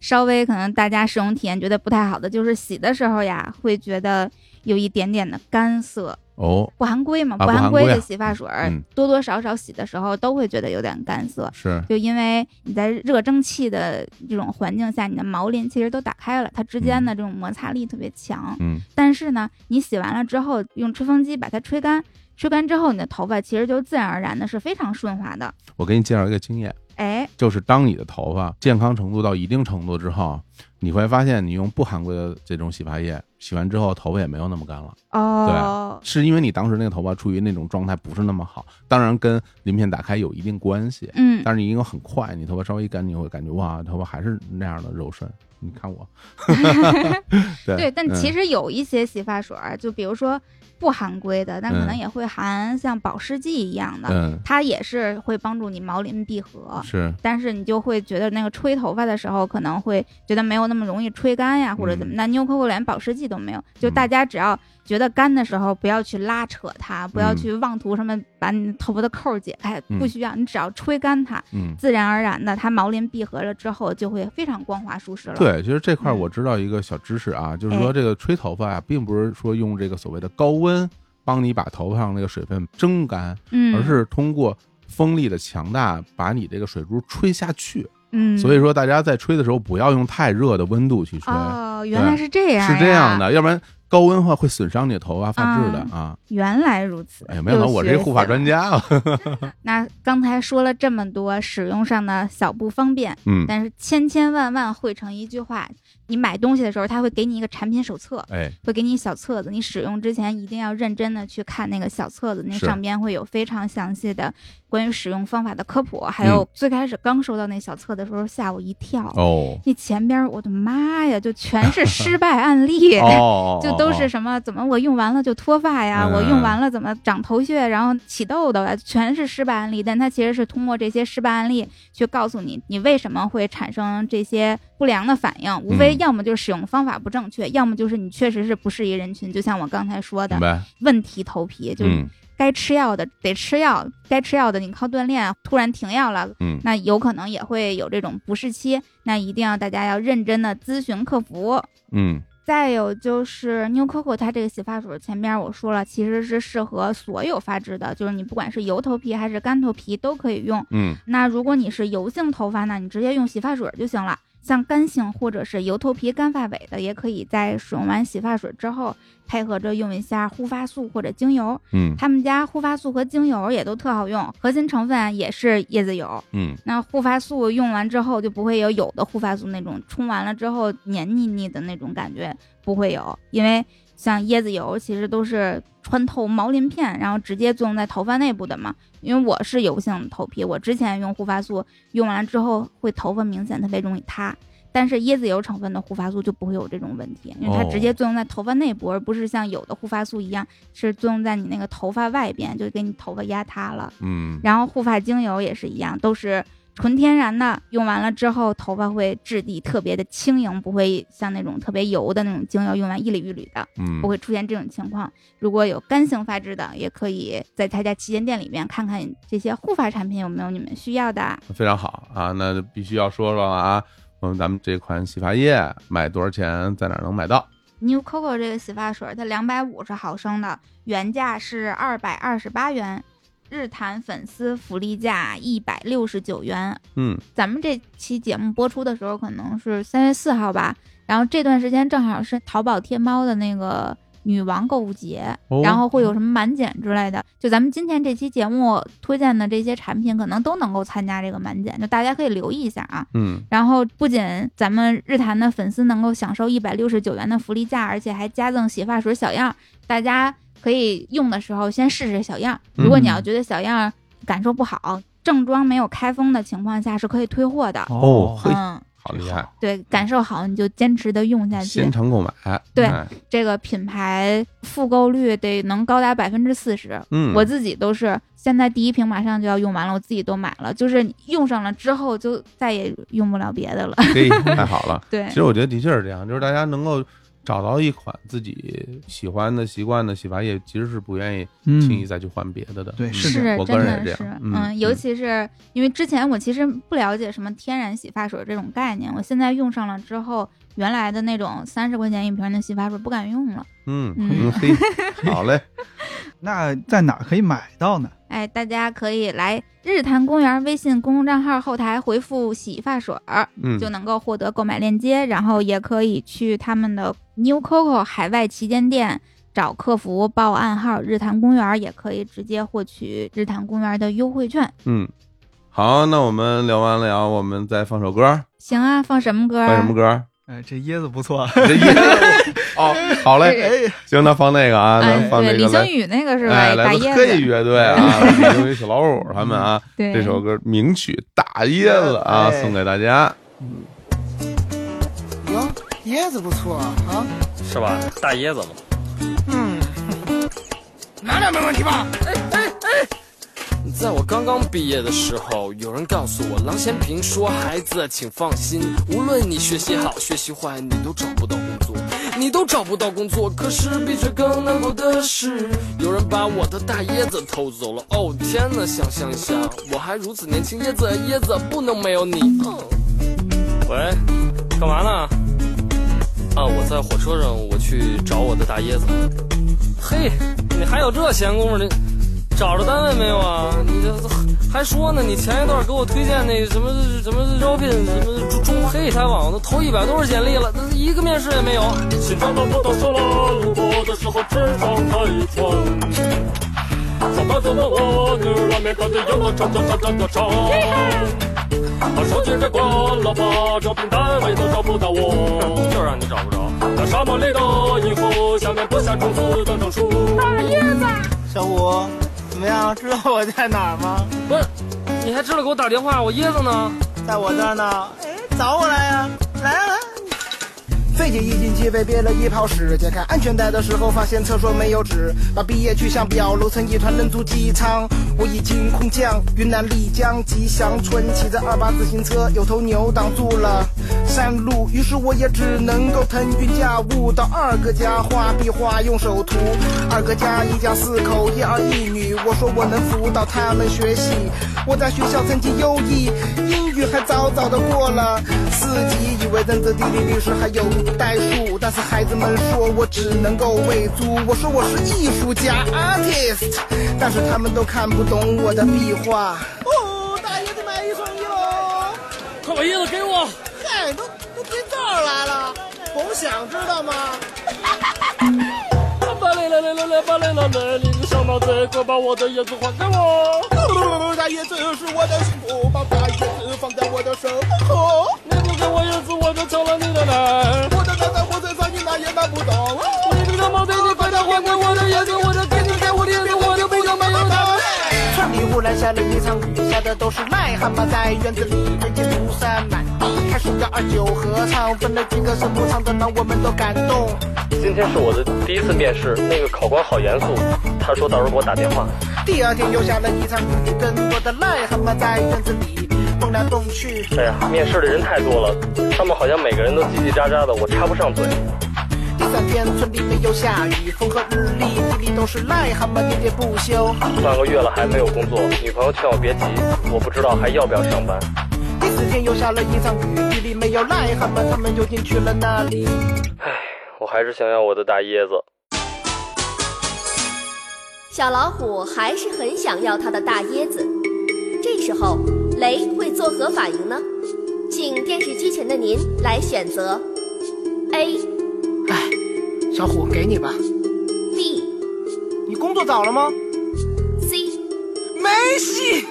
Speaker 2: 稍微可能大家使用体验觉得不太好的，就是洗的时候呀，会觉得有一点点的干涩。
Speaker 1: 哦
Speaker 2: 不含硅嘛，
Speaker 1: 啊不含
Speaker 2: 含
Speaker 1: 硅啊
Speaker 2: 的洗发水、
Speaker 1: 嗯
Speaker 2: 多多少少洗的时候都会觉得有点干涩，
Speaker 1: 是
Speaker 2: 就因为你在热蒸汽的这种环境下，你的毛鳞其实都打开了，它之间的这种摩擦力特别强。
Speaker 1: 嗯
Speaker 2: 但是呢，你洗完了之后，用吹风机把它吹干，吹干之后，你的头发其实就自然而然的是非常顺滑的。
Speaker 1: 我给你介绍一个经验，
Speaker 2: 哎，
Speaker 1: 就是当你的头发健康程度到一定程度之后，你会发现你用不含硅的这种洗发液洗完之后，头发也没有那么干了，
Speaker 2: 哦，
Speaker 1: 是因为你当时那个头发处于那种状态不是那么好，当然跟鳞片打开有一定关系，
Speaker 2: 嗯，
Speaker 1: 但是你因为很快，你头发稍微一干，你会感觉哇，头发还是那样的柔顺。你看
Speaker 2: [laughs]
Speaker 1: 我，对嗯
Speaker 2: 对。但其
Speaker 1: 实、
Speaker 2: 实有一些洗发水儿，就比如说不含硅的，但可能
Speaker 1: 嗯
Speaker 2: 也会含像保湿剂一样的，
Speaker 1: 嗯
Speaker 2: 它也是会帮助你毛鳞闭合
Speaker 1: 嗯。是
Speaker 2: 但是你就会觉得那个吹头发的时候，可能会觉得没有那么容易吹干呀，或者怎么的。纽扣扣连保湿剂都没有，就
Speaker 1: 嗯
Speaker 2: 大家只要觉得干的时候，不要去拉扯它，不要去妄图什么把你头发的扣儿解开，
Speaker 1: 嗯
Speaker 2: 不需要，你只要吹干它，
Speaker 1: 嗯。
Speaker 2: 自然而然的，它毛鳞闭合了之后就会非常光滑舒适了。，
Speaker 1: 对，其实这块儿
Speaker 2: 嗯
Speaker 1: 我知道一个小知识啊，就是
Speaker 2: 哎
Speaker 1: 说这个吹头发啊，并不是说用这个所谓的高温帮你把头发上那个水分蒸干，
Speaker 2: 嗯，
Speaker 1: 而是通过风力的强大把你这个水珠吹下去。
Speaker 2: 嗯，
Speaker 1: 所以说，大家在吹的时候不要用太热的温度去吹，
Speaker 2: 哦，原来是这样，
Speaker 1: 是这样。的，要不然高温的话会损伤你的头发发质的
Speaker 2: 啊
Speaker 1: 啊。
Speaker 2: 原来如此，
Speaker 1: 哎呀，没想到我这护发专
Speaker 2: 家。
Speaker 1: 家
Speaker 2: [laughs]
Speaker 1: 啊！
Speaker 2: 那刚才说了这么多使用上的小不方便，
Speaker 1: 嗯，
Speaker 2: 但是千千万万汇成一句话：你买东西的时候，他会给你一个产品手册，
Speaker 1: 哎，
Speaker 2: 会给你小册子，你使用之前一定要认真的去看那个小册子，那
Speaker 1: 是
Speaker 2: 上边会有非常详细的关于使用方法的科普。还有最开始刚收到那小册的时候，吓我一跳，
Speaker 1: 嗯哦
Speaker 2: 那前边我的妈呀，就全
Speaker 1: [laughs]
Speaker 2: 是失败案例。
Speaker 1: 哦，
Speaker 2: [laughs] 就都是
Speaker 1: 哦
Speaker 2: 什么？怎么我用完了就脱发呀？
Speaker 1: 嗯
Speaker 2: 我用完了怎么长头屑，然后起痘痘呀？全是失败案例。但它其实是通过这些失败案例去告诉你，你为什么会产生这些不良的反应，无非
Speaker 1: 嗯
Speaker 2: 要么就是使用方法不正确，要么就是你确实是不适宜人群。就像我刚才说的
Speaker 1: 明，白，
Speaker 2: 问题头皮，就是
Speaker 1: 嗯
Speaker 2: 该吃药的得吃药，该吃药的你靠锻炼突然停药了，
Speaker 1: 嗯，
Speaker 2: 那有可能也会有这种不适期，那一定要大家要认真的咨询客服。
Speaker 1: 嗯
Speaker 2: 再有就是 New Coco 它这个洗发水，前面我说了，其实是适合所有发质的，就是你不管是油头皮还是干头皮都可以用。
Speaker 1: 嗯
Speaker 2: 那如果你是油性头发呢，你直接用洗发水就行了。像干性或者是油头皮、干发尾的，也可以在使用完洗发水之后，配合着用一下护发素或者精油。
Speaker 5: 嗯
Speaker 2: 他们家护发素和精油也都特好用，核心成分啊也是椰子油。
Speaker 5: 嗯
Speaker 2: 那护发素用完之后就不会有有的护发素那种冲完了之后黏腻腻的那种感觉，不会有，因为像椰子油其实都是穿透毛鳞片，然后直接作用在头发内部的嘛。因为我是油性头皮，我之前用护发素用完了之后会头发明显特别容易塌。但是椰子油成分的护发素就不会有这种问题，因为它
Speaker 5: 哦
Speaker 2: 直接作用在头发内部，而不是像有的护发素一样是作用在你那个头发外边，就给你头发压塌了。
Speaker 5: 嗯
Speaker 2: 然后护发精油也是一样，都是纯天然的，用完了之后头发会质地特别的轻盈，不会像那种特别油的那种精油，用完一缕一缕的，
Speaker 5: 嗯
Speaker 2: 不会出现这种情况。如果有干性发质的，也可以在他家旗舰店里面看看这些护发产品有没有你们需要的。
Speaker 1: 非常好啊，那就必须要说说了啊，我们咱们这款洗发液买多少钱，在哪儿能买到？
Speaker 2: New Coco 这个洗发水，它两百五十毫升的，原价是二百二十八元，日坛粉丝福利价一百六十九元，
Speaker 1: 嗯，
Speaker 2: 咱们这期节目播出的时候可能是三月四号吧，然后这段时间正好是淘宝、天猫的那个女王购物节，
Speaker 1: 哦
Speaker 2: 然后会有什么满减之类的。就咱们今天这期节目推荐的这些产品，可能都能够参加这个满减，就大家可以留意一下啊。
Speaker 1: 嗯，
Speaker 2: 然后不仅咱们日坛的粉丝能够享受一百六十九元的福利价，而且还加赠洗发水小样，大家可以用的时候先试试小样。如果
Speaker 1: 嗯
Speaker 2: 你要觉得小样感受不好，正装没有开封的情况下是可以退货的。
Speaker 1: 哦嘿
Speaker 2: 嗯，
Speaker 1: 好厉害，
Speaker 2: 对，感受好你就坚持的用下去
Speaker 1: 现。场购买，
Speaker 2: 对
Speaker 1: 哎
Speaker 2: 这个品牌复购率得能高达百分之四十。
Speaker 1: 嗯，
Speaker 2: 我自己都是现在第一瓶马上就要用完了，我自己都买了，就是用上了之后就再也用不了别的了。 [laughs]
Speaker 1: 嘿，太好了。
Speaker 2: 对
Speaker 1: 其，实我觉得的确是这样，就是大家能够找到一款自己喜欢的、习惯的洗发液，其实是不愿意轻易
Speaker 3: 嗯，
Speaker 1: 再去换别的的。
Speaker 3: 对
Speaker 1: 嗯
Speaker 3: 是
Speaker 2: 是
Speaker 1: 我
Speaker 2: 真
Speaker 1: 个人
Speaker 2: 的
Speaker 1: 也
Speaker 2: 是
Speaker 1: 这样，，
Speaker 2: 嗯，尤其是因为之前我其实不了解什么天然洗发水这种概念，我现在用上了之后，原来的那种三十块钱一瓶的洗发水不敢用了。
Speaker 1: 嗯
Speaker 2: 嗯
Speaker 1: 嗯，嘿，好嘞，
Speaker 3: 那在哪儿可以买到呢？
Speaker 2: 哎，大家可以来日坛公园微信公众账号后台回复“洗发水儿”，
Speaker 1: 嗯
Speaker 2: [laughs] 就能够获得购买链接，然后也可以去他们的 New Coco 海外旗舰店找客服报暗号“日坛公园”，也可以直接获取日坛公园的优惠券。
Speaker 1: 嗯，好，那我们聊完聊，我们再放首歌，
Speaker 2: 行啊，放什么歌？
Speaker 1: 放什么？歌？
Speaker 3: 哎，这椰子
Speaker 1: [laughs]
Speaker 3: 不错，
Speaker 1: 这一 [laughs] 哦，好嘞，
Speaker 3: 哎，
Speaker 1: 行，那放那个啊，
Speaker 2: 哎
Speaker 1: 咱，放
Speaker 2: 对，
Speaker 1: 那
Speaker 2: 李
Speaker 1: 个
Speaker 2: 星
Speaker 1: 来，
Speaker 2: 宇那个是吧？
Speaker 1: 哎，
Speaker 2: 大
Speaker 1: 来自
Speaker 2: 椰
Speaker 1: 黑
Speaker 2: 子，
Speaker 1: 乐队啊，因为小老虎他们啊，
Speaker 2: [laughs] 对，
Speaker 1: 这首歌名曲《大椰子》啊，
Speaker 3: 哎
Speaker 1: 送给大家。
Speaker 6: 哟，椰子不错啊！啊
Speaker 7: 是吧？大椰子嘛。
Speaker 6: 嗯，哪点没问题吧？
Speaker 7: 在我刚刚毕业的时候，有人告诉我，郎咸平说：“孩子，请放心，无论你学习好学习坏，你都找不到工作，你都找不到工作。”可是比这更难过的是，有人把我的大椰子偷走了。哦天呐，想象一下，我还如此年轻，椰子椰子不能没有你。嗯、喂，干嘛呢？啊，我在火车上，我去找我的大椰子。嘿，你还有这闲工夫呢？找着单位没有啊？你这还说呢？你前一段给我推荐那什么什么招聘什么中中黑采网，都投一百多份简历了，但是一个面试也没有。
Speaker 8: 心脏都不到手了，路过的时候只当开窗。上班族的我，女儿面看着阳光长长长长的长。他手机给关了吧，招聘单位都找不到我。
Speaker 7: 就让你找不着。
Speaker 8: 在沙漠里的以后，下面播下种子的证书。
Speaker 6: 小五，怎么样？知道我在哪儿吗？
Speaker 7: 不是，你还知道给我打电话？我椰子呢？
Speaker 6: 在我这儿呢。哎，找我来呀、来啊来啊！费姐一进街被憋了一泡屎，解开安全带的时候发现厕所没有纸，把毕业去向表揉成一团扔出机舱。我已经空降云南丽江吉祥村，骑着二八自行车，有头牛挡住了山路，于是我也只能够腾云驾雾到二哥家画壁画，用手涂。二哥家一家四口，一儿一女，我说我能辅导他们学习。我在学校成绩优异，英语还早早的过了四级，以为认真地理、历史还有代数，但是孩子们说我只能够喂猪。我说我是艺术家 artist，但是他们都看不懂我的壁画。哦，大爷得买一送一喽！
Speaker 8: 快把椰子给我！
Speaker 6: 嗨，你都都听这儿来了，甭想知道吗？ [laughs]
Speaker 7: 巴雷啦嘞啦嘞巴雷啦嘞，你个小毛贼，快把我的椰子还给我！
Speaker 6: 大叶子是我的幸福，把大叶子放在我的身后。
Speaker 7: 你不给我椰子，我就抢了你的奶！
Speaker 6: 我的奶奶，我的桑，你拿也拿不走。
Speaker 7: 你这个小毛贼，你快点还给我的椰子，我的天就在我的椰子，我就不想没有它！
Speaker 6: 村里忽然下了一场雨，下的都是癞蛤蟆，在院子里人间如山满地。开始幺二九合唱，分了几个声部唱的让我们都感动。
Speaker 9: 今天是我的第一次面试，那个考官好严肃，他说到时候给我打电话。
Speaker 6: 第二天又下了一场雨，更多的癞蛤蟆在院子里蹦来蹦去。
Speaker 9: 哎呀，面试的人太多了，他们好像每个人都叽叽喳喳的，我插不上嘴。
Speaker 6: 第三天村里面又下雨，风和日丽，地里都是癞蛤蟆喋喋不休。
Speaker 9: 半个月了还没有工作，女朋友劝我别急，我不知道还要不要上班。
Speaker 6: 第四天又下了一场雨，雨里没有癞蛤蟆，他们又进去了那里。
Speaker 9: 我还是想要我的大椰子。
Speaker 10: 小老虎还是很想要它的大椰子。这时候，雷会作何反应呢？请电视机前的您来选择：A、
Speaker 6: 哎，小虎，给你吧。
Speaker 10: B、
Speaker 6: 你工作找了吗？
Speaker 10: C。
Speaker 6: 没戏。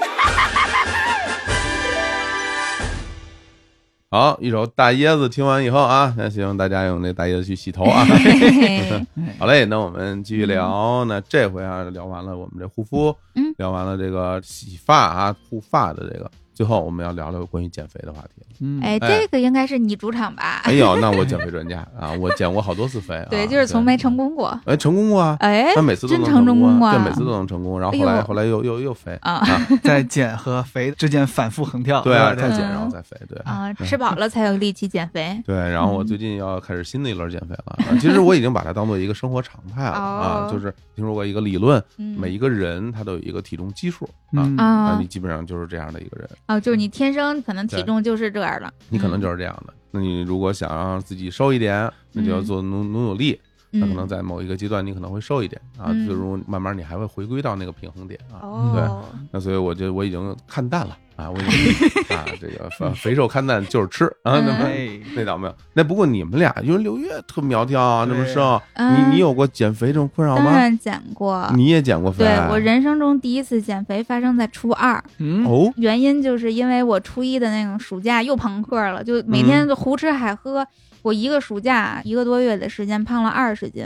Speaker 1: 好，一首《大椰子》听完以后啊，那希望大家用那大椰子去洗头
Speaker 2: [laughs]
Speaker 1: 啊。 [laughs]
Speaker 2: 哎
Speaker 1: 好嘞，那我们继续聊。那这回啊，聊完了我们这护肤，
Speaker 2: 嗯
Speaker 1: 聊完了这个洗发啊、护发的这个，最后我们要聊聊关于减肥的话题。
Speaker 3: 嗯，
Speaker 2: 哎，这个应该是你主场吧？
Speaker 1: 哎
Speaker 2: [laughs]
Speaker 1: 呦，那我减肥专家啊，我减过好多次肥、啊，
Speaker 2: 对，就是从没成功过。
Speaker 1: 哎成功过啊，
Speaker 2: 哎
Speaker 1: 但每次都能
Speaker 2: 真成功
Speaker 1: 过
Speaker 2: 过
Speaker 1: 啊，
Speaker 2: 啊
Speaker 1: 对，每次都能成功。然后后
Speaker 2: 哎
Speaker 1: 来
Speaker 2: 呦
Speaker 1: 后来又又又
Speaker 2: [laughs]
Speaker 1: 肥，
Speaker 2: 啊
Speaker 3: 在减和肥之间反复横跳。
Speaker 1: 对啊，
Speaker 3: 对
Speaker 1: 再
Speaker 3: 对
Speaker 1: 减
Speaker 2: 嗯
Speaker 1: 然后再肥，对
Speaker 2: 啊，吃饱了才有力气减肥。
Speaker 1: 对，然
Speaker 2: 嗯
Speaker 1: 后我最近要开始新的一轮减肥了。啊其实我已经把它当做一个生活常态了啊，
Speaker 2: 哦
Speaker 1: 就是听说过一个理论，
Speaker 2: 嗯，
Speaker 1: 每一个人他都有一个体重基数啊
Speaker 3: 嗯，
Speaker 1: 啊，
Speaker 2: 啊
Speaker 1: 你基本上就是这样的一个人，
Speaker 2: 啊，就是你天生可能体重就是这样了。
Speaker 1: 你可能就是这样的。那你如果想让自己瘦一点，那就
Speaker 2: 嗯
Speaker 1: 要做努努努力。那可能在某一个阶段，你可能会瘦一点啊，
Speaker 2: 嗯
Speaker 1: 最终慢慢你还会回归到那个平衡点啊。
Speaker 2: 哦，
Speaker 1: 那所以我觉得我已经看淡了啊，我已经啊，这个肥肥瘦看淡就是吃啊，那么
Speaker 3: 哎，
Speaker 1: 那倒没有。那不过你们俩，因为刘月特苗条啊，那么
Speaker 3: 对
Speaker 1: 瘦，
Speaker 2: 嗯
Speaker 1: 你你有过减肥这种困扰
Speaker 2: 当
Speaker 1: 吗？
Speaker 2: 然减过。
Speaker 1: 你也减过肥？啊
Speaker 2: 对我人生中第一次减肥发生在初二，
Speaker 3: 嗯，
Speaker 1: 哦，
Speaker 2: 原因就是因为我初一的那种暑假又朋克了，就每天
Speaker 1: 嗯
Speaker 2: 都胡吃海喝。我一个暑假一个多月的时间胖了二十斤，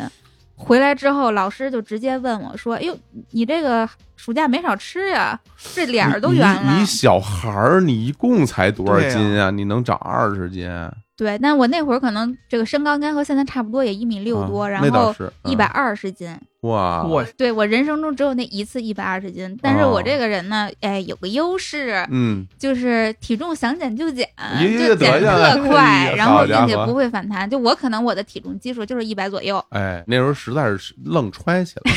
Speaker 2: 回来之后老师就直接问我说：“哎呦，你这个暑假没少吃呀，这脸儿都圆
Speaker 1: 你你
Speaker 2: 了
Speaker 1: 你。小孩儿，你一共才多少
Speaker 3: 对啊
Speaker 1: 斤啊？你能长二十斤？”啊
Speaker 2: 对，但我那会儿可能这个身高应该和现在差不多，也一米六
Speaker 1: 啊
Speaker 2: 多，
Speaker 1: 那
Speaker 2: 然
Speaker 1: 倒
Speaker 2: 后
Speaker 1: 是嗯
Speaker 2: 一百二十斤，
Speaker 1: 哇！
Speaker 3: 我
Speaker 2: 对我人生中只有那一次一百二十斤，但是
Speaker 1: 哦
Speaker 2: 我这个人呢，哎，有个优势，
Speaker 1: 嗯，
Speaker 2: 就是体重想减就减，
Speaker 1: 咦
Speaker 2: 就
Speaker 1: 得
Speaker 2: 减
Speaker 1: 下来
Speaker 2: 特
Speaker 1: [laughs] 哎呀
Speaker 2: 快，然
Speaker 1: 好
Speaker 2: 后
Speaker 1: 家
Speaker 2: 并且
Speaker 1: 伙
Speaker 2: 不会反弹。就我可能我的体重基数就是一百左右，
Speaker 1: 哎，那时候实在是愣揣起来，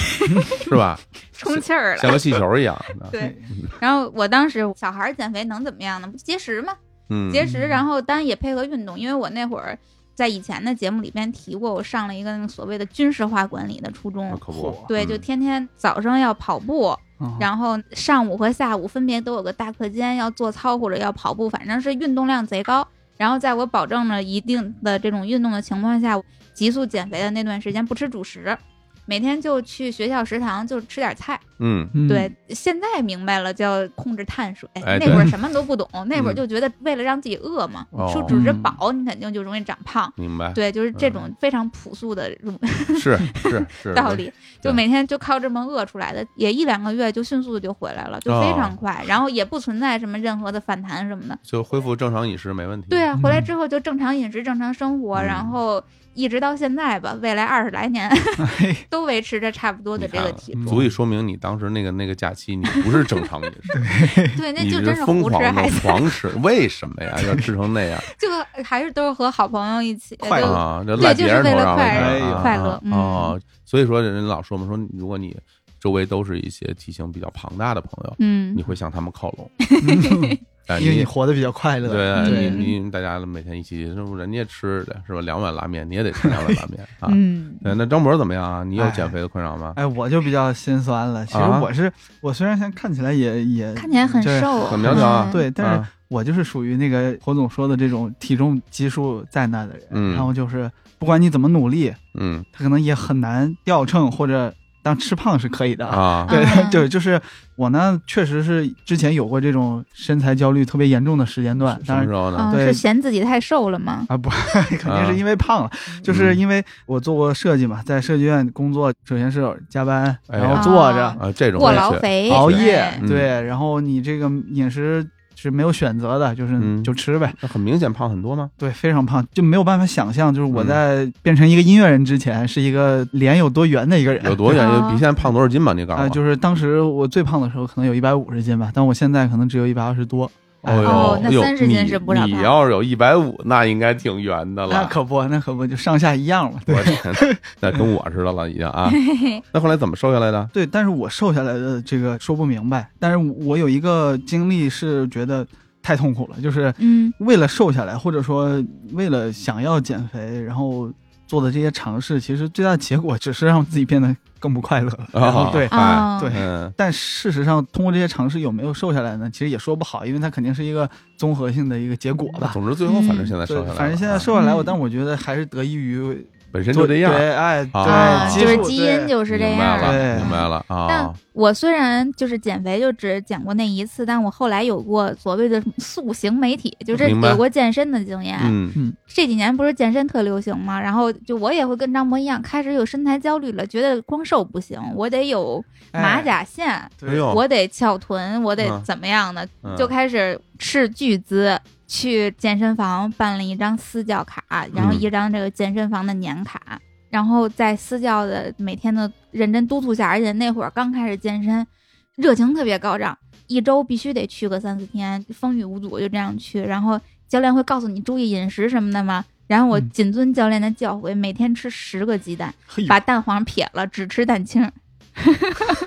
Speaker 1: 是吧？
Speaker 2: [laughs] 充气儿
Speaker 1: 像
Speaker 2: 了。
Speaker 1: 个气球一样。
Speaker 3: [laughs]
Speaker 2: 对，然后我当时小孩儿减肥能怎么样呢？不节食嘛，
Speaker 1: 嗯，
Speaker 2: 节食，然后当然也配合运动，因为我那会儿在以前的节目里边提过，我上了一个那个所谓的军事化管理的初
Speaker 1: 那
Speaker 2: 中，
Speaker 1: 可不嗯
Speaker 3: 嚯，
Speaker 2: 对，就天天早上要跑步，
Speaker 3: 嗯
Speaker 2: 然后上午和下午分别都有个大课间，要做操或者要跑步，反正是运动量贼高。然后在我保证了一定的这种运动的情况下，急速减肥的那段时间不吃主食，每天就去学校食堂就吃点菜。
Speaker 1: 嗯，
Speaker 2: [laughs]
Speaker 3: 嗯
Speaker 2: 对，现在明白了叫控制碳水。
Speaker 1: 哎
Speaker 2: [laughs] 那
Speaker 1: 对嗯
Speaker 2: 会儿什么都不懂，那会儿就觉得为了让自己饿嘛，
Speaker 1: 哦哎
Speaker 2: 吃主食饱，你肯定就容易长胖。
Speaker 1: 明白。
Speaker 2: 对，就是
Speaker 1: 嗯
Speaker 2: 这种非常朴素的这种
Speaker 1: 是
Speaker 2: [laughs]
Speaker 1: 是是
Speaker 2: 道
Speaker 1: [laughs]
Speaker 2: 理，
Speaker 1: 对
Speaker 2: 就每天就靠这么饿出来的，也一两个月就迅速的就回来了，就非常
Speaker 1: 哦
Speaker 2: 快，然后也不存在什么任何的反弹什么的。
Speaker 1: 就恢复正常饮食没问题。
Speaker 2: 对啊，回来
Speaker 3: 嗯
Speaker 2: 之后就正常饮食、正常生活，
Speaker 1: 嗯
Speaker 2: 然后一直到现在吧，未来二十来年
Speaker 3: 哎
Speaker 2: [laughs] 都维持着差不多的这个体
Speaker 3: 你看
Speaker 2: 重。
Speaker 1: 足以说明你当时那个那个假期你不是正常饮食，
Speaker 2: 对，那
Speaker 1: 你
Speaker 2: 就真是
Speaker 1: 疯
Speaker 2: 胡吃 [laughs]
Speaker 1: 狂的
Speaker 2: 海塞，
Speaker 1: 狂吃，为什么呀？要吃成那样
Speaker 2: 这个还是都是和好朋友一起，呃
Speaker 3: 快
Speaker 2: [laughs] 就
Speaker 3: 乐
Speaker 1: 啊？这赖别人头上
Speaker 3: 对就是为了
Speaker 1: 啊
Speaker 2: 快乐
Speaker 1: 啊
Speaker 2: 嗯
Speaker 1: 哦，所以说人老说嘛，说如果你周围都是一些体型比较庞大的朋友，
Speaker 2: 嗯
Speaker 1: 你，会向他们靠拢。但
Speaker 3: 因
Speaker 1: 哎
Speaker 3: 为
Speaker 1: 你
Speaker 3: 你活得比较快乐。
Speaker 1: 嗯对
Speaker 3: 对
Speaker 1: 你你大家每天一起，是不是人家吃的是吧？两碗拉面，你也得吃两碗拉
Speaker 2: [laughs]
Speaker 1: 面啊。
Speaker 11: 嗯，
Speaker 1: 对，那张博怎么样啊？你有减肥的困扰吗？
Speaker 3: 哎，我就比较心酸了。其实
Speaker 1: 啊
Speaker 3: 我是，我虽然现在看起来也也
Speaker 2: 看起来很
Speaker 3: 就是
Speaker 2: 瘦啊
Speaker 1: 很苗条啊
Speaker 3: 对，但是
Speaker 1: 啊
Speaker 3: 我就是属于那个侯总说的这种体重基数在那的人，
Speaker 1: 嗯
Speaker 3: 然后就是不管你怎么努力，
Speaker 1: 嗯
Speaker 3: 他可能也很难掉秤或者。当吃胖是可以的
Speaker 1: 啊
Speaker 3: 对
Speaker 2: 啊
Speaker 3: [laughs] 对，就是我呢，确实是之前有过这种身材焦虑特别严重的时间段，
Speaker 1: 什
Speaker 3: 当
Speaker 1: 么
Speaker 3: 然
Speaker 1: 时候呢？
Speaker 2: 嗯，
Speaker 3: 对
Speaker 2: 是嫌自己太瘦了
Speaker 1: [laughs]
Speaker 2: 吗？
Speaker 3: 啊不， [laughs] 肯定是因为胖了，就是
Speaker 1: 嗯
Speaker 3: 因为我做过设计嘛，在设计院工作，首先是加班，
Speaker 1: 哎
Speaker 3: 然后
Speaker 1: 呀
Speaker 3: 坐着、
Speaker 2: 啊
Speaker 1: 啊，这种
Speaker 2: 过
Speaker 1: 也
Speaker 2: 劳
Speaker 1: 是
Speaker 2: 肥，
Speaker 3: 熬夜，
Speaker 2: 哎
Speaker 1: 嗯
Speaker 3: 对，然后你这个饮食是没有选择的，就是、
Speaker 1: 嗯
Speaker 3: 就吃呗，
Speaker 1: 那很明显胖很多吗？
Speaker 3: 对，非常胖，就没有办法想象，就是
Speaker 1: 嗯
Speaker 3: 我在变成一个音乐人之前，是一个脸有多圆的一个人，
Speaker 1: 有
Speaker 2: [laughs]
Speaker 1: 多远？
Speaker 2: 啊
Speaker 1: 比现在胖多少斤吧？你告诉
Speaker 3: [laughs] 啊、
Speaker 1: 我，
Speaker 3: 就是当时我最胖的时候可能有一百五十斤吧，但我现在可能只有一百二十多，哎
Speaker 1: 哦
Speaker 2: 哦那
Speaker 1: 呦，
Speaker 2: 30斤是不少
Speaker 1: 你
Speaker 2: 胖
Speaker 1: 你要是有一百五，那应该挺圆的了。
Speaker 3: 那可不，那可不，就上下一样嘛，对。
Speaker 1: 我天， [laughs] 那跟我似的了，已经
Speaker 2: [laughs]
Speaker 1: 啊。那后来怎么瘦下来的？
Speaker 3: 对，但是我瘦下来的这个说不明白，但是我有一个经历是觉得太痛苦了，就是
Speaker 2: 嗯
Speaker 3: 为了瘦下来，或者说为了想要减肥，然后做的这些尝试，其实最大的结果只是让自己变得更不快乐。
Speaker 1: 啊
Speaker 3: 然后对、
Speaker 1: 哎
Speaker 2: 啊，
Speaker 3: 对。
Speaker 1: 嗯，
Speaker 3: 但事实上，通过这些尝试有没有瘦下来呢？其实也说不好，因为它肯定是一个综合性的一个结果吧。
Speaker 1: 总之最后反正现在瘦
Speaker 3: 对
Speaker 1: 下来，了，
Speaker 3: 反正现在
Speaker 1: 啊
Speaker 3: 瘦下来，我
Speaker 2: 嗯
Speaker 3: 但我觉得还是得益于
Speaker 1: 本身就这样，
Speaker 3: 对，哎，对，
Speaker 1: 啊
Speaker 2: 就是
Speaker 3: 数
Speaker 2: 基因
Speaker 3: 对
Speaker 2: 就是这
Speaker 1: 明白
Speaker 2: 样。
Speaker 1: 了，
Speaker 3: 对
Speaker 1: 明白了
Speaker 2: 但
Speaker 1: 啊。
Speaker 2: 我虽然就是减肥，就只减过那一次，但我后来有过所谓的塑形媒体，就是
Speaker 1: 明白
Speaker 2: 有过健身的经验。
Speaker 1: 嗯，
Speaker 2: 这几年不是健身特流行吗？然后就我也会跟张博一样，开始有身材焦虑了，觉得光瘦不行，我得有
Speaker 3: 哎
Speaker 2: 马甲线，
Speaker 1: 哎呦，
Speaker 2: 我得翘臀，我得
Speaker 1: 嗯
Speaker 2: 怎么样的，
Speaker 1: 嗯
Speaker 2: 就开始斥巨资去健身房办了一张私教卡，然后
Speaker 1: 嗯
Speaker 2: 一张这个健身房的年卡。然后在私教的每天的认真督促下，而且那会儿刚开始健身，热情特别高涨，一周必须得去个三四天，风雨无阻就这样去。然后教练会告诉你注意饮食什么的嘛。然后我
Speaker 3: 嗯
Speaker 2: 谨遵教练的教诲，每天吃十个鸡蛋，
Speaker 3: 嘿
Speaker 1: 嗯
Speaker 3: 呦
Speaker 1: 哎
Speaker 2: 把蛋黄撇了，只吃蛋清儿。 [laughs]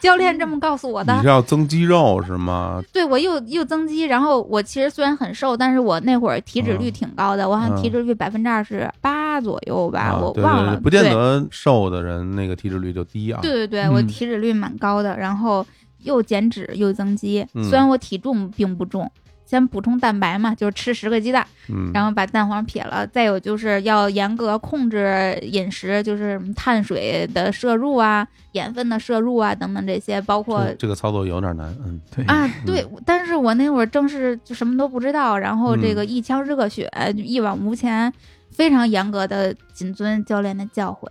Speaker 2: 教练这么告诉我
Speaker 1: 你
Speaker 2: 的
Speaker 1: 是，要增肌肉是吗？
Speaker 2: 对我又又增肌，然后我其实虽然很瘦，但是我那会儿体脂率挺高的，我好像
Speaker 1: 嗯
Speaker 2: 体脂率百分之二十八左右吧，
Speaker 1: 啊
Speaker 2: 我
Speaker 1: 对
Speaker 2: 忘
Speaker 1: 对
Speaker 2: 了，
Speaker 1: 对不见
Speaker 2: 对
Speaker 1: 得瘦的人那个体脂率就低啊。
Speaker 2: 对对对，
Speaker 3: 嗯
Speaker 2: 我体脂率蛮高的，然后又减脂又增肌，
Speaker 1: 嗯
Speaker 2: 虽然我体重并不重。先补充蛋白嘛，就是吃十个鸡蛋，
Speaker 1: 嗯，
Speaker 2: 然后把蛋黄撇了。再有就是要严格控制饮食，就是碳水的摄入啊、盐分的摄入啊等等这些，包括
Speaker 1: 这这个操作有点难，嗯，
Speaker 3: 对
Speaker 2: 啊，对，但是我那会儿正是就什么都不知道，然后这个
Speaker 1: 嗯
Speaker 2: 一腔热血，就一往无前，非常严格的谨遵教练的教诲。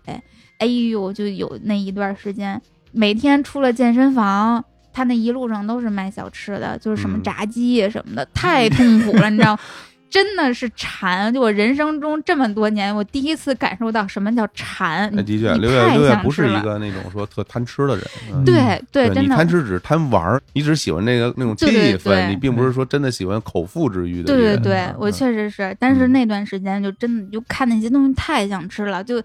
Speaker 2: 哎呦，我就有那一段时间，每天出了健身房，他那一路上都是卖小吃的，就是什么
Speaker 1: 嗯
Speaker 2: 炸鸡什么的，太痛苦了，你知道吗。 [laughs] 真的是馋，就我人生中这么多年，我第一次感受到什么叫馋。
Speaker 1: 哎，
Speaker 2: 你
Speaker 1: 的确，
Speaker 2: 嗯你
Speaker 1: 六月
Speaker 2: 太
Speaker 1: 六月
Speaker 2: 想
Speaker 1: 不是
Speaker 2: 吃
Speaker 1: 一
Speaker 2: 了
Speaker 1: 个那种说特贪吃的人，嗯
Speaker 2: 对对，真
Speaker 1: 你
Speaker 2: 的
Speaker 1: 贪吃只是贪玩儿，你只是喜欢那个那种气
Speaker 2: 对对
Speaker 1: 氛，
Speaker 2: 对
Speaker 1: 你并不是说真的喜欢口腹之欲的
Speaker 2: 对对
Speaker 1: 人。
Speaker 2: 对
Speaker 1: 嗯，
Speaker 2: 我确实是，但是
Speaker 1: 嗯
Speaker 2: 那段时间就真的就看那些东西太想吃了，就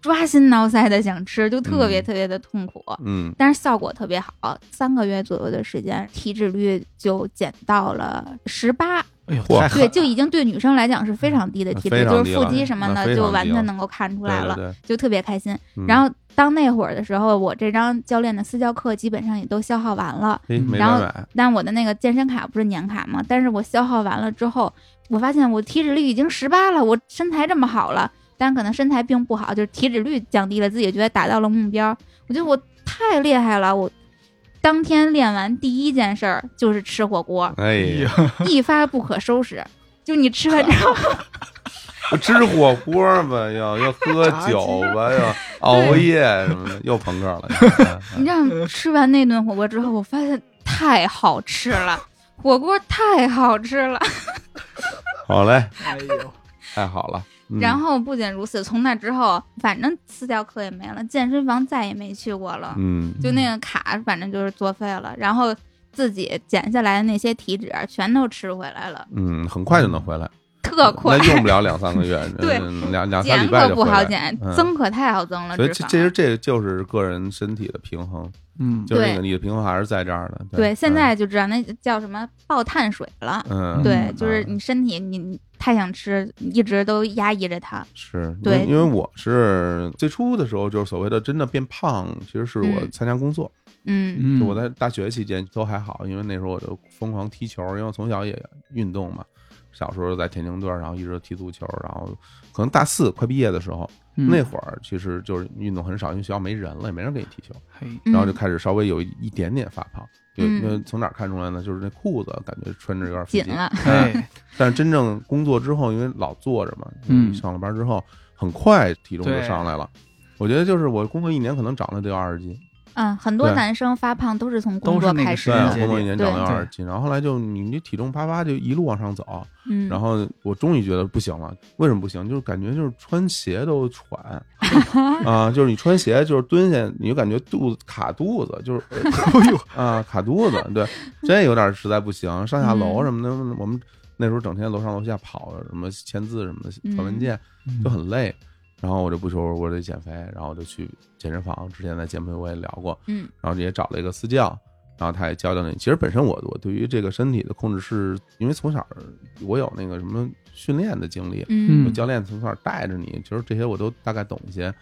Speaker 2: 抓心挠腮的想吃，就特别
Speaker 1: 嗯
Speaker 2: 特别的痛苦。
Speaker 1: 嗯，
Speaker 2: 但是效果特别好，三个月左右的时间，体脂率就减到了
Speaker 1: [laughs]
Speaker 2: 十八，
Speaker 3: 哎呦，
Speaker 1: 嚯
Speaker 3: 太狠
Speaker 2: 啊对，就已经对女生来讲是非常低的
Speaker 1: 嗯那
Speaker 2: 体
Speaker 1: 非
Speaker 2: 脂，
Speaker 1: 常
Speaker 2: 就
Speaker 1: 低
Speaker 2: 是腹
Speaker 1: 了
Speaker 2: 肌什么
Speaker 1: 那
Speaker 2: 的
Speaker 1: 非
Speaker 2: 就
Speaker 1: 常
Speaker 2: 完
Speaker 1: 低了
Speaker 2: 全能够看出
Speaker 1: 对
Speaker 2: 来
Speaker 1: 对
Speaker 2: 了，
Speaker 1: 对，
Speaker 2: 就特别开心。
Speaker 1: 嗯
Speaker 2: 然后当那会儿的时候，我这张教练的私教课基本上也都消耗完了，
Speaker 1: 哎没
Speaker 2: 嗯然
Speaker 1: 白
Speaker 2: 后
Speaker 1: 买，，
Speaker 2: 但我的那个健身卡不是年卡吗？但是我消耗完了之后，我发现我体脂率已经十八了，我身材这么好了，但可能身材并不好，就是体脂率降低了，自己觉得达到了目标。我觉得我太厉害了，我当天练完第一件事儿就是吃火锅 [laughs]
Speaker 1: 哎呀，
Speaker 2: 一发不可收拾。就你吃完之后，
Speaker 1: 吃火锅吧，又又喝酒吧，又熬夜什么的，又朋克了。啊
Speaker 2: [laughs] 你知道吃完那顿火锅之后，我发现太好吃了，火锅太好吃了。
Speaker 1: 好嘞，
Speaker 3: 哎呦，
Speaker 1: 太好了。嗯
Speaker 2: 然后不仅如此，从那之后，反正私教课也没了，健身房再也没去过了，
Speaker 1: 嗯，
Speaker 2: 就那个卡反正就是作废了，然后自己减下来的那些体脂全都吃回来了，
Speaker 1: 嗯，很快就能回来。
Speaker 2: 特快
Speaker 1: 那，用
Speaker 2: [laughs]
Speaker 1: 不了两三个月，
Speaker 2: 对
Speaker 1: 嗯两两三
Speaker 2: 减
Speaker 1: 礼拜
Speaker 2: 可
Speaker 1: 就
Speaker 2: 不
Speaker 1: 回
Speaker 2: 好
Speaker 1: 来
Speaker 2: 减
Speaker 1: 嗯，
Speaker 2: 增可太好增了。
Speaker 1: 所以
Speaker 2: 脂
Speaker 1: 这这
Speaker 2: 肪
Speaker 1: 这就是个人身体的平衡，
Speaker 3: 嗯，
Speaker 1: 就是那
Speaker 2: 对
Speaker 1: 个你的平衡还是在这儿的。
Speaker 2: 对，现
Speaker 1: 嗯
Speaker 2: 在就知道那叫什么爆碳水了。
Speaker 1: 嗯，
Speaker 2: 对，就
Speaker 1: 嗯
Speaker 2: 是你身体你你太想吃，你一直都压抑着它。
Speaker 1: 是，因
Speaker 2: 对
Speaker 1: 为因为我是最初的时候，就是所谓的真的变胖，其实是我
Speaker 2: 嗯
Speaker 1: 参加工作，
Speaker 2: 嗯
Speaker 3: 嗯
Speaker 1: 就我在大学期间都还好，因为那时候我就疯狂踢球，因为我从小也运动嘛，小时候在田径队，然后一直踢足球，然后可能大四快毕业的时候，
Speaker 3: 嗯
Speaker 1: 那会儿其实就是运动很少，因为学校没人了，也没人给你踢球，
Speaker 3: 嘿，
Speaker 2: 嗯
Speaker 1: 然后就开始稍微有一一点点发胖。有，
Speaker 2: 嗯
Speaker 1: 因为从哪儿看出来呢？就是那裤子感觉穿着有点费
Speaker 2: 紧
Speaker 1: 劲
Speaker 2: 了，
Speaker 1: 哎，
Speaker 3: 哎，
Speaker 1: 但是真正工作之后，因为老坐着嘛，
Speaker 3: 嗯
Speaker 1: 你上了班之后，很快体重就
Speaker 3: 对
Speaker 1: 上来了。我觉得就是我工作一年可能长了得有二十斤，
Speaker 2: 嗯，很多
Speaker 1: 对
Speaker 2: 男生发胖都是从工
Speaker 3: 都是
Speaker 2: 作
Speaker 3: 那个
Speaker 2: 开
Speaker 3: 时
Speaker 1: 对，
Speaker 2: 始
Speaker 3: 间
Speaker 1: 我
Speaker 2: 的，
Speaker 1: 工作一年长了有
Speaker 3: 对
Speaker 1: 二十斤，然后后来就你你体重啪啪就一路往上走，
Speaker 2: 嗯，
Speaker 1: 然后我终于觉得不行了，为什么不行？就是感觉就是穿鞋都喘
Speaker 2: [laughs]
Speaker 1: 啊，就是你穿鞋就是蹲下，你就感觉肚子卡肚子，
Speaker 2: [laughs]
Speaker 1: 就是
Speaker 3: 哎呦，
Speaker 1: 啊，卡肚子，对，这有点实在不行。上下楼
Speaker 2: 嗯
Speaker 1: 什么的，我们那时候整天楼上楼下跑，什么签字什么的，
Speaker 2: 嗯
Speaker 1: 传文件、就很累。然后我就不说，我得减肥，然后我就去健身房。之前在节目我也聊过，
Speaker 2: 嗯，
Speaker 1: 然后也找了一个私教，然后他也教教你。其实本身我我对于这个身体的控制是，因为从小我有那个什么训练的经历，
Speaker 2: 嗯
Speaker 1: 有教练从小带着你，其实这些我都大概懂一些，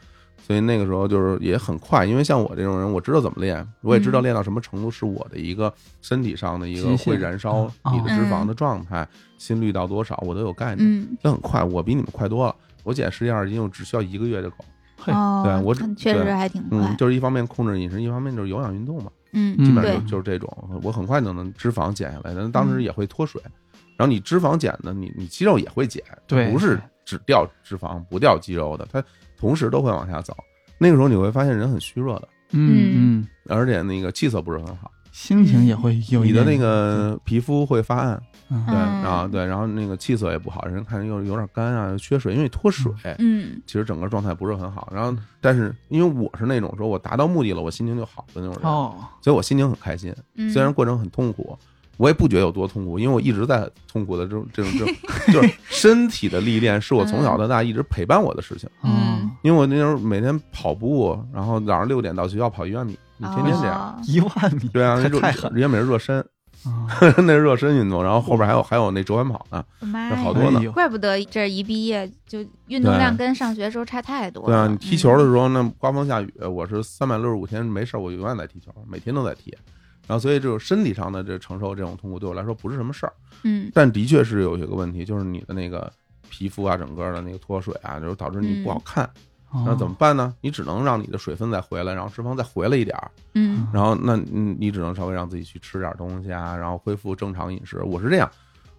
Speaker 1: 所以那个时候就是也很快，因为像我这种人，我知道怎么练，我也知道练到什么程度是我的一个身体上的一个
Speaker 3: 嗯极限
Speaker 1: 会燃烧
Speaker 3: 嗯
Speaker 1: 你的脂肪的状态，心率到多少我都有概念，
Speaker 2: 嗯，
Speaker 1: 那很快，我比你们快多了。我减十斤二十斤，我只需要一个月就够。
Speaker 3: 对
Speaker 2: 哦，
Speaker 1: 对我
Speaker 2: 看确实
Speaker 1: 对
Speaker 2: 还挺
Speaker 1: 嗯
Speaker 2: 快，，
Speaker 1: 就是一方面控制饮食，一方面就是有氧运动嘛，
Speaker 2: 嗯，
Speaker 1: 基本上
Speaker 2: 对
Speaker 1: 就，就是这种。我很快就能脂肪减下来，但当时也会脱水。然后你脂肪减呢，你你肌肉也会减，
Speaker 3: 对
Speaker 1: 不是只掉脂肪不掉肌肉的，它同时都会往下走。那个时候你会发现人很虚弱的，
Speaker 3: 嗯嗯，
Speaker 1: 而且那个气色不是很好，
Speaker 3: 心情也会有
Speaker 1: 你
Speaker 3: 一
Speaker 1: 的
Speaker 3: 点嗯
Speaker 1: 那个皮肤会发暗，对，
Speaker 2: 嗯
Speaker 1: 然后对，然后那个气色也不好，人看着又有点干啊，又缺水，因为你脱水，
Speaker 2: 嗯
Speaker 1: 其实整个状态不是很好。然后，但是因为我是那种说我达到目的了，我心情就好的那种人，
Speaker 3: 哦，
Speaker 1: 所以我心情很开心。
Speaker 2: 嗯，
Speaker 1: 虽然过程很痛苦，我也不觉得有多痛苦，因为我一直在痛苦的这种这种这种， [laughs] 就是身体的历练是我从小到大一直陪伴我的事情。
Speaker 3: 嗯，
Speaker 1: 因为我那时候每天跑步，然后早上六点到学校跑一万米，你天天这样。
Speaker 2: 哦
Speaker 3: 一万米，
Speaker 1: 对啊，
Speaker 3: 太
Speaker 1: 那热
Speaker 3: 太狠
Speaker 1: 人家每日热
Speaker 3: [laughs]
Speaker 1: 身，
Speaker 3: 啊，
Speaker 1: 那是热身运动，然后后边还有还有那折返跑呢。
Speaker 2: 妈
Speaker 1: 那好
Speaker 2: 呀！
Speaker 1: 多呢
Speaker 3: 哎呦
Speaker 2: 怪不得这一毕业就运动
Speaker 1: 对
Speaker 2: 量跟上学时候差太多
Speaker 1: 对
Speaker 2: 了。
Speaker 1: 啊，你踢球的
Speaker 2: 嗯
Speaker 1: 时候，那刮风下雨，我是三百六十五天没事儿，我永远在踢球，每天都在踢。然后，所以这种身体上的这承受这种痛苦，对我来说不是什么事儿，
Speaker 2: 嗯
Speaker 1: 但的确是有一个问题，就是你的那个皮肤啊，整个的那个脱水啊，就是导致你不好看。
Speaker 3: 哦
Speaker 2: 嗯
Speaker 1: 那怎么办呢？你只能让你的水分再回来，然后脂肪再回来一点儿，
Speaker 2: 嗯
Speaker 1: 然后那你你只能稍微让自己去吃点东西啊，然后恢复正常饮食。我是这样，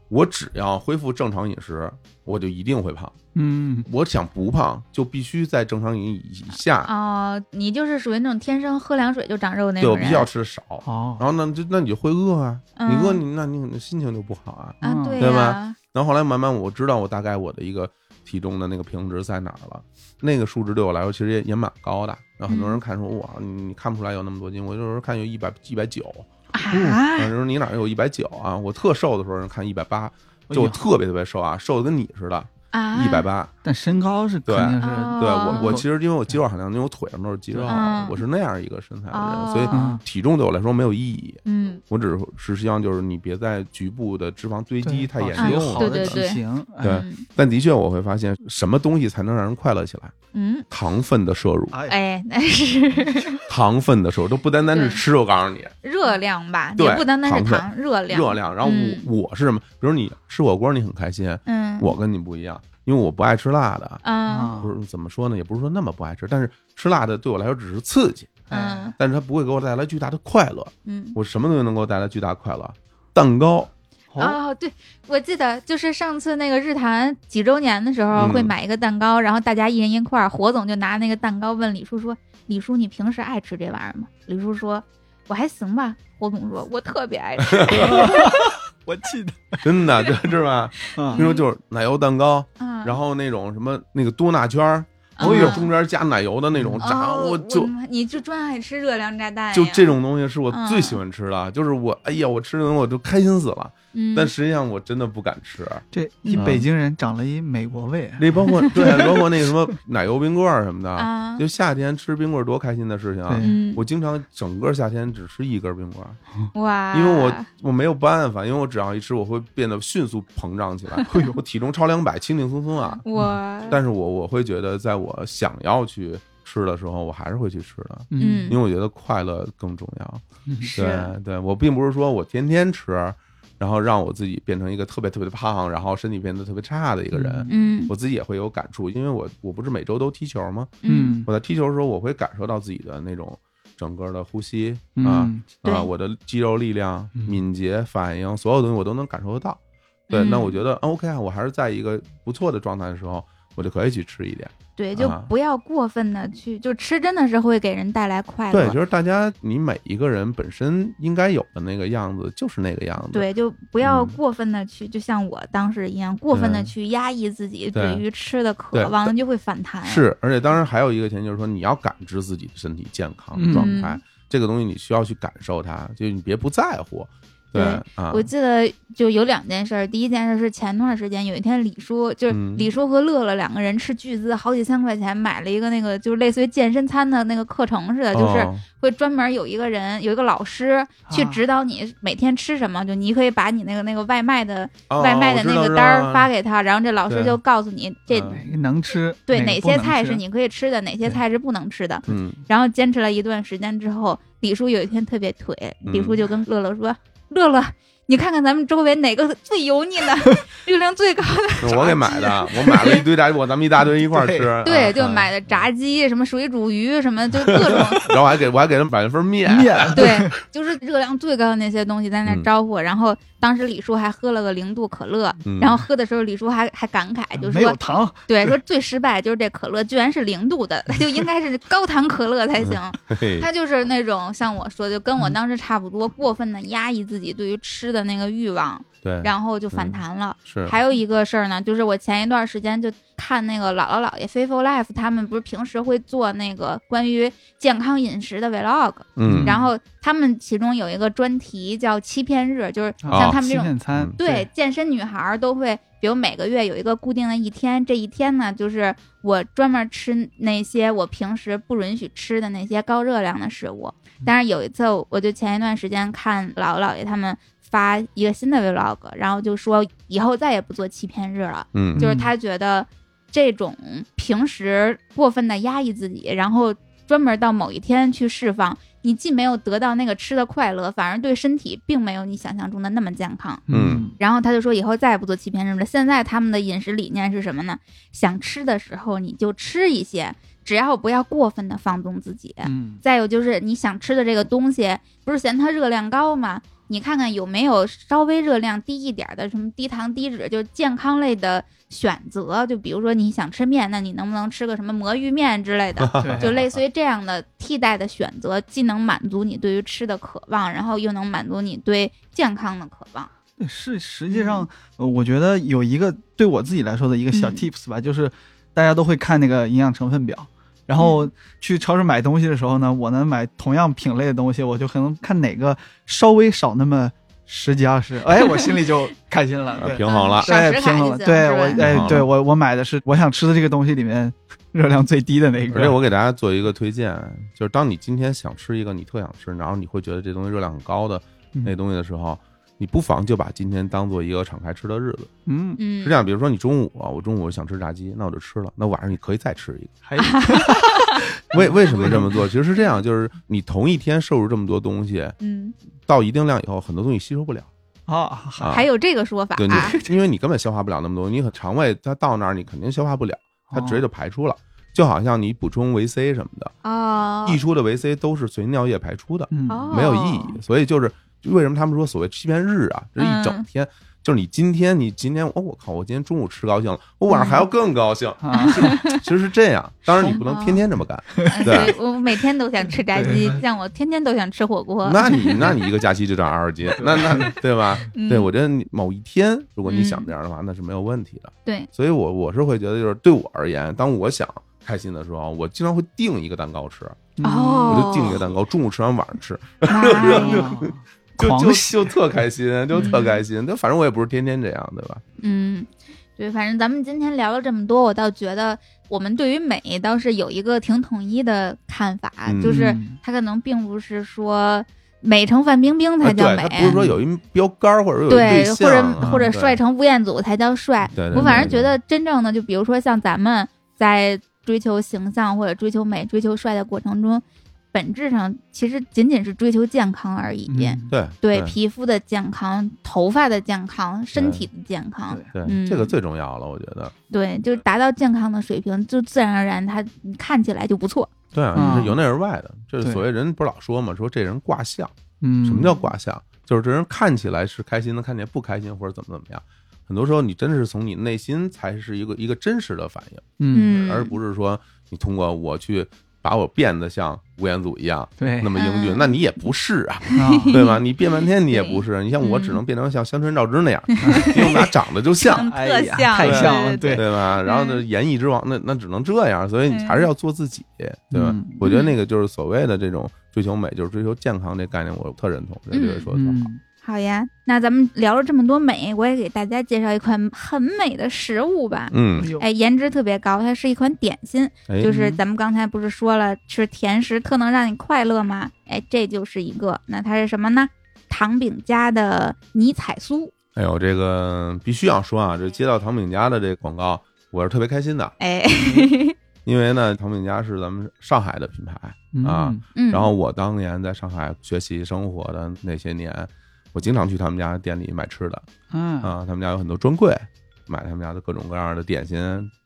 Speaker 1: 我只要恢复正常饮食，我就一定会胖。
Speaker 3: 嗯，
Speaker 1: 我想不胖，就必须在正常饮以下
Speaker 2: 哦，你就是属于那种天生喝凉水就长肉那
Speaker 1: 对，
Speaker 2: 种
Speaker 1: 我
Speaker 2: 人。
Speaker 1: 必须要吃少。
Speaker 3: 哦，
Speaker 1: 然后呢，就那你就会饿啊，你
Speaker 2: 嗯
Speaker 1: 饿你那你可能心情就不好啊。
Speaker 2: 啊，
Speaker 3: 对
Speaker 1: 吧
Speaker 2: 呀，
Speaker 1: 然后后来慢慢我知道我大概我的一个体重的那个平衡值在哪儿了，那个数值对我来说其实也也蛮高的。然后很多人看说哇，你你看不出来有那么多斤，我有时候看有一百一百九，
Speaker 2: 啊，
Speaker 1: 有时候你哪儿有一百九啊？我特瘦的时候人看一百八，就我
Speaker 3: 哎呦
Speaker 1: 特别特别瘦啊，瘦的跟你似的，
Speaker 2: 啊，
Speaker 1: 一百八。
Speaker 3: 但身高是肯定是，
Speaker 1: 对
Speaker 2: 哦
Speaker 1: 我，我其实因为我肌肉含量，因为我腿上都是肌肉，啊
Speaker 2: 嗯
Speaker 1: 我是那样一个身材的人，
Speaker 2: 哦
Speaker 1: 所以
Speaker 3: 嗯
Speaker 1: 体重对我来说没有意义。
Speaker 2: 嗯
Speaker 1: 我只是是希望就是你别在局部的脂肪堆积太严
Speaker 2: 持一
Speaker 1: 重
Speaker 2: 个
Speaker 1: 了。
Speaker 3: 好
Speaker 2: 对
Speaker 3: 的
Speaker 2: 对
Speaker 3: 体
Speaker 2: 对
Speaker 3: 型，哎
Speaker 1: 对
Speaker 2: 嗯
Speaker 1: 但的确，我会发现什么东西才能让人快乐起来？
Speaker 2: 嗯，
Speaker 1: 糖分的
Speaker 2: [laughs]
Speaker 1: 摄入，
Speaker 3: 哎，
Speaker 2: 哎，那是
Speaker 1: 糖分的摄入都不单单是
Speaker 2: 对
Speaker 1: 吃，我告诉你，
Speaker 2: 热量吧，
Speaker 1: 对
Speaker 2: 也不单单是
Speaker 1: 糖分
Speaker 2: 糖，热量，
Speaker 1: 热量。然后
Speaker 2: 嗯
Speaker 1: 我我是什么？比如你吃火锅，你很开心，
Speaker 2: 嗯，
Speaker 1: 我跟你不一样，因为我不爱吃辣的。
Speaker 2: 嗯
Speaker 3: 啊
Speaker 1: 不，是怎么说呢，也不是说那么不爱吃，但是吃辣的对我来说只是刺激，
Speaker 2: 嗯
Speaker 1: 但是它不会给我带来巨大的快乐。
Speaker 2: 嗯。
Speaker 1: 我什么东西能给我带来巨大快乐？蛋糕， [laughs]
Speaker 3: 哦，
Speaker 2: 哦，对，我记得就是上次那个日坛几周年的时候，
Speaker 1: 嗯
Speaker 2: 会买一个蛋糕，然后大家一人一块儿。火总就拿那个蛋糕问李叔说：“李叔，你平时爱吃这玩意儿吗？”李叔说：“我还行吧。”火总说：“我特别爱吃。
Speaker 3: 我记得，
Speaker 1: 真
Speaker 2: [laughs]
Speaker 1: 的，这是吧？
Speaker 2: 嗯
Speaker 3: 啊
Speaker 1: 听说就是奶油蛋糕，” [laughs]
Speaker 2: 啊，
Speaker 1: 然后那种什么那个多纳圈儿，
Speaker 2: 嗯
Speaker 1: 有中间加奶油的那种炸，
Speaker 2: 哦，
Speaker 1: 我就
Speaker 2: 的妈你就专爱吃热量炸弹呀，
Speaker 1: 就这种东西是我
Speaker 2: 嗯
Speaker 1: 最喜欢吃的，就是我哎呀，我吃那东西我就开心死了。
Speaker 2: 嗯，
Speaker 1: 但实际上我真的不敢吃。 [laughs]
Speaker 3: 这一北京人长了一美国啊味，
Speaker 1: 那包括
Speaker 2: [laughs]
Speaker 1: 对，包括那什么奶油冰棍儿什么的，
Speaker 2: 啊，
Speaker 1: 就夏天吃冰棍儿多开心的事情啊！
Speaker 3: 对
Speaker 2: 嗯，
Speaker 1: 我经常整个夏天只吃一根冰棍儿，
Speaker 2: 哇，
Speaker 1: 因为我我没有办法，因为我只要一吃，我会变得迅速膨胀
Speaker 2: [laughs]
Speaker 1: 起来，我体重超两百，轻轻松松啊。
Speaker 2: 我
Speaker 1: 但是我我会觉得，在我想要去吃的时候，我还是会去吃的，
Speaker 2: 嗯
Speaker 1: 因为我觉得快乐更重要。
Speaker 2: 是
Speaker 1: 对对，我并不是说我天天吃，然后让我自己变成一个特别特别胖，然后身体变得特别差的一个人。
Speaker 2: 嗯
Speaker 1: 我自己也会有感触，因为我我不是每周都踢球吗？
Speaker 2: 嗯
Speaker 1: 我在踢球的时候，我会感受到自己的那种整个的呼吸
Speaker 3: 嗯
Speaker 1: 啊、
Speaker 3: 嗯
Speaker 2: 对
Speaker 1: 啊，我的肌肉力量、
Speaker 3: 嗯
Speaker 1: 敏捷、反应，所有东西我都能感受得到。对，
Speaker 2: 嗯
Speaker 1: 那我觉得嗯 OK 啊，我还是在一个不错的状态的时候，我就可以去吃一点。
Speaker 2: 对，就
Speaker 1: 啊
Speaker 2: 不要过分的去，就吃真的是会给人带来快
Speaker 1: 对，
Speaker 2: 乐，
Speaker 1: 就是大家你每一个人本身应该有的那个样子，就是那个样子。
Speaker 2: 对，就不要
Speaker 1: 嗯
Speaker 2: 过分的去，就像我当时一样，过分的
Speaker 1: 嗯
Speaker 2: 去压抑自己
Speaker 1: 对
Speaker 2: 对于吃的渴
Speaker 1: 对
Speaker 2: 望，就会反弹。，
Speaker 1: 是，而且当然还有一个前提就是说，你要感知自己的身体健康
Speaker 3: 嗯
Speaker 1: 状态，这个东西你需要去感受它，就你别不在乎。
Speaker 2: 对
Speaker 1: 啊，
Speaker 2: 我记得就有两件事儿，第一件事是前段时间有一天李叔，就是
Speaker 1: 嗯
Speaker 2: 李叔和乐乐两个人斥巨资好几千块钱买了一个那个就是类似于健身餐的那个课程似的，就是
Speaker 1: 哦
Speaker 2: 会专门有一个人有一个老师去
Speaker 3: 啊
Speaker 2: 指导你每天吃什么，就你可以把你那个那个外卖的
Speaker 1: 哦
Speaker 2: 外卖的
Speaker 1: 我知
Speaker 2: 那
Speaker 1: 道嗯
Speaker 2: 个
Speaker 1: 知
Speaker 2: 单
Speaker 1: 道
Speaker 2: 儿发给他，然后这老师
Speaker 1: 对
Speaker 2: 就告诉你
Speaker 1: 嗯
Speaker 2: 这
Speaker 3: 哪个啊哎能吃，
Speaker 2: 对
Speaker 3: 哪
Speaker 2: 哪
Speaker 3: 个不能
Speaker 2: 些菜
Speaker 3: 吃
Speaker 2: 是你可以吃的，哪些
Speaker 3: 对
Speaker 2: 菜是不能吃的。
Speaker 1: 嗯，
Speaker 2: 然后坚持了一段时间之后，李叔有一天特别颓，
Speaker 1: 嗯
Speaker 2: 李叔就跟乐乐说：“乐乐，你看看咱们周围哪个最油腻的， [laughs] 热量最
Speaker 3: [laughs]
Speaker 2: 高的？
Speaker 1: 是我给买
Speaker 2: [laughs]
Speaker 1: 的，我买了一堆炸鸡，我咱们一大堆一块儿吃。啊
Speaker 2: 对，就
Speaker 1: 啊
Speaker 2: 买的炸鸡，什么水煮鱼，什么就各种
Speaker 3: [laughs]
Speaker 1: 然后我还给我还给他们买了份面，
Speaker 3: 面，
Speaker 2: 对，就是热量最高的那些东西在那
Speaker 1: 嗯
Speaker 2: 招呼。然后当时李叔还喝了个零度可乐，
Speaker 1: 嗯
Speaker 2: 然后喝的时候李叔还还感慨，就
Speaker 3: 没有
Speaker 2: 说
Speaker 3: 糖，
Speaker 2: 对，说最失败就是这可乐居然是零度的， [laughs] 就应该是高糖可乐才行。
Speaker 1: 嘿
Speaker 2: 他就是那种像我说的，就跟我
Speaker 3: 嗯
Speaker 2: 当时差不多，过分的压抑自己对于吃的那个欲望，
Speaker 1: 对，嗯
Speaker 2: 然后就反弹了。
Speaker 1: 是
Speaker 2: 还有一个事儿呢，就是我前一段时间就看那个姥姥姥爷 Faithful Life，他们不是平时会做那个关于健康饮食的 vlog，、
Speaker 1: 嗯，
Speaker 2: 然后他们其中有一个专题叫欺骗日，就是
Speaker 1: 啊
Speaker 2: 像他们这
Speaker 3: 欺
Speaker 2: 种
Speaker 3: 骗餐
Speaker 1: 嗯，
Speaker 2: 对，健身女孩儿都会，比如每个月有一个固定的一天，这一天呢，就是我专门吃那些我平时不允许吃的那些高热量的食物。但是有一次，我就前一段时间看姥姥姥爷他们发一个新的 vlog，然后就说以后再也不做欺骗日了，
Speaker 1: 嗯
Speaker 2: 就是他觉得这种平时过分的压抑自己，然后专门到某一天去释放。你既没有得到那个吃的快乐，反而对身体并没有你想象中的那么健康。
Speaker 1: 嗯
Speaker 2: 然后他就说以后再也不做欺骗日了。现在他们的饮食理念是什么呢？想吃的时候你就吃一些，只要不要过分的放纵自己。
Speaker 3: 嗯
Speaker 2: 再有就是你想吃的这个东西，不是嫌它热量高吗？你看看有没有稍微热量低一点的，什么低糖低脂，就是健康类的选择。就比如说你想吃面，那你能不能吃个什么魔芋面之类的？ [laughs]
Speaker 3: 对
Speaker 2: 就类似于这样的替代的选择，既能满足你对于吃的渴望，然后又能满足你对健康的渴望。
Speaker 3: 对，是实际上，呃我觉得有一个对我自己来说的一个小
Speaker 2: 嗯
Speaker 3: tips 吧，就是大家都会看那个营养成分表，然后
Speaker 2: 嗯
Speaker 3: 去超市买东西的时候呢，我呢买同样品类的东西，我就可能看哪个稍微少那么十几二十，
Speaker 2: [laughs]
Speaker 3: 哎，我心里就开心了，
Speaker 1: 啊
Speaker 3: 对。嗯
Speaker 1: 平衡了，
Speaker 2: 少
Speaker 3: 对，
Speaker 2: 食
Speaker 3: 平
Speaker 2: 卡
Speaker 3: 衡
Speaker 2: 一
Speaker 3: 了。
Speaker 2: 次
Speaker 3: 对
Speaker 2: 是
Speaker 3: 我
Speaker 2: 吧，
Speaker 1: 平
Speaker 3: 哎
Speaker 1: 衡，了
Speaker 3: 对我我买的是我想吃的这个东西里面热量最低的那个。
Speaker 1: 而且我给大家做一个推荐，就是当你今天想吃一个你特想吃，然后你会觉得这东西热量很高的
Speaker 3: 嗯
Speaker 1: 那东西的时候，你不妨就把今天当做一个敞开吃的日子。
Speaker 3: 嗯，
Speaker 2: 嗯，
Speaker 1: 是这样，比如说你中午啊，我中午想吃炸鸡，那我就吃了，那晚上你可以再吃一
Speaker 2: [laughs]
Speaker 1: 个。
Speaker 2: 哎
Speaker 3: 还
Speaker 1: [laughs] 为为什么这么做？其实是这样，就是你同一天摄入这么多东西，
Speaker 2: 嗯，
Speaker 1: 到一定量以后，很多东西吸收不了。
Speaker 3: 啊，
Speaker 1: 啊、
Speaker 2: 还有这个说法
Speaker 1: 对
Speaker 2: 啊，
Speaker 1: [laughs] 你，因为你根本消化不了那么多，你很肠胃它到那儿你肯定消化不了，它直接就排出了。就好像你补充维 C 什么的，
Speaker 2: 哦，
Speaker 1: 溢出的维 C 都是随尿液排出的，
Speaker 3: 嗯
Speaker 2: 哦
Speaker 1: 没有意
Speaker 2: [laughs]
Speaker 1: 义。所以就是为什么他们说所谓欺骗日啊，这一
Speaker 2: 嗯
Speaker 1: 整天。就是你今天，你今天，哦，我靠，我今天中午吃高兴了，我晚上
Speaker 2: 嗯
Speaker 1: 还要更高兴，
Speaker 3: 啊，
Speaker 1: 其实是这
Speaker 2: [laughs]
Speaker 1: 样。当然你不能天天这么干，对，
Speaker 2: 我每天都想吃炸鸡，像我天天都想吃火锅，啊
Speaker 1: 那你那你一个假期就长二十
Speaker 2: [laughs]
Speaker 1: 斤，那那对吧？
Speaker 2: 嗯
Speaker 1: 对，我觉得你某一天，如果你想
Speaker 2: 嗯
Speaker 1: 这样的话，那是没有问题的。
Speaker 2: 对，
Speaker 1: 所以我我是会觉得，就是对我而言，当我想开心的时候，我经常会订一个蛋糕吃，
Speaker 3: 嗯
Speaker 2: 哦
Speaker 1: 啊我就订一个蛋糕，中午吃完晚上吃，
Speaker 2: 妈呀
Speaker 3: 啊
Speaker 1: 就
Speaker 3: 狂
Speaker 1: 就
Speaker 3: 喜
Speaker 1: 就
Speaker 3: 嗯
Speaker 1: 特开心，就特开心。就反正我也不是天天这样，对吧？
Speaker 2: 嗯，对，反正咱们今天聊了这么多，我倒觉得我们对于美倒是有一个挺统一的看法，
Speaker 1: 嗯
Speaker 2: 就是它可能并不是说美成范冰冰才
Speaker 1: 哎
Speaker 2: 叫
Speaker 1: 对，
Speaker 2: 美，
Speaker 1: 他不是说有一标杆儿或者有一
Speaker 2: 对，
Speaker 1: 象
Speaker 2: 或者
Speaker 1: 啊
Speaker 2: 或者
Speaker 1: 对
Speaker 2: 帅成吴彦祖才叫帅。
Speaker 1: 对对
Speaker 2: 我
Speaker 1: 对
Speaker 2: 反正
Speaker 1: 对
Speaker 2: 觉得真正的，就比如说像咱们在追求形象或者追求美、追求帅的过程中，本质上其实仅仅是追求健康而
Speaker 3: 嗯
Speaker 2: 已。
Speaker 1: 对
Speaker 2: 对皮肤的健康、头发的健康、身体的健康，
Speaker 1: 对
Speaker 2: 嗯
Speaker 1: 这个最重要了，我觉得。
Speaker 2: 对，就是达到健康的水平，就自然而然他看起来就不错。
Speaker 1: 对啊，
Speaker 3: 嗯
Speaker 1: 是由内而外的，这
Speaker 3: 对
Speaker 1: 是所谓人不是老说嘛，说这人卦象，
Speaker 3: 嗯，
Speaker 1: 什么叫卦象？就是这人看起来是开心的，看起来不开心或者怎么怎么样。很多时候，你真是从你内心才是一个一个真实的反应。
Speaker 3: 嗯，
Speaker 2: 嗯，
Speaker 1: 而不是说你通过我去把我变得像吴彦祖一样
Speaker 3: 对
Speaker 1: 那么英俊
Speaker 2: 嗯，
Speaker 1: 那你也不是啊，
Speaker 3: 哎啊，
Speaker 1: 对吧？你变半天你也不是，你像我只能变成像香川照之那样，因为我们俩长得就像。
Speaker 2: 特
Speaker 3: 哎呀
Speaker 2: 像
Speaker 3: 太
Speaker 1: 对
Speaker 3: 像了，
Speaker 1: 对吧？然后呢，演艺之王那那只能这样，所以你还是要做自己，对吧
Speaker 3: 嗯？
Speaker 1: 我觉得那个就是所谓的这种追求美，就是追求健康这概念，我特认同。这个说的特好，
Speaker 3: 嗯，
Speaker 2: 好呀，那咱们聊了这么多美，我也给大家介绍一款很美的食物吧。
Speaker 1: 嗯，
Speaker 3: 哎呦
Speaker 2: 哎，颜值特别高，它是一款点心，
Speaker 1: 哎
Speaker 2: 就，是咱们刚才不是说了吃甜食特能让你快乐吗？哎，这就是一个。那它是什么呢？糖饼家的泥彩酥。
Speaker 1: 哎呦，这个必须要说啊，这接到唐饼家的这广告，我是特别开心的，
Speaker 2: 哎，
Speaker 1: 因为呢，唐饼家是咱们上海的品牌，啊
Speaker 2: [laughs] 嗯，
Speaker 1: 然后我当年在上海学习生活的那些年，我经常去他们家店里买吃的
Speaker 3: 嗯啊，
Speaker 1: 啊，他们家有很多专柜，买他们家的各种各样的点心。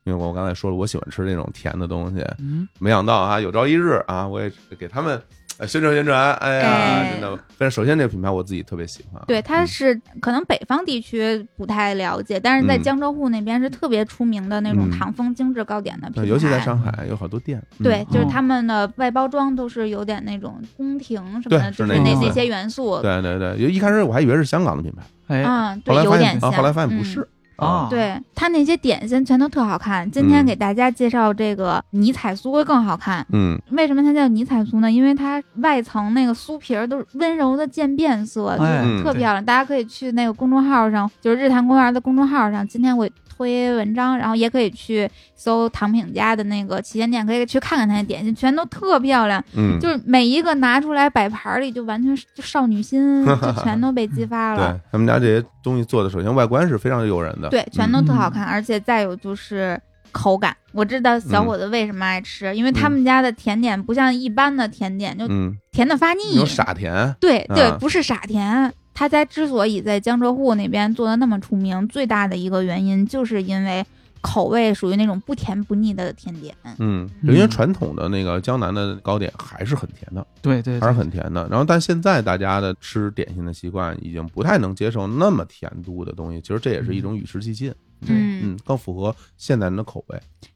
Speaker 1: 因为我刚才说了，我喜欢吃那种甜的东西，
Speaker 3: 嗯
Speaker 1: 没想到啊，有朝一日啊，我也给他们呃宣传宣传。哎
Speaker 2: 哎
Speaker 1: 呀，真的！但是首先这个品牌我自己特别喜欢啊，
Speaker 2: 对，它
Speaker 1: 嗯
Speaker 2: 是可能北方地区不太了解，但是在
Speaker 1: 嗯
Speaker 2: 江浙沪那边是特别出名的那种
Speaker 1: 嗯
Speaker 2: 糖蜂精致糕点的品牌，
Speaker 1: 尤其在上海有好多店，嗯
Speaker 2: 对，就是
Speaker 3: 哦
Speaker 2: 他们的外包装都是有点那种宫廷什么
Speaker 1: 对
Speaker 2: 的，
Speaker 1: 是
Speaker 2: 就是
Speaker 1: 那
Speaker 2: 那
Speaker 3: 意思
Speaker 2: 那些元素。
Speaker 1: 对对对，因为一开始我还以为是香港的品牌，
Speaker 3: 哎
Speaker 2: 嗯，
Speaker 1: 后
Speaker 2: 对，
Speaker 1: 来
Speaker 2: 有
Speaker 1: 发
Speaker 2: 点
Speaker 1: 现啊，
Speaker 2: 像。
Speaker 1: 后来发现不
Speaker 2: 嗯
Speaker 1: 是
Speaker 3: 啊，，
Speaker 2: 对它那些点心全都特好看，今天
Speaker 1: 嗯
Speaker 2: 给大家介绍这个泥彩酥会更好看。
Speaker 1: 嗯，
Speaker 2: 为什么它叫泥彩酥呢？因为它外层那个酥皮儿都是温柔的渐变色，
Speaker 3: 哎
Speaker 2: 就是特
Speaker 1: 嗯
Speaker 2: 漂亮。大家可以去那个公众号上，就是日坛公园的公众号上，今天我推文章，然后也可以去搜唐品家的那个旗舰店，可以去看看它的点心，全都特漂亮。
Speaker 1: 嗯，
Speaker 2: 就是每一个拿出来摆盘儿里，就完全是就少女
Speaker 1: [laughs]
Speaker 2: 心就全都被激发了
Speaker 1: 对。他们家这些东西做的，首先外观是非常诱人的，
Speaker 2: 对，全都
Speaker 3: 嗯
Speaker 2: 特好看，而且再有就是口感。我知道小
Speaker 1: 嗯
Speaker 2: 伙子为什么爱吃，因为他们家的甜点不像一般的甜点，就
Speaker 1: 嗯，
Speaker 2: 甜的发腻。
Speaker 1: 那种傻甜，
Speaker 2: 对
Speaker 1: 啊
Speaker 2: 对，不是傻甜。他家之所以在江浙沪那边做的那么出名，最大的一个原因就是因为口味属于那种不甜不腻的甜点。
Speaker 1: 嗯，
Speaker 3: 嗯
Speaker 1: 因为传统的那个江南的糕点还是很甜的，
Speaker 3: 对对，
Speaker 1: 还是很甜的。然后，但现在大家的吃点心的习惯已经不太能接受那么甜度的东西，其实这也是一种与时俱进，
Speaker 2: 嗯
Speaker 1: 嗯，更符合现代人的口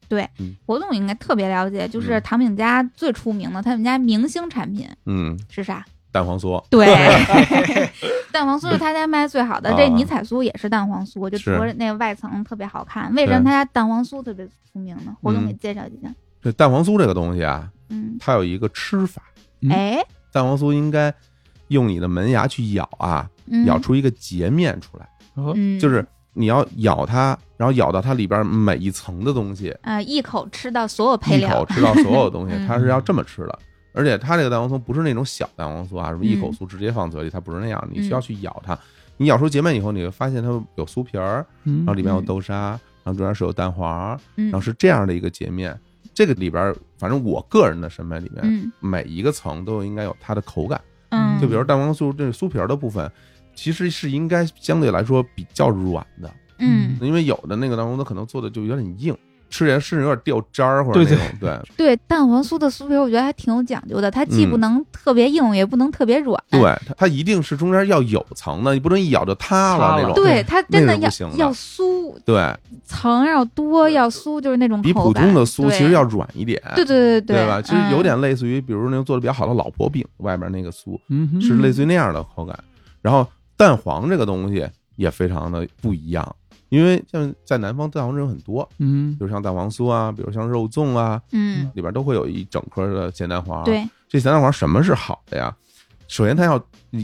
Speaker 1: 味。
Speaker 2: 活动应该特别了解，就是
Speaker 1: 嗯
Speaker 2: 唐饼家最出名的，他们家明星产品
Speaker 1: 嗯，
Speaker 2: 是啥？
Speaker 1: 蛋黄酥，
Speaker 2: [laughs]
Speaker 1: [laughs]
Speaker 2: 对，蛋黄酥是他家卖最好的，
Speaker 1: 啊
Speaker 2: 这泥彩酥也是蛋黄酥，就是除了那个外层特别好看，为什么
Speaker 1: 对
Speaker 2: 他家蛋黄酥特别出名呢？活动
Speaker 1: 嗯
Speaker 2: 给介绍一下。
Speaker 1: 这蛋黄酥这个东西啊，
Speaker 2: 嗯，
Speaker 1: 它有一个吃法，
Speaker 3: 嗯
Speaker 2: 哎，
Speaker 1: 蛋黄酥应该用你的门牙去咬啊，
Speaker 2: 嗯
Speaker 1: 咬，出一个截面出来，
Speaker 2: 嗯，
Speaker 1: 就是你要咬它，然后咬到它里边每一层的东西。
Speaker 2: 呃，一口吃到所有配
Speaker 1: 一口
Speaker 2: 料， [laughs]
Speaker 1: 吃到所有东西
Speaker 2: 嗯，
Speaker 1: 它是要这么吃的。而且它这个蛋黄酥不是那种小蛋黄酥啊，什么一
Speaker 2: 嗯
Speaker 1: 口酥直接放嘴里，它不是那样，你需要去咬它。你咬出截面以后，你会发现它有酥皮儿，
Speaker 3: 嗯
Speaker 1: 然后里面有豆沙，然后中间是有蛋黄，
Speaker 2: 嗯
Speaker 1: 然后是这样的一个截面。这个里边儿，反正我个人的审美里面，
Speaker 2: 嗯
Speaker 1: 每一个层都应该有它的口感。
Speaker 2: 嗯，
Speaker 1: 就比如蛋黄酥这个酥皮儿的部分，其实是应该相对来说比较软的，
Speaker 2: 嗯，
Speaker 1: 因为有的那个蛋黄酥它可能做的就有点硬，吃起来甚至有点掉渣儿或者那
Speaker 3: 对
Speaker 1: 种
Speaker 3: 对
Speaker 1: 对
Speaker 2: 对，蛋黄酥的酥皮儿我觉得还挺有讲究的，它既
Speaker 1: 嗯
Speaker 2: 不能特别硬，也不能特别软，
Speaker 1: 对，它它一定是中间要有层的，你不能一咬就塌
Speaker 3: 塌
Speaker 1: 了
Speaker 3: 了
Speaker 1: 那种。
Speaker 2: 对，它真
Speaker 1: 那
Speaker 2: 的
Speaker 1: 是不
Speaker 2: 要
Speaker 1: 行的
Speaker 2: 要酥，
Speaker 1: 对，
Speaker 2: 层要多，要酥，就是那种
Speaker 1: 比
Speaker 2: 口
Speaker 1: 普
Speaker 2: 感
Speaker 1: 通的酥
Speaker 2: 对
Speaker 1: 其实要软一点，
Speaker 2: 对对对
Speaker 1: 对
Speaker 2: 对
Speaker 1: 吧？其实有
Speaker 2: 嗯
Speaker 1: 点类似于，比如那种做的比较好的老婆饼，外面那个酥
Speaker 3: 嗯哼
Speaker 1: 是类似于那样的口感。然后蛋黄这个东西也非常的不一样，因为像在南方蛋黄这种很多，
Speaker 3: 嗯
Speaker 1: 比如像蛋黄酥啊，比如像肉粽啊，
Speaker 2: 嗯，
Speaker 1: 里边都会有一整颗的咸蛋黄。
Speaker 2: 对，
Speaker 1: 这咸蛋黄什么是好的呀？首先它要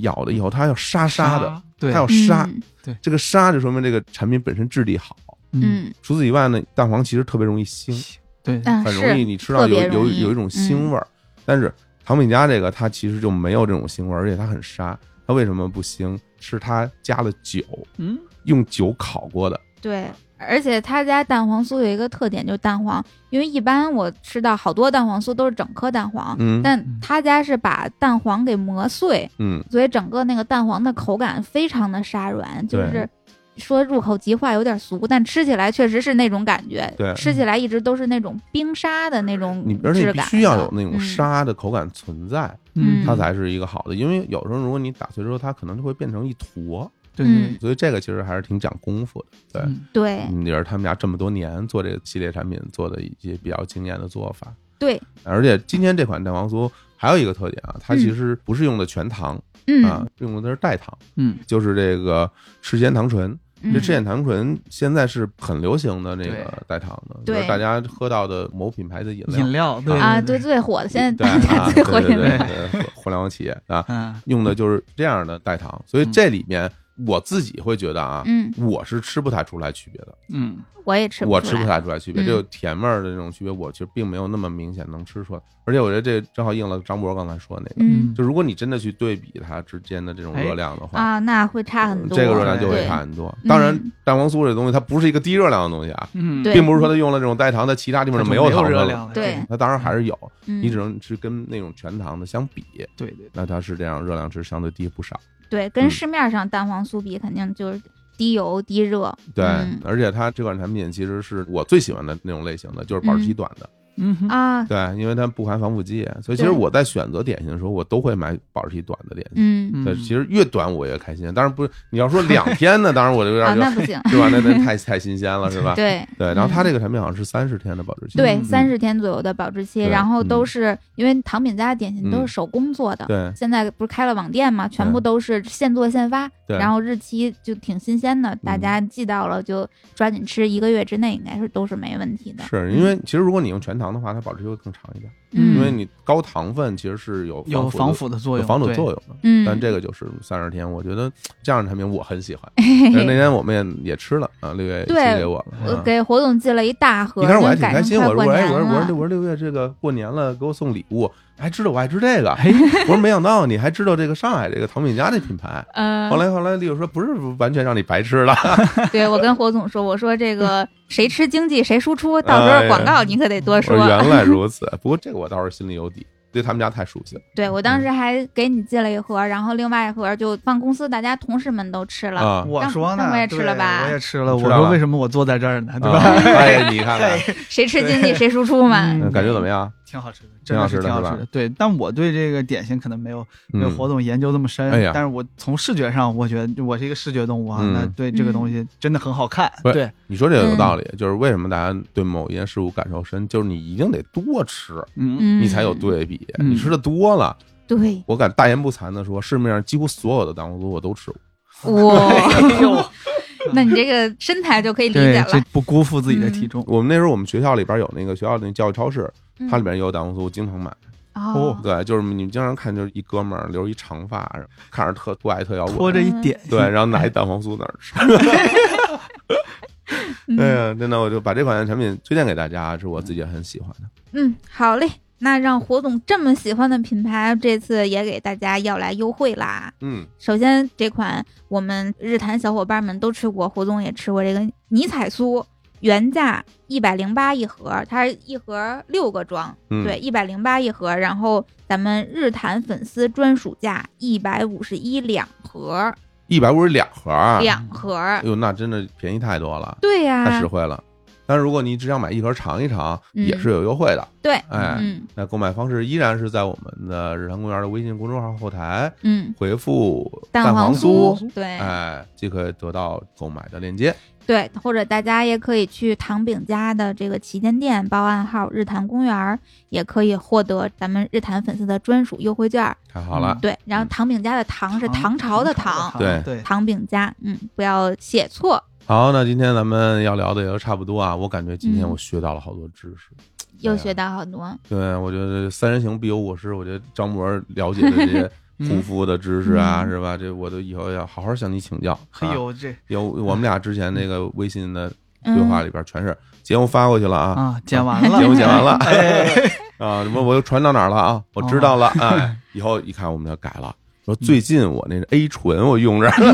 Speaker 1: 咬的以后，它要沙沙的，，
Speaker 3: 对，
Speaker 1: 它要沙。
Speaker 2: 嗯
Speaker 1: 这个沙就说明这个产品本身质地好。
Speaker 3: 嗯，
Speaker 2: 嗯
Speaker 1: 除此以外呢，蛋黄其实特别容易腥，
Speaker 3: 对，
Speaker 2: 啊
Speaker 1: 嗯很容易
Speaker 2: 是
Speaker 1: 你吃到
Speaker 2: 特
Speaker 1: 有
Speaker 2: 别
Speaker 1: 有
Speaker 2: 容易嗯
Speaker 1: 有一种腥味儿。但是唐饼家这个它其实就没有这种腥味儿，而且它很沙。它为什么不腥？是它加了酒，
Speaker 3: 嗯，
Speaker 1: 用酒烤过的。
Speaker 2: 对。而且他家蛋黄酥有一个特点，就是蛋黄，因为一般我吃到好多蛋黄酥都是整颗蛋黄，
Speaker 1: 嗯
Speaker 2: 啊但他家是把蛋黄给磨碎，
Speaker 1: 嗯，
Speaker 2: 所以整个那个蛋黄的口感非常的沙软，就
Speaker 1: 对
Speaker 2: 是说入口即化有点俗，但吃起来确实是那种感觉。
Speaker 1: 对
Speaker 2: 吃起来一直都是那种冰沙的那种
Speaker 1: 你而且
Speaker 2: 质
Speaker 1: 你必
Speaker 2: 感
Speaker 1: 须要有那
Speaker 2: 的
Speaker 1: 种
Speaker 2: 嗯
Speaker 1: 沙的口感存在，
Speaker 2: 嗯
Speaker 1: 它才是一个好的。因为有时候如果你打碎之后，它可能就会变成一坨，
Speaker 3: 对
Speaker 2: 嗯
Speaker 3: 对
Speaker 1: 所以这个其实还是挺讲功夫的。对，
Speaker 3: 嗯
Speaker 2: 对
Speaker 1: 嗯，也是他们家这么多年做这个系列产品做的一些比较惊艳的做法。
Speaker 2: 对，
Speaker 1: 而且今天这款蛋黄酥还有一个特点啊，它
Speaker 2: 嗯
Speaker 1: 其实不是用的全糖、啊
Speaker 2: 嗯，
Speaker 1: 用的是代糖，
Speaker 3: 嗯，
Speaker 1: 就是这个赤藓糖醇。这
Speaker 2: 嗯
Speaker 1: 赤藓糖醇现在是很流行的那个代糖的，
Speaker 2: 对
Speaker 1: 就是大家喝到的某品牌的饮料
Speaker 3: 饮料对
Speaker 2: 啊，对
Speaker 3: 对，
Speaker 2: 最火的，现在
Speaker 1: 嗯对
Speaker 2: 大家
Speaker 1: 啊，
Speaker 2: 最
Speaker 1: 对
Speaker 2: 火
Speaker 1: 对
Speaker 2: 饮
Speaker 1: 对
Speaker 2: 料，
Speaker 1: 对，对互联网企业啊，
Speaker 3: 嗯
Speaker 1: 用的就是这样的代糖，所以这里面我自己会觉得啊，
Speaker 2: 嗯，
Speaker 1: 我是吃不太出来区别的，
Speaker 3: 嗯
Speaker 2: 我也吃
Speaker 1: 我
Speaker 2: 出
Speaker 1: 吃不
Speaker 2: 来，
Speaker 1: 太出来区别，
Speaker 2: 嗯
Speaker 1: 这个甜味儿的这种区别，我其实并没有那么明显能吃出来，而且我觉得这正好应了张博刚才说的那个，
Speaker 2: 嗯
Speaker 1: 就如果你真的去对比它之间的这种热量的话。
Speaker 2: 啊，那会差很多，
Speaker 1: 呃这个热量就会
Speaker 2: 对
Speaker 1: 差很多。
Speaker 2: 嗯
Speaker 1: 当然，蛋黄酥这东西它不是一个低热量的东西啊，
Speaker 3: 嗯，
Speaker 2: 对
Speaker 1: 并不是说它用了这种代糖，它其他地
Speaker 3: 它
Speaker 1: 方
Speaker 3: 就
Speaker 1: 就没
Speaker 3: 有
Speaker 1: 糖分
Speaker 3: 热
Speaker 1: 了
Speaker 3: 量了，
Speaker 2: 对
Speaker 1: 它当然还是有，你
Speaker 2: 嗯
Speaker 1: 只能是跟那种全糖的相比，
Speaker 3: 对对，
Speaker 1: 那它是这样，热量是相对低不少。
Speaker 2: 对，跟
Speaker 1: 嗯
Speaker 2: 市面上蛋黄酥比，肯定就是低油低热，
Speaker 1: 对，
Speaker 2: 嗯
Speaker 1: 而且它这款产品其实是我最喜欢的那种类型的，就是保质期短的。
Speaker 3: 嗯哼
Speaker 2: 啊，
Speaker 1: 对，因为它不含防腐剂，所以其实
Speaker 2: 对
Speaker 1: 我在选择点心的时候，我都会买保质期短的点心。
Speaker 2: 嗯
Speaker 1: 对，其实越短我越开心。当然不，你要说两天呢，当然我就有点
Speaker 2: 啊，
Speaker 1: 就
Speaker 2: 那不
Speaker 1: [laughs]
Speaker 2: 行，
Speaker 1: 是吧？那那太太新鲜了，是吧？
Speaker 2: 对
Speaker 1: 对。然后它
Speaker 2: 嗯
Speaker 1: 这个产品好像是三十天的保质期。
Speaker 2: 对，
Speaker 3: 嗯
Speaker 2: 三十天左右的保质期，
Speaker 1: 对
Speaker 2: 然后都
Speaker 1: 嗯
Speaker 2: 是因为糖饼家的点心都是
Speaker 1: 嗯
Speaker 2: 手工做的，
Speaker 1: 对
Speaker 2: 现在不是开了网店嘛，全部
Speaker 1: 对
Speaker 2: 都是现做现发，
Speaker 1: 对嗯
Speaker 2: 然后日期就挺新鲜的，大家寄到了就抓紧吃，一个月之内应该是都是没问题的。
Speaker 1: 是因为其实如果你用全糖的话，它保质期会更长一点，
Speaker 2: 嗯
Speaker 1: 因为你高糖分其实是有
Speaker 3: 有
Speaker 1: 腐
Speaker 3: 防
Speaker 1: 的
Speaker 3: 腐的作
Speaker 1: 有
Speaker 3: 用，
Speaker 1: 防腐
Speaker 3: 对
Speaker 1: 作用的。
Speaker 2: 嗯， [laughs]
Speaker 1: 但这个就是三十天，我觉得这样的产品我很喜欢。
Speaker 2: 嘿
Speaker 1: 但是那
Speaker 2: 嘿
Speaker 1: 天我们也也吃了啊，六月也寄
Speaker 2: 对
Speaker 1: 给我了
Speaker 2: 我
Speaker 1: 啊。
Speaker 2: 给火总寄了一大盒，
Speaker 1: 一开始我还挺
Speaker 2: 就赶
Speaker 1: 开
Speaker 2: 上
Speaker 1: 心，
Speaker 2: 快
Speaker 1: 我说
Speaker 2: 过
Speaker 1: 我说哎
Speaker 2: 年
Speaker 1: 我说我说
Speaker 2: 了
Speaker 1: 六我说六月这个过年了，给我送礼物，还知道我爱吃
Speaker 2: [laughs]
Speaker 1: 这个，我说没想到你还知道这个上海这个唐饼家这品牌。[laughs]
Speaker 2: 呃，
Speaker 1: 后来后来，丽友说不是完全让你白吃了，
Speaker 2: [laughs] 对我跟火总说，我说
Speaker 1: [laughs]
Speaker 2: 这个谁吃经济谁输出，到时候广告你可得多
Speaker 1: 哎我
Speaker 2: 说
Speaker 1: 说。原来如此。不过这个我倒是心里有底，对他们家太熟悉了。
Speaker 2: 对我当时还给你寄了一盒，然后另外一盒就放公司，大家同事们都吃了。
Speaker 1: 啊，
Speaker 3: 我说
Speaker 2: 那
Speaker 3: 呢，
Speaker 2: 我也吃了
Speaker 3: 对
Speaker 2: 吧
Speaker 3: 我也吃了。
Speaker 1: 吃
Speaker 3: 我
Speaker 1: 了
Speaker 3: 说
Speaker 1: 吧
Speaker 3: 为什么我坐在这儿呢？对
Speaker 1: 啊
Speaker 3: 吧？
Speaker 2: [laughs]
Speaker 3: [laughs]
Speaker 1: 哎，你看看，
Speaker 2: 谁吃经济谁输出嘛。
Speaker 3: 嗯
Speaker 1: 嗯感觉怎么
Speaker 3: [laughs]
Speaker 1: 样？
Speaker 3: 挺好吃的，
Speaker 1: 挺
Speaker 3: 真的
Speaker 1: 好
Speaker 3: 是
Speaker 1: 吃的
Speaker 3: 挺好吃
Speaker 1: 是
Speaker 3: 的
Speaker 1: 吧。
Speaker 3: 对，但我对这个点心可能没有没有
Speaker 1: 嗯，
Speaker 3: 火总研究这么深
Speaker 1: 哎呀，
Speaker 3: 但是我从视觉上，我觉得我是一个视觉动物啊，
Speaker 1: 嗯
Speaker 3: 那对这个东西真的很好看。
Speaker 1: 不是
Speaker 3: 对，
Speaker 1: 你说这个有道理，
Speaker 2: 嗯
Speaker 1: 就是为什么大家对某一件事物感受深，就是你一定得多吃，
Speaker 3: 嗯
Speaker 2: 嗯，
Speaker 1: 你才有对比。
Speaker 3: 嗯
Speaker 1: 你吃的多了，
Speaker 2: 对，
Speaker 1: 我敢大言不惭的说，市面上几乎所有的蛋黄酥我都吃过。 [laughs]
Speaker 2: 哇，
Speaker 3: 哎呦，
Speaker 2: [laughs] 那你这个身材就可以理解
Speaker 3: 对，这
Speaker 2: 了。
Speaker 3: 不辜负自己的体重。
Speaker 1: 我们那时候我们学校里边有那个学校那教育超市，
Speaker 2: 嗯
Speaker 1: 它里边也有蛋黄酥，我经常买。
Speaker 2: 哦，
Speaker 1: 对，就是你们经常看，就是一哥们儿留一长发，看着特酷爱特摇
Speaker 2: 嗯
Speaker 3: 拖
Speaker 1: 滚，
Speaker 3: 着一点，
Speaker 1: 对，然后拿一蛋黄酥那儿吃。 [laughs]
Speaker 2: 嗯
Speaker 1: 哎呀，真的，我就把这款产品推荐给大家，是我自己很喜欢的。
Speaker 2: 嗯，好嘞。那让火总这么喜欢的品牌，这次也给大家要来优惠啦。
Speaker 1: 嗯，
Speaker 2: 首先，这款我们日坛小伙伴们都吃过，胡总也吃过这个尼彩酥，原价一百零八一盒，它是一盒六个装，
Speaker 1: 嗯
Speaker 2: 对，一百零八一盒。然后咱们日坛粉丝专属价一百五十一两盒，
Speaker 1: 一百五十两盒啊，
Speaker 2: 两盒啊
Speaker 1: 哎。呦，那真的便宜太多了，
Speaker 2: 对呀、
Speaker 1: 太实惠了。但是如果你只想买一盒尝一尝，
Speaker 2: 嗯
Speaker 1: 也是有优惠的。
Speaker 2: 对，
Speaker 1: 哎，
Speaker 2: 嗯
Speaker 1: 那购买方式依然是在我们的日坛公园的微信公众号后台
Speaker 2: 嗯，
Speaker 1: 回复
Speaker 2: 蛋
Speaker 1: 黄
Speaker 2: 酥，嗯对、
Speaker 1: 哎，即可得到购买的链接。
Speaker 2: 对，或者大家也可以去唐饼家的这个旗舰店报暗号“日坛公园儿”，也可以获得咱们日坛粉丝的专属优惠券。
Speaker 1: 太好了，
Speaker 2: 对，然后
Speaker 1: 嗯
Speaker 2: 唐饼家的唐是唐
Speaker 3: 唐
Speaker 2: 朝的
Speaker 3: 啊唐
Speaker 2: 唐，
Speaker 3: 朝
Speaker 1: 对啊
Speaker 3: 对，
Speaker 2: 唐饼家，嗯，不要写错，
Speaker 1: 好，那今天咱们要聊的也就差不多啊。我感觉今天
Speaker 2: 嗯
Speaker 1: 我学到了好多知识，啊
Speaker 2: 又学到好多。 [laughs]
Speaker 1: 对我觉得三人行必有我师，我觉得张博了解的这些护
Speaker 3: 嗯，
Speaker 1: 肤的知识啊，
Speaker 2: 嗯
Speaker 1: 是吧？这我都以后要好好向你请教。
Speaker 3: 嘿
Speaker 1: 啊，
Speaker 3: 哎呦这
Speaker 1: 有我们俩之前那个微信的对话
Speaker 2: 嗯，
Speaker 1: 里边全是节目发过去了啊，
Speaker 3: 啊，剪完了，
Speaker 1: 节目剪完了
Speaker 3: 哎，
Speaker 1: [laughs] 啊，什么我又传到哪儿了啊？我知道了，哎，以后一看我们要改了，说最近我那 A 醇我用着了， [laughs]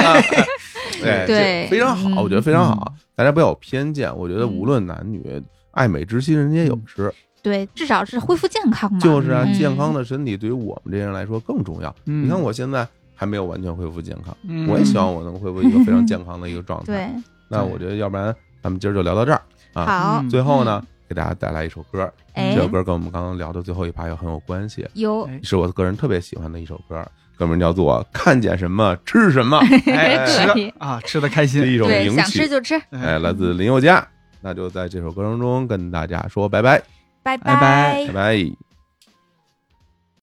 Speaker 1: 哎，
Speaker 2: 对
Speaker 1: 这非常好，
Speaker 2: 嗯
Speaker 1: 我觉得非常好，大家不要有偏见，我觉得无论男女。爱美之心，人皆有之，
Speaker 2: 对，至少是恢复健康嘛。
Speaker 1: 就是啊，
Speaker 2: 嗯
Speaker 1: 健康的身体对于我们这些人来说更重要。
Speaker 5: 嗯
Speaker 1: 你看我现在还没有完全恢复健康，
Speaker 5: 嗯
Speaker 1: 我也希望我能恢复一个非常健康的一个状态。
Speaker 2: [laughs] 对，
Speaker 1: 那我觉得，要不然咱们今儿就聊到这儿。啊
Speaker 2: 好，
Speaker 1: 最后呢，给大家带来一首歌，
Speaker 2: 嗯哎
Speaker 1: 这首歌跟我们刚刚聊的最后一趴又很有关系，
Speaker 2: 有
Speaker 3: 哎
Speaker 1: 是我个人特别喜欢的一首歌，歌名叫做《看见什么吃什
Speaker 2: [laughs]
Speaker 1: 么》，哎，
Speaker 2: 可以，
Speaker 3: 啊，吃的开
Speaker 1: 是
Speaker 3: 心，
Speaker 1: 一种
Speaker 2: 对，
Speaker 1: 名
Speaker 2: 想吃
Speaker 1: 气，
Speaker 2: 就吃，
Speaker 1: 哎，来自林宥嘉。那就在这首歌声中跟大家说拜拜，
Speaker 2: 拜
Speaker 3: 拜拜
Speaker 1: 拜拜。